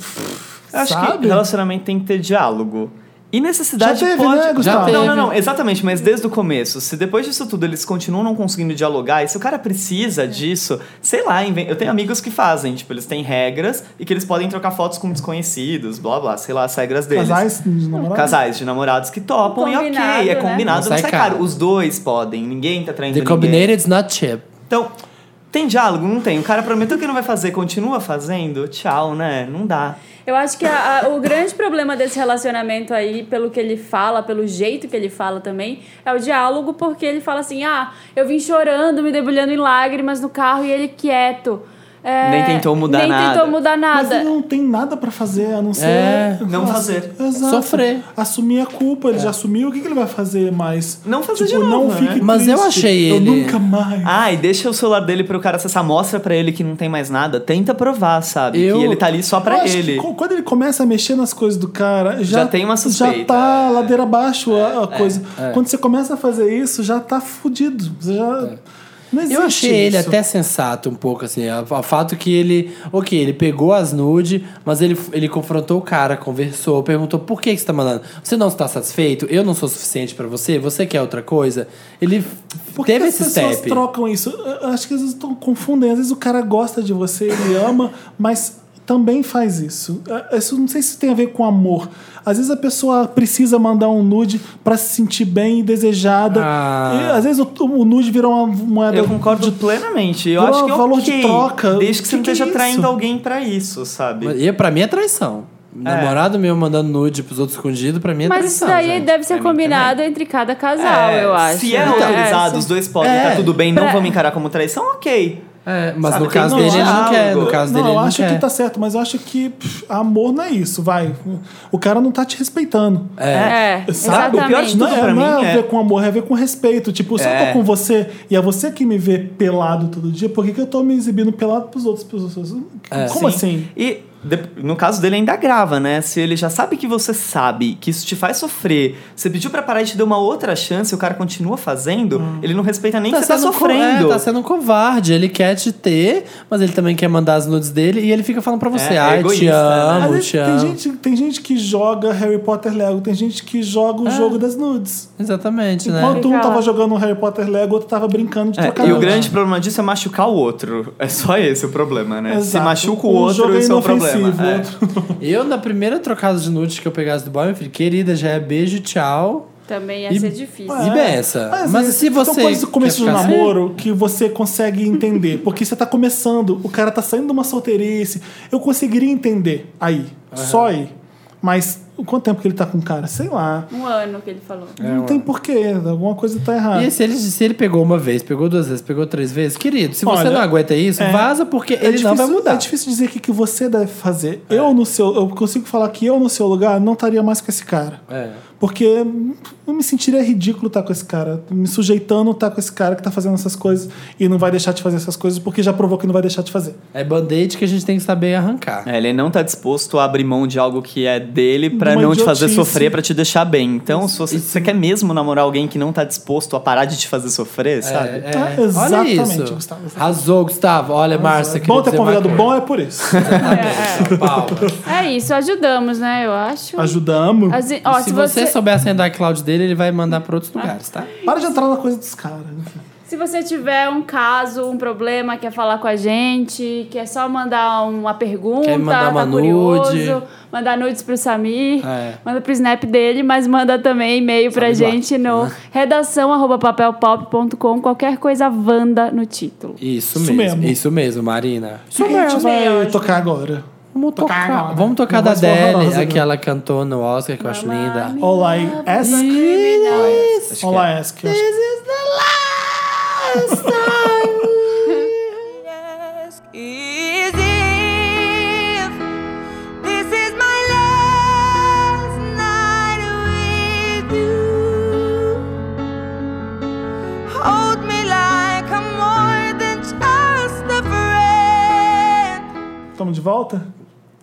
Eu acho sabe? que relacionamento tem que ter diálogo. E necessidade Já teve, pode... né, Gustavo? Já teve. Não, não, não, exatamente, mas desde o começo. Se depois disso tudo eles continuam não conseguindo dialogar, e se o cara precisa disso, sei lá, inven- eu tenho amigos que fazem, tipo, eles têm regras e que eles podem trocar fotos com desconhecidos, blá blá, sei lá, as regras deles. Casais, de namorado? Casais de namorados que topam e ok, Combinado, é né? combinado, Não não sai sai caro. caro. Os dois podem, ninguém tá traindo The ninguém. combinated is not cheap. Então, tem diálogo? Não tem. O cara prometeu que não vai fazer, continua fazendo? Tchau, né? Não dá. Eu acho que a- a- o grande problema desse relacionamento aí, pelo que ele fala, pelo jeito que ele fala também, é o diálogo, porque ele fala assim: ah, eu vim chorando, me debulhando em lágrimas no carro e ele quieto. É, Nem tentou mudar nem nada. tentou mudar Mas ele nada. não tem nada pra fazer a não ser. É, não fazer. Exato. Sofrer. É. Assumir a culpa, ele já assumiu, o que, que ele vai fazer mais? Não fazer tipo, de não novo, né? fique Mas eu triste, achei eu ele- nunca mais. Ah, e deixa o celular dele pro cara acessar, mostra pra ele que não tem mais nada, tenta provar, sabe? Eu- Que ele tá ali só Eu pra acho que ele. co- quando ele começa a mexer nas coisas do cara, já, Já tem uma suspeita, Já tá é. ladeira abaixo a, a coisa. Quando você começa a fazer isso, já tá fudido. Você já. Não existe Eu achei ele isso. até sensato um pouco, assim. a- O fato que ele. Ok, ele pegou as nude, mas ele, ele confrontou o cara, conversou, perguntou por que, que você tá mandando. Você não está satisfeito? Eu não sou suficiente pra você? Você quer outra coisa? Ele f- Por que teve as esse pessoas step. trocam isso? Eu acho que às vezes estão confundem. Às vezes o cara gosta de você, ele ama, mas também faz isso. É, Isso não sei se tem a ver com amor. Às vezes a pessoa precisa mandar um nude pra se sentir bem e desejada. Ah. E, às vezes o, o nude vira uma moeda. Eu concordo plenamente. Eu Dá acho que é valor de ok, troca. Desde que você Que não que é esteja isso? traindo alguém pra isso, sabe? E pra mim é traição. Namorado meu mandando nude pros outros escondido, pra mim é Mas isso traição. daí gente. deve ser Pra mim combinado entre cada casal, É, eu acho. Se é Então, autorizado, é, os dois podem, É. tá tudo bem, não Pra- vamos encarar como traição, ok. É, mas Sabe, no tem caso que dele ele não diálogo. quer. No caso não, dele eu ele não acho que quer. tá certo, mas eu acho que pff, amor não é isso, vai. O cara não tá te respeitando. É, Sabe? O pior de exatamente. Não, tudo pra é, não mim é, é- a ver com amor, é a ver com respeito. Tipo, se eu É. tô com você e é você que me vê pelado todo dia, por que, que eu tô me exibindo pelado pros outros pessoas? É, Como assim? E de- no caso dele ainda agrava, né? Se ele já sabe que você sabe, que isso te faz sofrer, você pediu pra parar e te deu uma outra chance e o cara continua fazendo, Hum. ele não respeita nem que você tá sendo co- sofrendo. é, tá sendo um covarde. Ele quer te ter, mas ele também quer mandar as nudes dele e ele fica falando pra você: É, é ai, te egoísta, né? Às amo, vezes te tem, amo. gente, tem gente que joga Harry Potter Lego, tem gente que joga o jogo das nudes. Exatamente, Ah. né? Enquanto um Fica tava lá. jogando Harry Potter Lego, o outro tava brincando de É, trocar e o nude. grande problema disso é machucar o outro. É só esse o problema, né? Se Exato. machuca o Um jogo outro, é isso é o inofensivo, problema. É. outro- Eu, na primeira trocada de nudes que eu pegasse do boy, eu falei: querida, já é beijo, tchau. Também E- ia ser difícil. E beça. Mas é, se você São coisas do quer começo do ficar assim- namoro que você consegue entender. Porque você tá começando, o cara tá saindo de uma solteirice. Eu conseguiria entender aí. Só aí. Mas quanto tempo que ele tá com o cara? Sei lá. Um ano que ele falou. não tem porquê. Alguma coisa tá errada. É, E se ele, se ele pegou uma vez, pegou duas vezes, pegou três vezes, querido, se você Olha, não aguenta isso, é. vaza porque É ele não vai difícil- mudar. É. É difícil dizer o que, que você deve fazer. Eu no seu, eu consigo falar que eu no seu lugar não estaria mais com esse cara. É. Porque eu me sentiria ridículo estar com esse cara, me sujeitando a estar com esse cara que tá fazendo essas coisas e não vai deixar de fazer essas coisas porque já provou que não vai deixar de fazer. É band-aid que a gente tem que saber arrancar. É, ele não tá disposto a abrir mão de algo que é dele pra Uma não te fazer idiotice. sofrer, pra te deixar bem. Então, se você, você quer mesmo namorar alguém que não tá disposto a parar de te fazer sofrer, sabe? É, Ah, é. Olha exatamente, isso. Gustavo. Arrasou, Gustavo. Olha, Márcia, queria bom ter dizer uma convidado coisa. bom é por (laughs) isso. (laughs) É, Palmas. é. É isso, ajudamos, né? Eu acho. Ajudamos. As- ó, se, você, você souber acender a cloud dele, ele vai mandar pra outros lugares, tá? Para de entrar na coisa dos caras. Se você tiver um caso, um problema, quer falar com a gente, quer só mandar uma pergunta, Quer mandar uma tá nude. curioso, mandar nudes pro Samir, É. manda pro snap dele, mas manda também e-mail pra Sabe lá. gente no Ah. redação arroba papelpop.com, qualquer coisa Wanda no título. Isso, Isso mesmo. mesmo. Isso mesmo, Marina. O que a gente vai mesmo. tocar agora? Vamos tocar. agora. Vamos tocar Uma da voz horrorosa, Adele, né? a que ela cantou no Oscar, que eu acho linda. Olá, ask. é This Olá, é ask. eu acho. is the last time. ask is it Estamos de volta?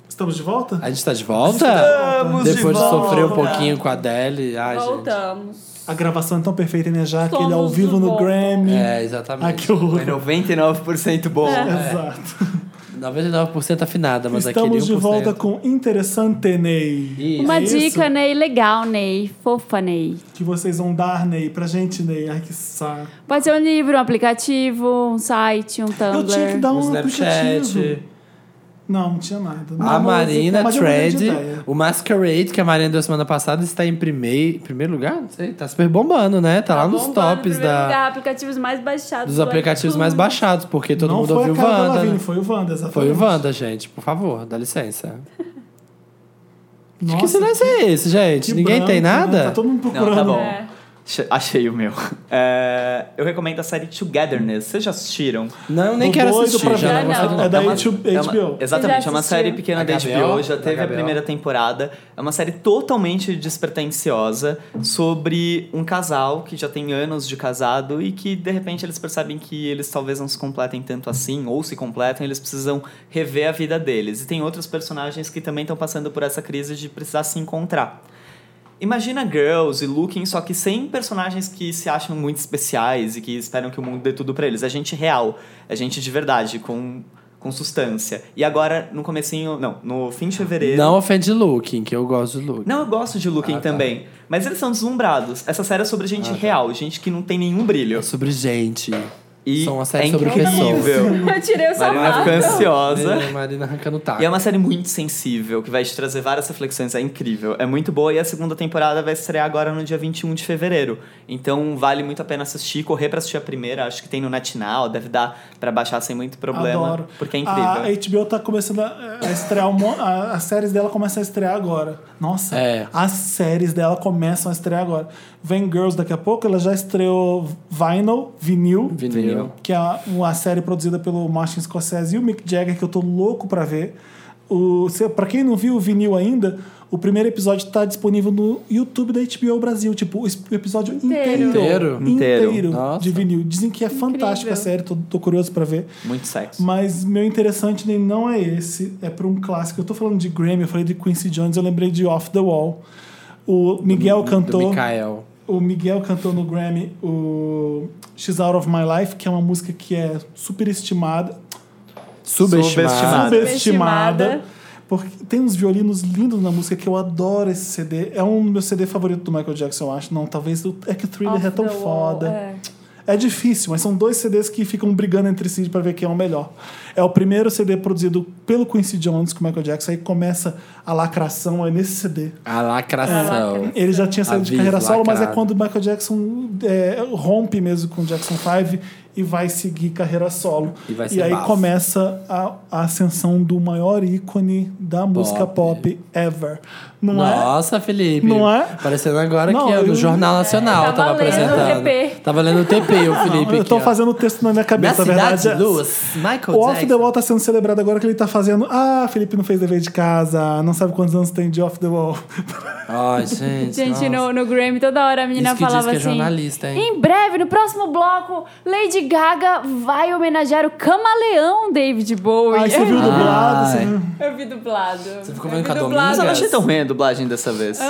Estamos de volta? (laughs) A gente tá de volta? Estamos de Depois volta. sofrer um pouquinho com a Adele. Ai, gente. Voltamos. A gravação é tão perfeita, né? Já aquele ao Somos vivo de no volta. Grammy. É, Ah, exatamente. que horror. Foi 99% bom. É. Exato. 99% afinada, mas aquele 1%. Estamos de volta com Interessante Ney. Isso. Uma É isso? dica, Ney, legal, Ney, fofa, Ney. Que vocês vão dar, Ney, pra gente, Ney. Ai, que saco. Pode ser um livro, um aplicativo, um site, um Tumblr. Eu tinha que dar Um um aplicativo. Snapchat. Não, não tinha nada. A Não, mas- Marina mas eu mudei de Trend, ideia. o Masquerade, que a Marina deu semana passada, está em primeiro, primeiro lugar? Não sei, tá super bombando, né? Tá, lá nos Bombando em tops primeiro da, lugar, aplicativos mais baixados. dos do aplicativos iTunes. mais baixados, porque todo não mundo foi ouviu a Carla Wanda. Lavigne, né? foi o Wanda, exatamente. Foi o Wanda, gente, por favor, dá licença. Nossa, que silêncio é esse, gente? que Ninguém tem branco, nada? né? Tá todo mundo procurando. Não, tá bom. É. Che- Achei o meu. É, eu recomendo a série Togetherness. Vocês já assistiram? Não, nem Do quero doido assistir, pra já não branco. consigo Não, não. É da uma- HBO. é uma- Eu exatamente, já é uma assisti. série pequena da HBO, HBO, já da teve a HBO. primeira temporada. É uma série totalmente despretensiosa sobre um casal que já tem anos de casado e que de repente eles percebem que eles talvez não se completem tanto assim, ou se completam, eles precisam rever a vida deles. E tem outros personagens que também estão passando por essa crise de precisar se encontrar. Imagina Girls e Looking, só que sem personagens que se acham muito especiais e que esperam que o mundo dê tudo pra eles. É gente real, é gente de verdade, com, com sustância. E agora, no comecinho... Não, no fim de fevereiro... Não ofende Looking, que eu gosto de Looking. Não, eu gosto de Looking Ah, tá. Ah, também. Mas eles são deslumbrados. Essa série é sobre gente real, gente que não tem nenhum brilho. É sobre gente. E São uma é série sobre incrível. pessoas. (laughs) Eu tirei o Marina fica sapato. ansiosa. É, Marina arrancando taco. E é uma série muito sensível, que vai te trazer várias reflexões. É incrível, é muito boa. E a segunda temporada vai estrear agora no dia 21 de fevereiro. Então vale muito a pena assistir, correr pra assistir a primeira. Acho que tem no NetNow, deve dar pra baixar sem muito problema. Adoro. Porque é A incrível. HBO tá começando a a estrear um mon- a- As séries dela começam a estrear agora. Nossa, É. as séries dela começam a estrear agora. Vem Girls daqui a pouco, ela já estreou Vinyl, Vinil, Vinil. que é uma série produzida pelo Martin Scorsese e o Mick Jagger, que eu tô louco pra ver. O, se- pra quem não viu o vinil ainda, o primeiro episódio tá disponível no YouTube da HBO Brasil. Tipo, o es- o episódio inteiro. Inteiro? Inteiro. de Nossa. vinil. Dizem que é fantástica a Incrível. série, tô, tô curioso pra ver. Muito sexo. Mas meu interessante nem não é esse, é para um clássico. Eu tô falando de Grammy, eu falei de Quincy Jones, eu lembrei de Off the Wall. O Miguel Do cantou, Mikael. o Miguel cantou no Grammy o She's Out of My Life, que é uma música que é superestimada, Subestimado. subestimada. Subestimado. Subestimada. Porque tem uns violinos lindos na música que eu adoro esse CD. É um meu CD favorito do Michael Jackson, eu acho. Não, talvez o- é que o Thriller Off é tão the wall, foda. é. É difícil, mas são dois CDs que ficam brigando entre si para ver quem é o melhor. É o primeiro CD produzido pelo Quincy Jones com o Michael Jackson, aí começa a lacração, é nesse CD. A lacração. Ele já tinha saído de Aviso carreira solo, mas é lacrado. quando o Michael Jackson é, rompe mesmo com o Jackson 5 e vai seguir carreira solo. E vai ser aí massa. começa a, a ascensão do maior ícone da música pop ever. Não é? Nossa, Felipe. Não é? Parecendo agora Não, que é eu- no Jornal Nacional. tava tava lendo o apresentando. TP. Tava lendo o TP, o Felipe. Eu tô aqui, ó. fazendo o texto na minha Minha cabeça, a cidade, verdade. é- Luz. Michael O Off the Jackson. Wall tá sendo celebrado agora que ele tá fazendo. Ah, Felipe não fez dever de casa, não sabe quantos anos tem de Off the Wall. Ai, gente. Gente, no, nossa. no Grammy, toda hora a menina Isso que diz falava que é assim. jornalista, hein? Em breve, no próximo bloco, Lady Gaga vai homenagear o camaleão David (laughs) Bowie. (laughs) É. Ai, você viu dublado? Você Ai. viu? Eu vi dublado. Você ficou eu vendo vi com a Domingas? Mas Ah, eu dublado. não achei tão ruim a dublagem dessa vez.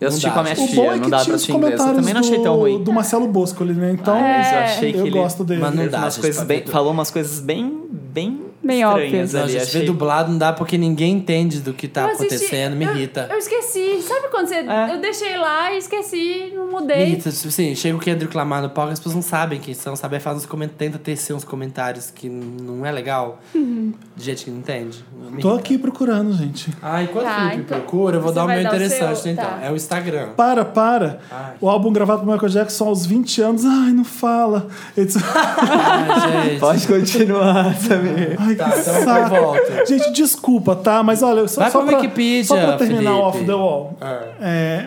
Eu assisti dá, com a minha gente. O bom tia, é não que dá pra tinha os assistir em inglês. comentários Eu também não achei tão do, ruim. do Marcelo Bosco ali, né? Então, Mas eu achei que eu ele... gosto dele. Mas não ele dá, umas gente, coisas pra bem- ver. falou umas coisas bem... Bem, Bem estranhas óbvias. Não, ali. gente, ver achei... dublado não dá porque ninguém entende do que tá Eu assisti- acontecendo. Me eu- irrita. Eu, esqueci. Sabe quando você. É. Eu deixei lá e esqueci, não Me mudei. irrita. Tipo assim, chega o Kendrick Lamar no palco, as pessoas não sabem quem são, sabe? Aí faz uns comentários, tenta tecer uns comentários que não é legal. Uhum. De gente que não entende. Me Tô irrita. aqui procurando, gente. Ah, enquanto Tá, o Felipe então procura, eu vou você dar o vai meu dar o interessante, seu? então. Tá. É o Instagram. Para, para. Ai. O álbum gravado por Michael Jackson aos 20 anos. Ai, não fala. It's- Ai, (laughs) gente. Pode continuar, Samir. Ai, Tá, que então eu saco. volto. Gente, desculpa, tá? Mas olha, só, Vai só pra pra, Wikipedia, só pra terminar o Off Felipe. the Wall. Ah, É...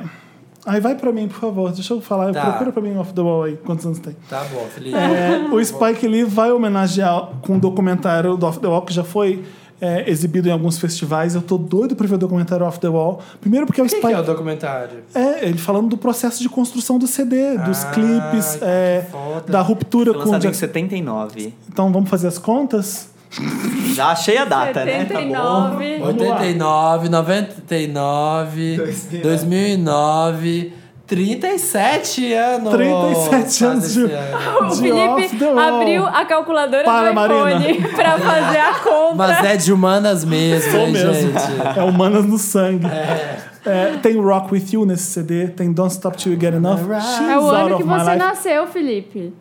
Aí vai pra mim, por favor. Deixa eu falar. Tá. Procura pra mim um Off the Wall aí, quantos anos tem. tá bom, Felipe. É, o Spike Lee vai homenagear com um documentário do Off the Wall, que já foi é, exibido em alguns festivais. Eu tô doido pra ver o documentário Off the Wall. Primeiro porque é o Quem Spike... que é o documentário? É, ele falando do processo de construção do CD, dos Ah, clipes, que é, foda. da ruptura com o Lançado em Jack... 79. Então vamos fazer as contas? Já achei a data, né? Tá bom. 79. 89, 99, 2009. 2009, 37 anos. 37 anos de- Quase esse ano. o De off Felipe the wall. abriu a calculadora Para, do iPhone Marina. (laughs) pra fazer a conta. Mas é de humanas mesmo, Sou hein, mesmo. gente? É humanas no sangue. É, tem Rock With You nesse CD, tem Don't Stop Till You Get Enough. She's É o Out ano of que My você Life. nasceu, Felipe.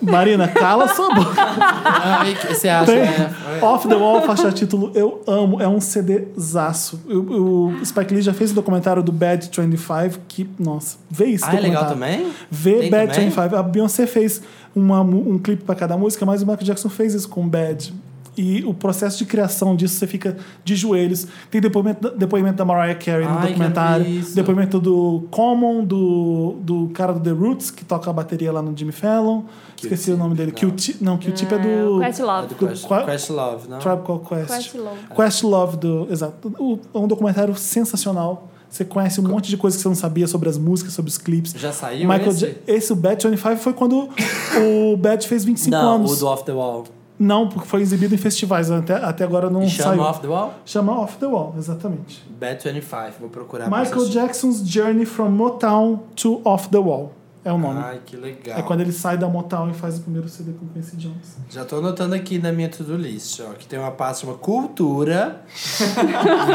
Marina, cala sua boca. (laughs) Ai, que você acha, Tem né? Off the Wall, faixa título, eu amo. É um CD zaço. O, o Spike Lee já fez o documentário do Bad 25, que, nossa, vê isso. Ah, é legal documentário. também? Vê Tem Bad também? 25. A Beyoncé fez uma mu- um clipe pra cada música, mas o Michael Jackson fez isso com Bad. E o processo de criação disso, você fica de joelhos. Tem depoimento, da- depoimento da Mariah Carey no Ai, documentário. quero ver isso. Depoimento do Common, do, do cara do The Roots, que toca a bateria lá no Jimmy Fallon. Esqueci o nome dele. Q-Tip- Não, Q-Tip é do... o Quest É do Love. Do Crash, qua- Crash Love, não? Tribe Called Quest. Questlove. Questlove do. Exato. O- é um documentário sensacional. Você conhece um monte de coisa que você não sabia sobre as músicas, sobre os clipes. Já saiu Michael esse? Ja- esse, o Bad 25, foi quando (laughs) o Bad fez 25 não, anos. o do Off the Wall. Não, porque foi exibido em festivais. né? Até, até agora não E chama saiu. Off the Wall? Chama Off the Wall, exatamente. Bad 25, vou procurar. pra Michael assistir. Jackson's Journey from Motown to Off the Wall. É o nome. Ai, que legal. é quando ele sai da Motown e faz o primeiro CD com Quincy Jones. Já tô anotando aqui na minha to-do list, ó. Que tem uma parte (laughs) chamada Cultura.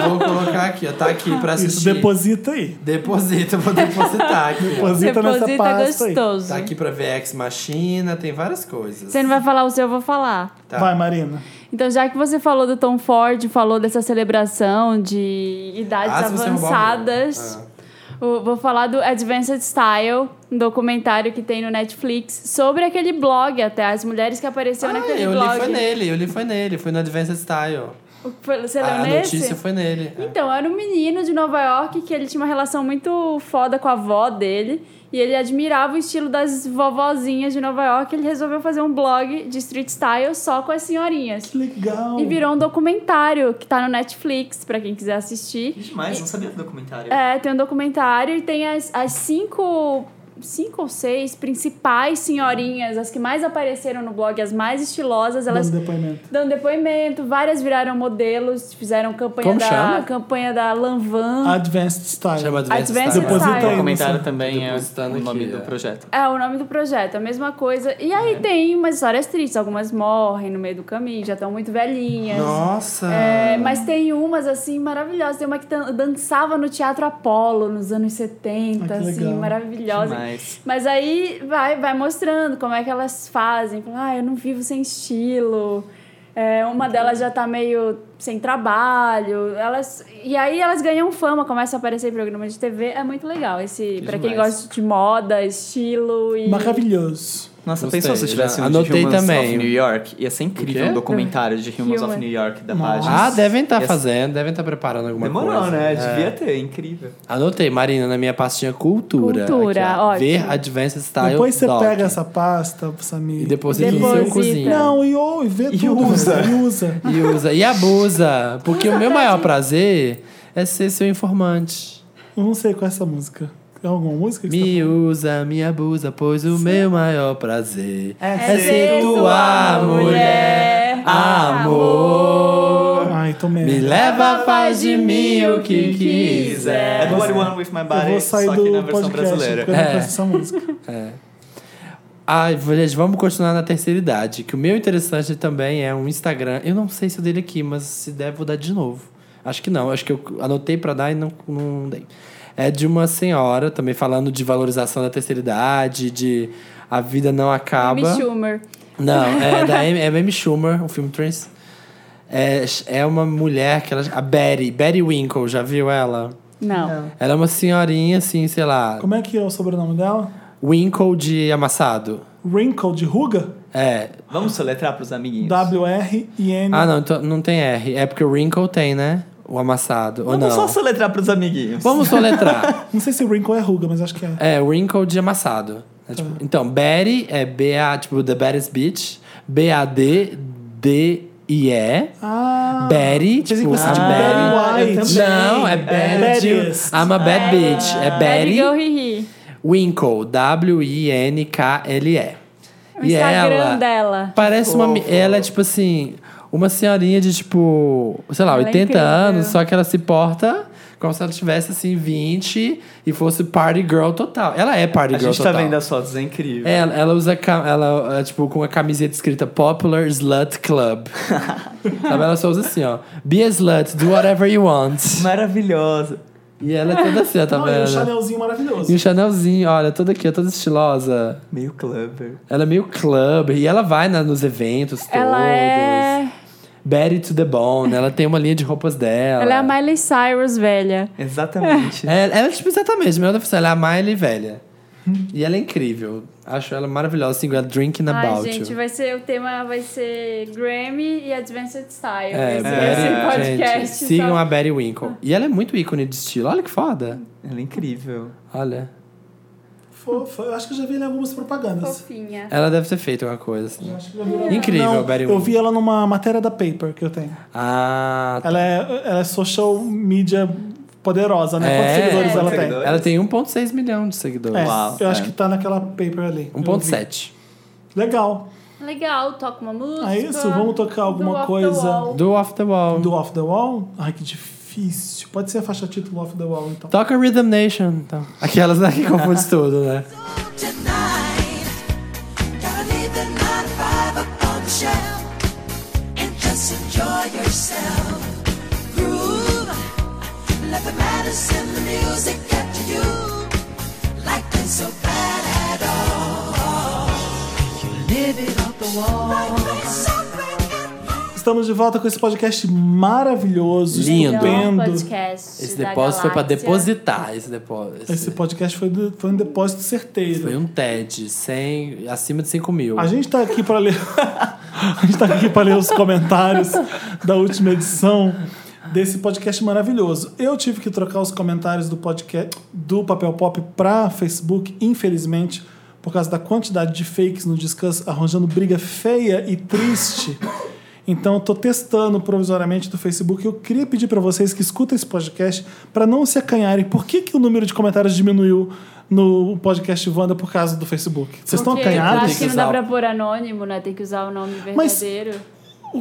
vou colocar aqui, ó. Tá aqui pra assistir. Isso, deposita aí. Deposita, vou depositar aqui. ó. (laughs) Deposita, nessa Deposita pasta aí. gostoso. Tá aqui pra ver Ex Machina, tem várias coisas. Você não vai falar o seu, eu vou falar. Tá. Vai, Marina. Então, já que você falou do Tom Ford, falou dessa celebração de idades Ah, se você roubar o meu. Ah. avançadas, o- vou falar do Advanced Style, um documentário que tem no Netflix sobre aquele blog até, as mulheres que apareceram Ah, naquele eu blog. li foi nele, eu li foi nele, foi no Advanced Style. O que foi- Você leu a nesse? Ah, notícia foi nele. é. Então, era um menino de Nova York que ele tinha uma relação muito foda com a avó dele. E ele admirava o estilo das vovozinhas de Nova York. Ele resolveu fazer um blog de street style só com as senhorinhas. Que legal. E virou um documentário que tá no Netflix, pra quem quiser assistir. Demais, não sabia do documentário. É, tem um documentário e tem as, as cinco, cinco ou seis principais senhorinhas, as que mais apareceram no blog, as mais estilosas, elas Dando depoimento. dando depoimento, várias viraram modelos, fizeram campanha Como da chama? campanha da Lanvan. Advanced Style. Ah, Chama Advanced, Advanced Style. Deposita O aí. documentário Sim. também é Depositando o nome aqui, do é. projeto. É o nome do projeto, a mesma coisa. E aí É. tem umas histórias tristes, algumas morrem no meio do caminho, já estão muito velhinhas. Nossa! É, mas tem umas, assim, maravilhosas. Tem uma que tan- dançava no Teatro Apolo nos anos 70, Ah, que assim, legal. maravilhosa. Demais. Mas aí vai, vai mostrando como é que elas fazem. Fala, Ah, eu não vivo sem estilo. É, uma delas já tá meio sem trabalho. Elas, e aí elas ganham fama, começam a aparecer em programas de TV. É muito legal esse, para quem demais. gosta de moda, estilo e. Maravilhoso. Nossa, Gostei, pensou se eu tivesse já um anotei de Humans também. of New York? Ia ser O incrível quê? um documentário de Humans of Human. New York da Nossa. página. Ah, devem estar Ia- fazendo, devem estar preparando alguma Demorou, coisa. né? É. Devia ter, incrível. Anotei, Marina, na minha pastinha Cultura. Cultura, aqui, ó. ótimo. Ver Advanced Style Depois você Doc. pega essa pasta, Samir. E deposita no seu Deposita. cozinho. Não, e, ou e vê tudo. né? usa. E usa. E usa, e abusa. Porque o meu maior prazer é ser seu informante. Eu não sei qual é essa música. É alguma música que você Me usa, me abusa, pois o meu maior prazer é, ser ser tua tua mulher. mulher. Amor, tá... Ai, tô me meio. leva, faz de mim o que quiser. É Body One With My Eu Body, vou sair só que na do versão podcast, brasileira. porque eu não É. conheço essa música. Ai, gente, vamos continuar na terceira idade. Que o meu interessante também é um Instagram. Eu não sei se o dele aqui, mas se der, vou dar de novo. Acho que não. Acho que eu anotei pra dar e não, não dei. É de uma senhora também falando de valorização da terceira idade, de a vida não acaba. Amy Schumer. Não, é da Amy, é Amy Schumer, o filme Trans. É, é uma mulher que ela. A Betty, Betty Winkle, já viu ela? Não. Ela é uma senhorinha, assim, sei lá. Como é que é o sobrenome dela? Winkle de amassado. Wrinkle de ruga? É. Vamos soletrar pros amiguinhos. W-R-I-N. Ah, não, então não tem R. É porque o Wrinkle tem, né? O amassado. Ou Vamos não? só soletrar pros amiguinhos. (laughs) Vamos soletrar. Não sei se wrinkle é ruga, mas acho que é. é, Wrinkle de amassado. É, tipo, então, Betty é B-A, tipo, The Betty's Beach. B-A-D-D-I-E. Ah, Betty, pensei que tipo, fosse a de Betty. assim, Betty White. Não, é Betty. Bettiest. I'm a bad bitch. É Betty Betty Girl Hihi. Winkle. W-I-N-K-L-E. O Instagram dela. Parece uma. mi- Ela é tipo assim. uma senhorinha de, tipo, sei lá, Ela é 80 incrível. anos, só que ela se porta como se ela tivesse, assim, 20 e fosse party girl total. Ela é party A girl gente total. tá vendo as fotos, é incrível. É, Ela, ela usa, ca- ela, é, tipo, com a camiseta escrita Popular Slut (laughs) Club. Sabe? Ela só usa assim, ó. Be a slut, do whatever you want. Maravilhosa. E ela é toda assim, ó, tá Olha, um vendo? Chanelzinho maravilhoso. E o Chanelzinho, olha, toda aqui, ó, toda estilosa. Meio clubber. Ela é meio club, e ela vai na- nos eventos todos. Ela é. Betty to the bone, ela tem uma linha de roupas dela. Ela é a Miley Cyrus velha. Exatamente. É, ela é tipo exatamente, melhor definição, ela é a Miley velha. E ela é incrível. Acho ela maravilhosa, assim, ela drinking Ai, about gente, you. vai ser o tema vai ser Grammy e Advanced Style. É, esse, Betty, esse podcast. então. gente, sigam sabe? a Betty Winkle. E ela é muito ícone de estilo, olha que foda. Ela é incrível. Olha, Fofa. Eu acho que eu já vi ele em algumas propagandas. fofinha. ela deve ter feito alguma coisa assim. Eu acho que eu já vi ela- Incrível, Não, Betty Eu Winkle. vi ela numa matéria da Paper que eu tenho. Ah, Ela é, ela é social media poderosa, né? Quantos É. seguidores ela É. Quantos tem? seguidores? ela tem 1.6 milhão de seguidores. É, Uau, eu acho é. um que tá naquela paper ali. Eu 1.7. vi. Legal. Legal, toca uma música. É isso, vamos tocar alguma Do Off the coisa. Wall. Do Off the Wall. Do Off the Wall? Ai, que difícil. Pode ser a faixa título Off the Wall, então. Toca Rhythm Nation, então. Aquelas né, que (laughs) confunde tudo, né? Tonight, gotta leave the nine to five up on the shelf and just enjoy yourself. Groove, nothing matters in the music that you like ain't so bad at all. You live it off the wall. Estamos de volta com esse podcast maravilhoso, Lindo. Então, estupendo. podcast Esse da depósito foi pra galáxia. depositar esse depósito. Esse podcast foi, do- foi um depósito certeiro. Foi um TED, 100, acima de 5 mil. A gente tá aqui para ler. (laughs) a gente tá aqui para ler os comentários da última edição desse podcast maravilhoso. Eu tive que trocar os comentários do podcast do Papel Pop para Facebook, infelizmente, por causa da quantidade de fakes no Discuss arranjando briga feia e triste. Então, eu tô testando provisoriamente do Facebook. Eu queria pedir para vocês que escutem esse podcast para não se acanharem. Por que, que o número de comentários diminuiu no podcast Wanda por causa do Facebook? Vocês estão Porque eu acanhados? Acho que Tem não que dá usar pra o- pôr anônimo, né? Tem que usar o nome Mas- verdadeiro.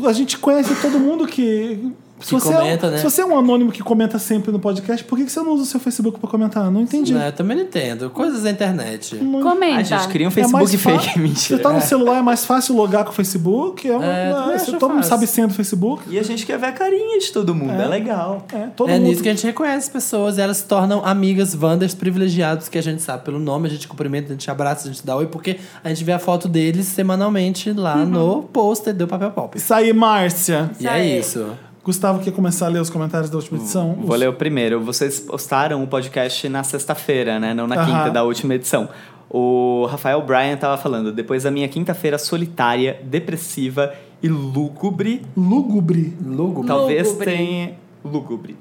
A gente conhece todo mundo que. Se, Que você comenta, é, né? se você é um anônimo que comenta sempre no podcast, por que que você não usa o seu Facebook pra comentar? Não entendi. Né, eu também não entendo. Coisas da internet. Comenta. A gente cria um É Facebook mais fa- fake, (laughs) Você mentira. tá no celular, é mais fácil logar com o Facebook. É um, É, é, também você- acho todo mundo fácil. sabe senha do Facebook. E a gente quer ver a carinha de todo mundo, é, legal. É, todo É mundo. nisso que a gente reconhece pessoas e elas se tornam amigas Wanders privilegiados, que a gente sabe pelo nome, a gente cumprimenta, a gente abraça, a gente dá oi, porque a gente vê a foto deles semanalmente lá no pôster do Papel Pop. Uhum. Isso aí, Márcia. E é aí. isso. Gustavo quer começar a ler os comentários da última edição. Hum, Vou Os- ler o primeiro. Vocês postaram o podcast na sexta-feira, né? Não na Aham. quinta da última edição. O Rafael Bryan tava falando, depois da minha quinta-feira solitária, depressiva e lúgubre, Lúgubre. Lugo. talvez Lúgubre. tenha. Lúgubre.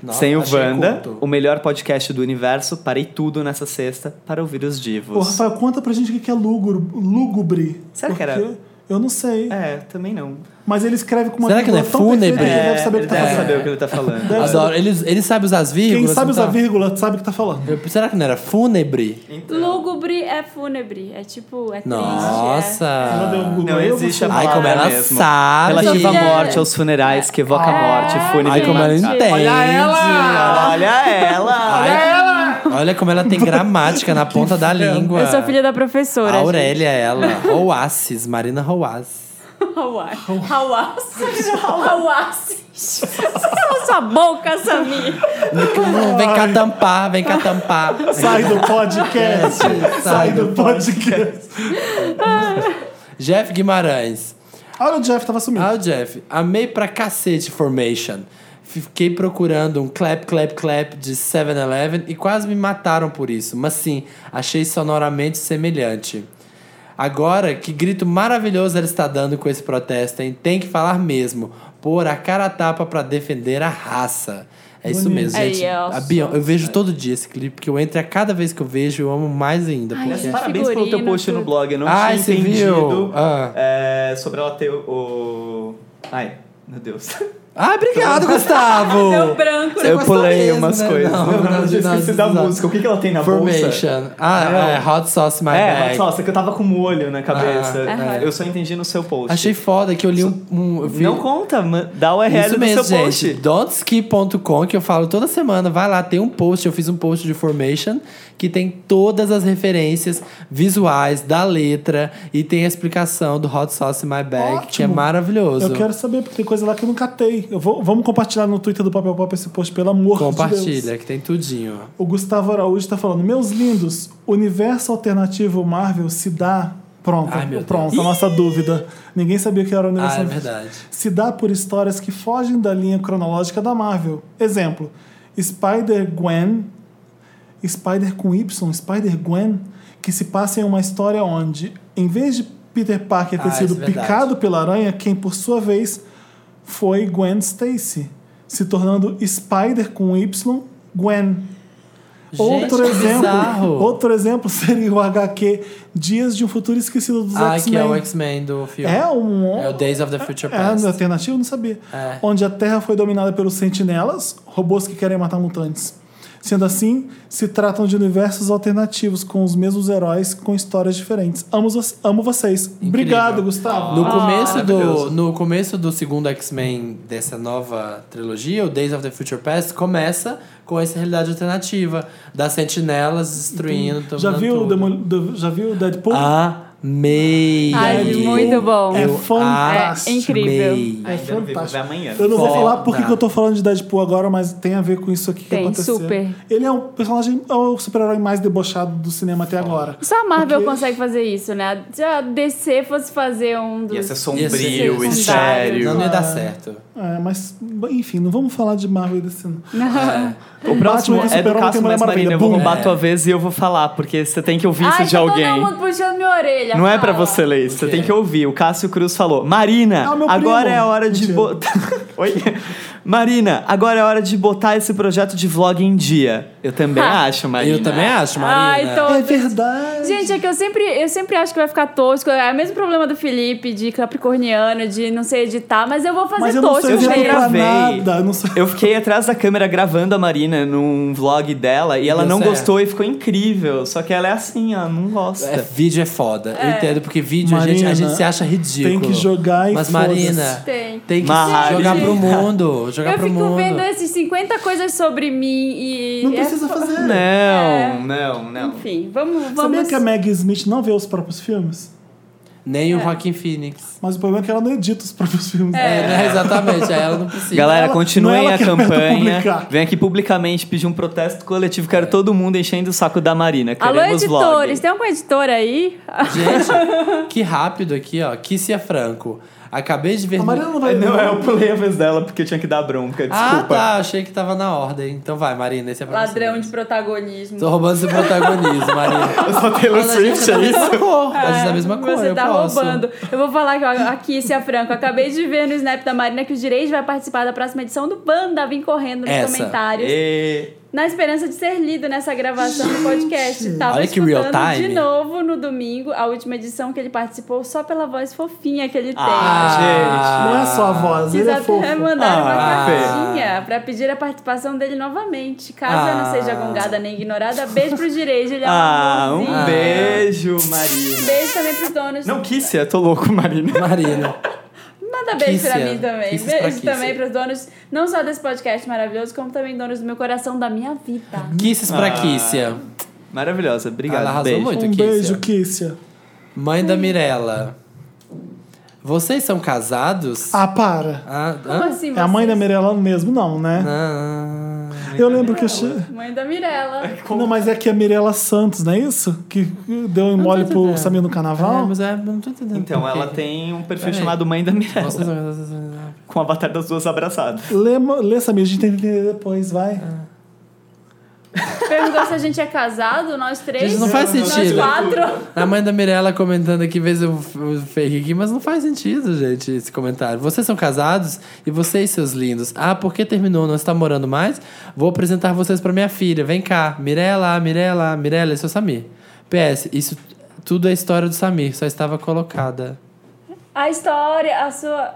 Nossa, Sem o achei Wanda, culto. o melhor podcast do universo, parei tudo nessa sexta para ouvir os divos. Ô, Rafael, conta pra gente o que que é lúgubre. lúgubre Será que era- Porque Eu não sei. É, também não. Mas ele escreve com uma Será que não é vírgula tão perfeita fúnebre? que ele deve É, saber o que tá É. deve fazendo. saber o que ele tá falando. Deve Adoro. Eles, eles sabem usar as vírgulas. Quem sabe usar então? vírgula sabe o que tá falando. Eu- Será que não era fúnebre? Lúgubre é fúnebre. É tipo, é triste. é- Ela deu um Nossa. Google, Não eu existe vou a falar. Ai, como ela mesmo. é tipo sabe. Relativa à Amiga. morte, aos funerais que evoca a morte, fone Ai, de como ela macaco. entende. Olha ela! Olha ela! Olha, como ela tem gramática (laughs) na ponta da língua. Eu sou filha da professora. A Aurélia, ela. (laughs) Roasses, Marina Roasses. Hawass. Hawass. Sua boca, Samir. Hum, vem cá tampar, vem cá tampar. Sai do (laughs) podcast! Sai do podcast! Jeff Guimarães. Olha, o Jeff tava sumindo. Ah, o Jeff, amei pra cacete Formation. Fiquei procurando um clap, clap, clap de 7-Eleven e quase me mataram por isso, mas sim, achei sonoramente semelhante. Agora, que grito maravilhoso ela está dando com esse protesto, hein? Tem que falar mesmo. Pôr a cara a tapa pra defender a raça. É isso mesmo, É gente. isso. A Beyon- eu vejo todo dia esse clipe, porque eu entro a cada vez que eu vejo, eu amo mais ainda. Ai, porque- gente. Parabéns pelo teu Figurino, post no tudo. blog, eu não Ai, você tinha entendido viu? Ah. (laughs) é, sobre ela ter o. o- Ai, meu Deus. Ah, obrigado, (laughs) Gustavo! Deu branco, Você Eu gostou pulei mesmo, umas né? coisas. Não, Eu não, esqueci não, da não. música. O que, que ela tem na bolsa? Formation. Ah, Não. é, Hot Sauce My É, Bag. Hot Sauce, é que eu tava com molho na cabeça. Ah, é. Eu só entendi no seu post. Achei foda que eu li um... um- eu vi- Não conta, ma- dá o URL Isso do mesmo, seu gente. post. Donski.com, que eu falo toda semana. Vai lá, tem um post. Eu fiz um post de Formation que tem todas as referências visuais da letra e tem a explicação do Hot Sauce My Bag, que é Ótimo. maravilhoso. Eu quero saber, porque tem coisa lá que eu não catei. Eu vou, vamos compartilhar no Twitter do Papel Pop esse post, pelo amor de Deus. Compartilha, que tem tudinho. O Gustavo Araújo tá falando: Meus lindos, universo alternativo Marvel se dá. Pronto, Ai, meu Deus. pronto, a nossa dúvida. Ninguém sabia que era o universo Ah, é alternativo. verdade. se dá por histórias que fogem da linha cronológica da Marvel. Exemplo: Spider-Gwen, Spider com Y, Spider-Gwen, que se passa em uma história onde, em vez de Peter Parker ter Ah, sido isso é verdade. picado pela aranha, quem por sua vez foi Gwen Stacy, se tornando Spider com Y, Gwen. outro Gente, que exemplo, bizarro. outro exemplo seria o HQ Dias de um Futuro Esquecido dos Ah, que é o X-Men. X-Men do filme. É um É o Days of the Future é, Past. no alternativo, eu não sabia. É. Onde a Terra foi dominada pelos sentinelas, robôs que querem matar mutantes. Sendo assim, se tratam de universos alternativos, com os mesmos heróis, com histórias diferentes. Amo, vo- amo vocês. Obrigado, Gustavo. Ah, No começo, do, maravilhoso. no começo do segundo X-Men dessa nova trilogia, o Days of the Future Past, começa com essa realidade alternativa das sentinelas destruindo, tomando já, viu o tudo. Demol- do- já viu o Deadpool? Amei! Ai, muito bom. É Eu fantástico. É incrível. amei. É Ainda não vi, vou ver fantástico. amanhã. Eu não vou Foda. falar por que que eu tô falando de Deadpool agora, mas tem a ver com isso aqui que Tem, aconteceu. super. Ele é o personagem, é o super-herói mais debochado do cinema até agora. Só a Marvel Porque- consegue fazer isso, né? Se a DC fosse fazer um dos... Ia (laughs) Ia ser ser é sombrio e secundário. sério. é Não ia dar certo. É, mas, enfim, não vamos falar de Marvel desse ano. É O Batman próximo é do superou, tem caso Mulher mais Marina. Maravilha. Eu vou Bum. roubar a tua vez e eu vou falar, porque você tem que ouvir Ai, isso de tá alguém. todo mundo puxando minha orelha. Não é fala. pra você ler isso, você tem que ouvir. O Cássio Cruz falou: Marina, Ah, meu agora primo. é a hora de Mentira. botar. (laughs) Oi? Marina, agora é a hora de botar esse projeto de vlog em dia. Eu também acho, Marina. Eu também acho, Marina. Ai, tô... É verdade. Gente, é que eu sempre, eu sempre acho que vai ficar tosco. É o mesmo problema do Felipe, de capricorniano, de não sei editar, mas eu vou fazer Mas eu não tosco sou eu já editor mesmo. pra gravei. nada. eu Não sou... Eu fiquei atrás da câmera gravando a Marina num vlog dela e ela Deu não certo. gostou e ficou incrível. Só que ela é assim, ó, não gosta. É, vídeo é foda. Eu entendo, porque vídeo a gente, a Marina, gente se acha tem ridículo. que jogar e Mas, foda-se. Marina, Tem. tem que Marina. jogar pro mundo. Jogar Eu pro fico mundo. vendo esses 50 coisas sobre mim e. Não é precisa fo- fazer. Não, É. não, não. Enfim, vamos. Sabia vamos... que a Maggie Smith não vê os próprios filmes? Nem É. o Rockin' Phoenix. Mas o problema é que ela não edita os próprios filmes. É, né? exatamente. Aí ela não precisa. Galera, ela- continuem não é ela a que aperta campanha. publicar. Vem aqui publicamente pedir um protesto coletivo. Quero todo mundo enchendo o saco da Marina. Alô, Queremos vlog. editores, tem algum editor aí? Gente, que rápido aqui, ó. Kissia Franco. Acabei de ver. A Marina não é vai É, Não, eu pulei a vez dela porque eu tinha que dar bronca, Ah, desculpa. tá. Achei que tava na ordem. Então vai, Marina. Esse é pra (laughs) Ladrão você. de protagonismo. Tô roubando seu protagonismo, Marina. (laughs) Eu sou Taylor Mas a gente Swift, é é da isso? mesma cor. A gente é da mesma cor. Ah, Você eu tá posso. roubando. Eu vou falar que ó, aqui, Cia Franco, acabei de ver no Snap da Marina que o Direito vai participar da próxima edição do Banda. Vim correndo nos Essa. comentários. E... Na esperança de ser lido nessa gravação do podcast. Tava Olha que real escutando time. de novo no domingo, a última edição que ele participou, só pela voz fofinha que ele tem. Ah, Não é só a voz, Vocês ele é até fofo. mandaram uma Ah, cartinha pra pedir a participação dele novamente. Caso eu Ah. não seja gongada nem ignorada, beijo pro direito, ele é um Ah, um amorzinho. beijo, Marina. Beijo também pros donos. Não, Kissia, tô louco, Marina. Marina. Manda beijo pra Kisses. é. mim também. Kisses pra beijo kisses. também pros donos, não só desse podcast maravilhoso, como também donos do meu coração, da minha vida. Kisses pra Ah. Kissia. Maravilhosa, obrigado. Ela arrasou beijo. muito. Um Kissia. beijo, Kissia. Mãe da Mirella. Vocês são casados? Ah, para. Ah, Como hã? assim, É a mãe da vocês? Mirella mesmo, não, né? Ah, Eu lembro que eu... che- Mãe da Mirella. Não, mas é que a Mirella Santos, não é isso? Que deu um mole pro entendendo. Samir no é, carnaval? mas é, não tô entendendo. Então, por quê. ela tem um perfil Peraí. chamado Mãe da Mirella, Vocês são casados? com o avatar das duas abraçadas. Lê, lê, Samir, a gente tem que entender depois, vai. Perguntou se a gente é casado, nós três. Gente, não faz sentido. Nós quatro. A mãe da Mirella comentando aqui, vez eu eu fake aqui, mas não faz sentido, gente, esse comentário. Vocês são casados e vocês, seus lindos. Ah, por que terminou? Não está morando mais? Vou apresentar vocês para minha filha. Vem cá. Mirella, Mirella, Mirella, esse é o Samir. PS, isso tudo é história do Samir, só estava colocada. A história, a sua.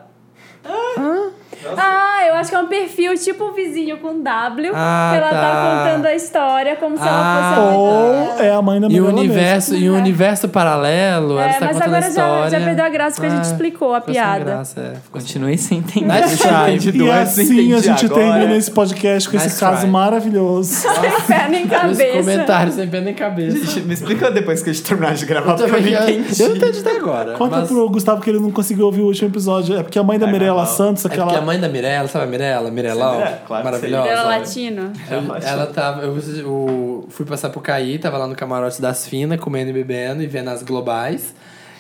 Ah, eu acho que é um perfil tipo o vizinho com W. Ah, que ela tá. tá. contando a história como se ela Ah. fosse uma Ou é a mãe da E o Mirella mesmo. universo, e o É. universo paralelo, ela É, está mas contando a agora já, história. já Ah, perdeu a graça porque a gente explicou a ficou sem piada. graça, é. Ficou sem- Continuei sem entender. Nice try. E assim a gente agora. termina esse podcast com esse Nice caso try. maravilhoso. (laughs) sem pé nem Nos cabeça. comentários, sem pé nem cabeça. Gente, Me explica depois que a gente terminar de gravar, Eu, porque eu também, não eu, entendi. eu não entendi até agora. Conta mas pro Gustavo que ele não conseguiu ouvir o último episódio. É porque a mãe da Mirella Santos, É porque aquela. a mãe da Mirella, sabe a Mirella? Mirellão? Sim, é, claro que maravilhosa. Ela latino. Eu- Ela tava. Eu eu fui passar por Caí, tava lá no camarote das Finas, comendo e bebendo e vendo as globais.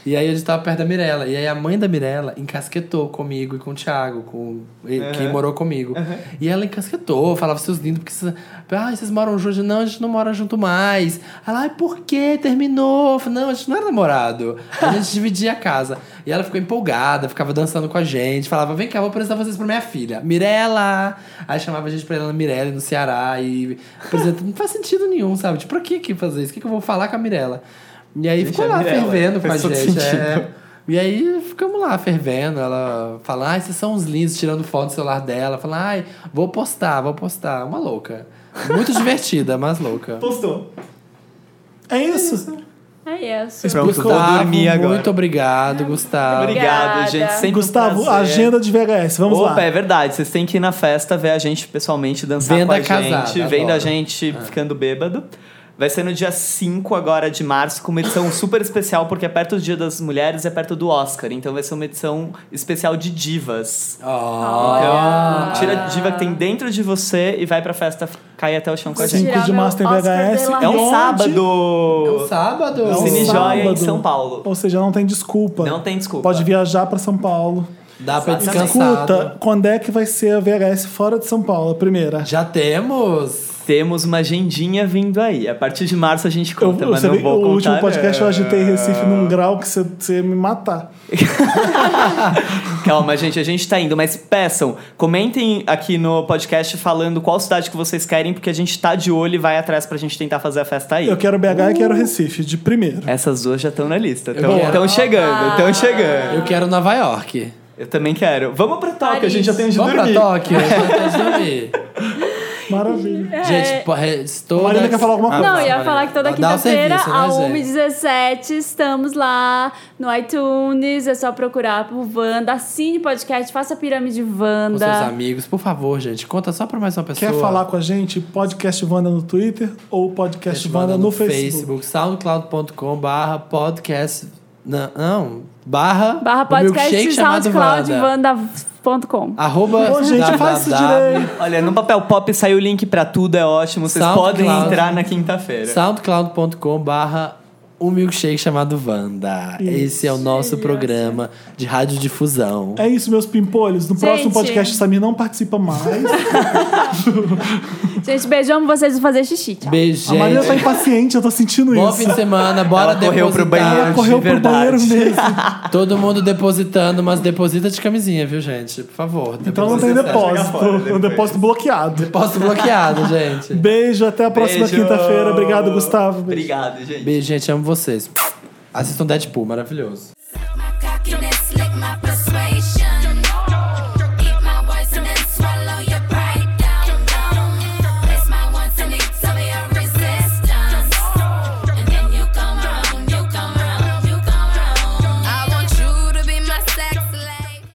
E aí a gente tava perto da Mirella. E aí a mãe da Mirella encasquetou comigo e com o Thiago, com, e- que morou comigo. E ela encasquetou, falava seus lindos, porque vocês, ah, vocês moram juntos. Não, a gente não mora junto mais. Ela, ai, por quê? Terminou. Eu falei, não, a gente não era namorado. A gente (laughs) dividia a casa. E ela ficou empolgada, ficava dançando com a gente, falava, vem cá, vou apresentar vocês pra minha filha. Mirella! Aí chamava a gente pra ela na Mirella, no Ceará, e apresenta. não faz sentido nenhum, sabe? Tipo, pra que que fazer isso? O que, que eu vou falar com a Mirella? E aí ficou a lá Mirella, fervendo com a faz todo gente. é. sentido. E aí ficamos lá fervendo. Ela fala, ai, vocês são uns lindos, tirando foto do celular dela. Fala, ai, vou postar, vou postar. Uma louca. Muito (laughs) divertida, mas louca. Postou. É isso. É isso. Pronto, vou um dormir agora. Muito obrigado, Gustavo. Obrigado, Obrigada. gente. Sempre um Gustavo, prazer. agenda de VHS. Vamos Opa, lá. é verdade. Vocês têm que ir na festa ver a gente pessoalmente dançar Venda com a casada, gente, vendo adoro. a gente ficando bêbado. Vai ser no dia 5 agora de março, com uma edição super especial, porque é perto do Dia das Mulheres e é perto do Oscar. Então vai ser uma edição especial de divas. Ó. Então, tira a diva que tem dentro de você e vai pra festa cair até o chão com a gente. Tirar 5 de meu Master Oscar VHS. de la É um Onde- sábado! É um sábado. É um Cine Joia em sábado. São Paulo. Ou seja, não tem desculpa. Não tem desculpa. Pode viajar pra São Paulo. Dá pra descansar. Escuta, quando é que vai ser a VHS fora de São Paulo? A primeira. Já temos. Temos uma agendinha vindo aí. A partir de março a gente Eu, conta, mas você não vê, vou o contar. último podcast eu não. agitei Recife num grau que você- você ia me matar. (laughs) Calma, gente, a gente tá indo, mas peçam, comentem aqui no podcast falando qual cidade que vocês querem, porque a gente tá de olho e vai atrás pra gente tentar fazer a festa aí. Eu quero BH e quero Recife, de primeiro. Essas duas já estão na lista. quero. Estão chegando, estão chegando. Eu quero Nova York. Eu também quero. Vamos pra Tóquio, a gente já tem onde Vamos dormir. (laughs) pra Tóquio. Vamos dormir. Maravilha. Gente, pô, é, estou. A Marina na- quer falar alguma coisa. Não, eu ia Marina. falar que toda Dá- dá o quinta-feira, serviço, né, a Zé? 1h17, estamos lá no iTunes. É só procurar por Wanda. Assine podcast, faça a pirâmide Com seus Wanda. amigos. Por favor, gente, conta só pra mais uma pessoa. Quer falar com a gente? Podcast Wanda no Twitter ou Podcast Podcast Wanda no, Facebook. soundcloud.com barra podcast... Não, não, barra... Barra o podcast milkshake chamado Wanda. Ah. soundcloudwanda.com. Arroba... Ô, gente, faz isso direito. Olha, no Papel Pop saiu o link pra tudo, é ótimo. Vocês SoundCloud. podem entrar na quinta-feira. soundcloud.com barra o milkshake chamado Wanda. Esse é o nosso programa de radiodifusão. É isso, meus pimpolhos. No próximo Gente. podcast, Samir não participa mais. Gente, beijão pra vocês vão fazer xixi. Tchau. A Beijo, Marina tá gente. impaciente, eu tô sentindo Bom isso. fim de semana. Bora Ela correu pro depositar. banheiro. Correu de pro banheiro verdade. mesmo. Todo mundo depositando, mas deposita de camisinha, viu, gente? Por favor. Então não tem deposita. depósito. É um depósito bloqueado. Posso bloqueado, gente. Beijo, até a próxima Beijo. quinta-feira. Obrigado, Gustavo. Beijo. Obrigado, gente. Beijo, gente. Amo vocês. Assistam Deadpool, maravilhoso.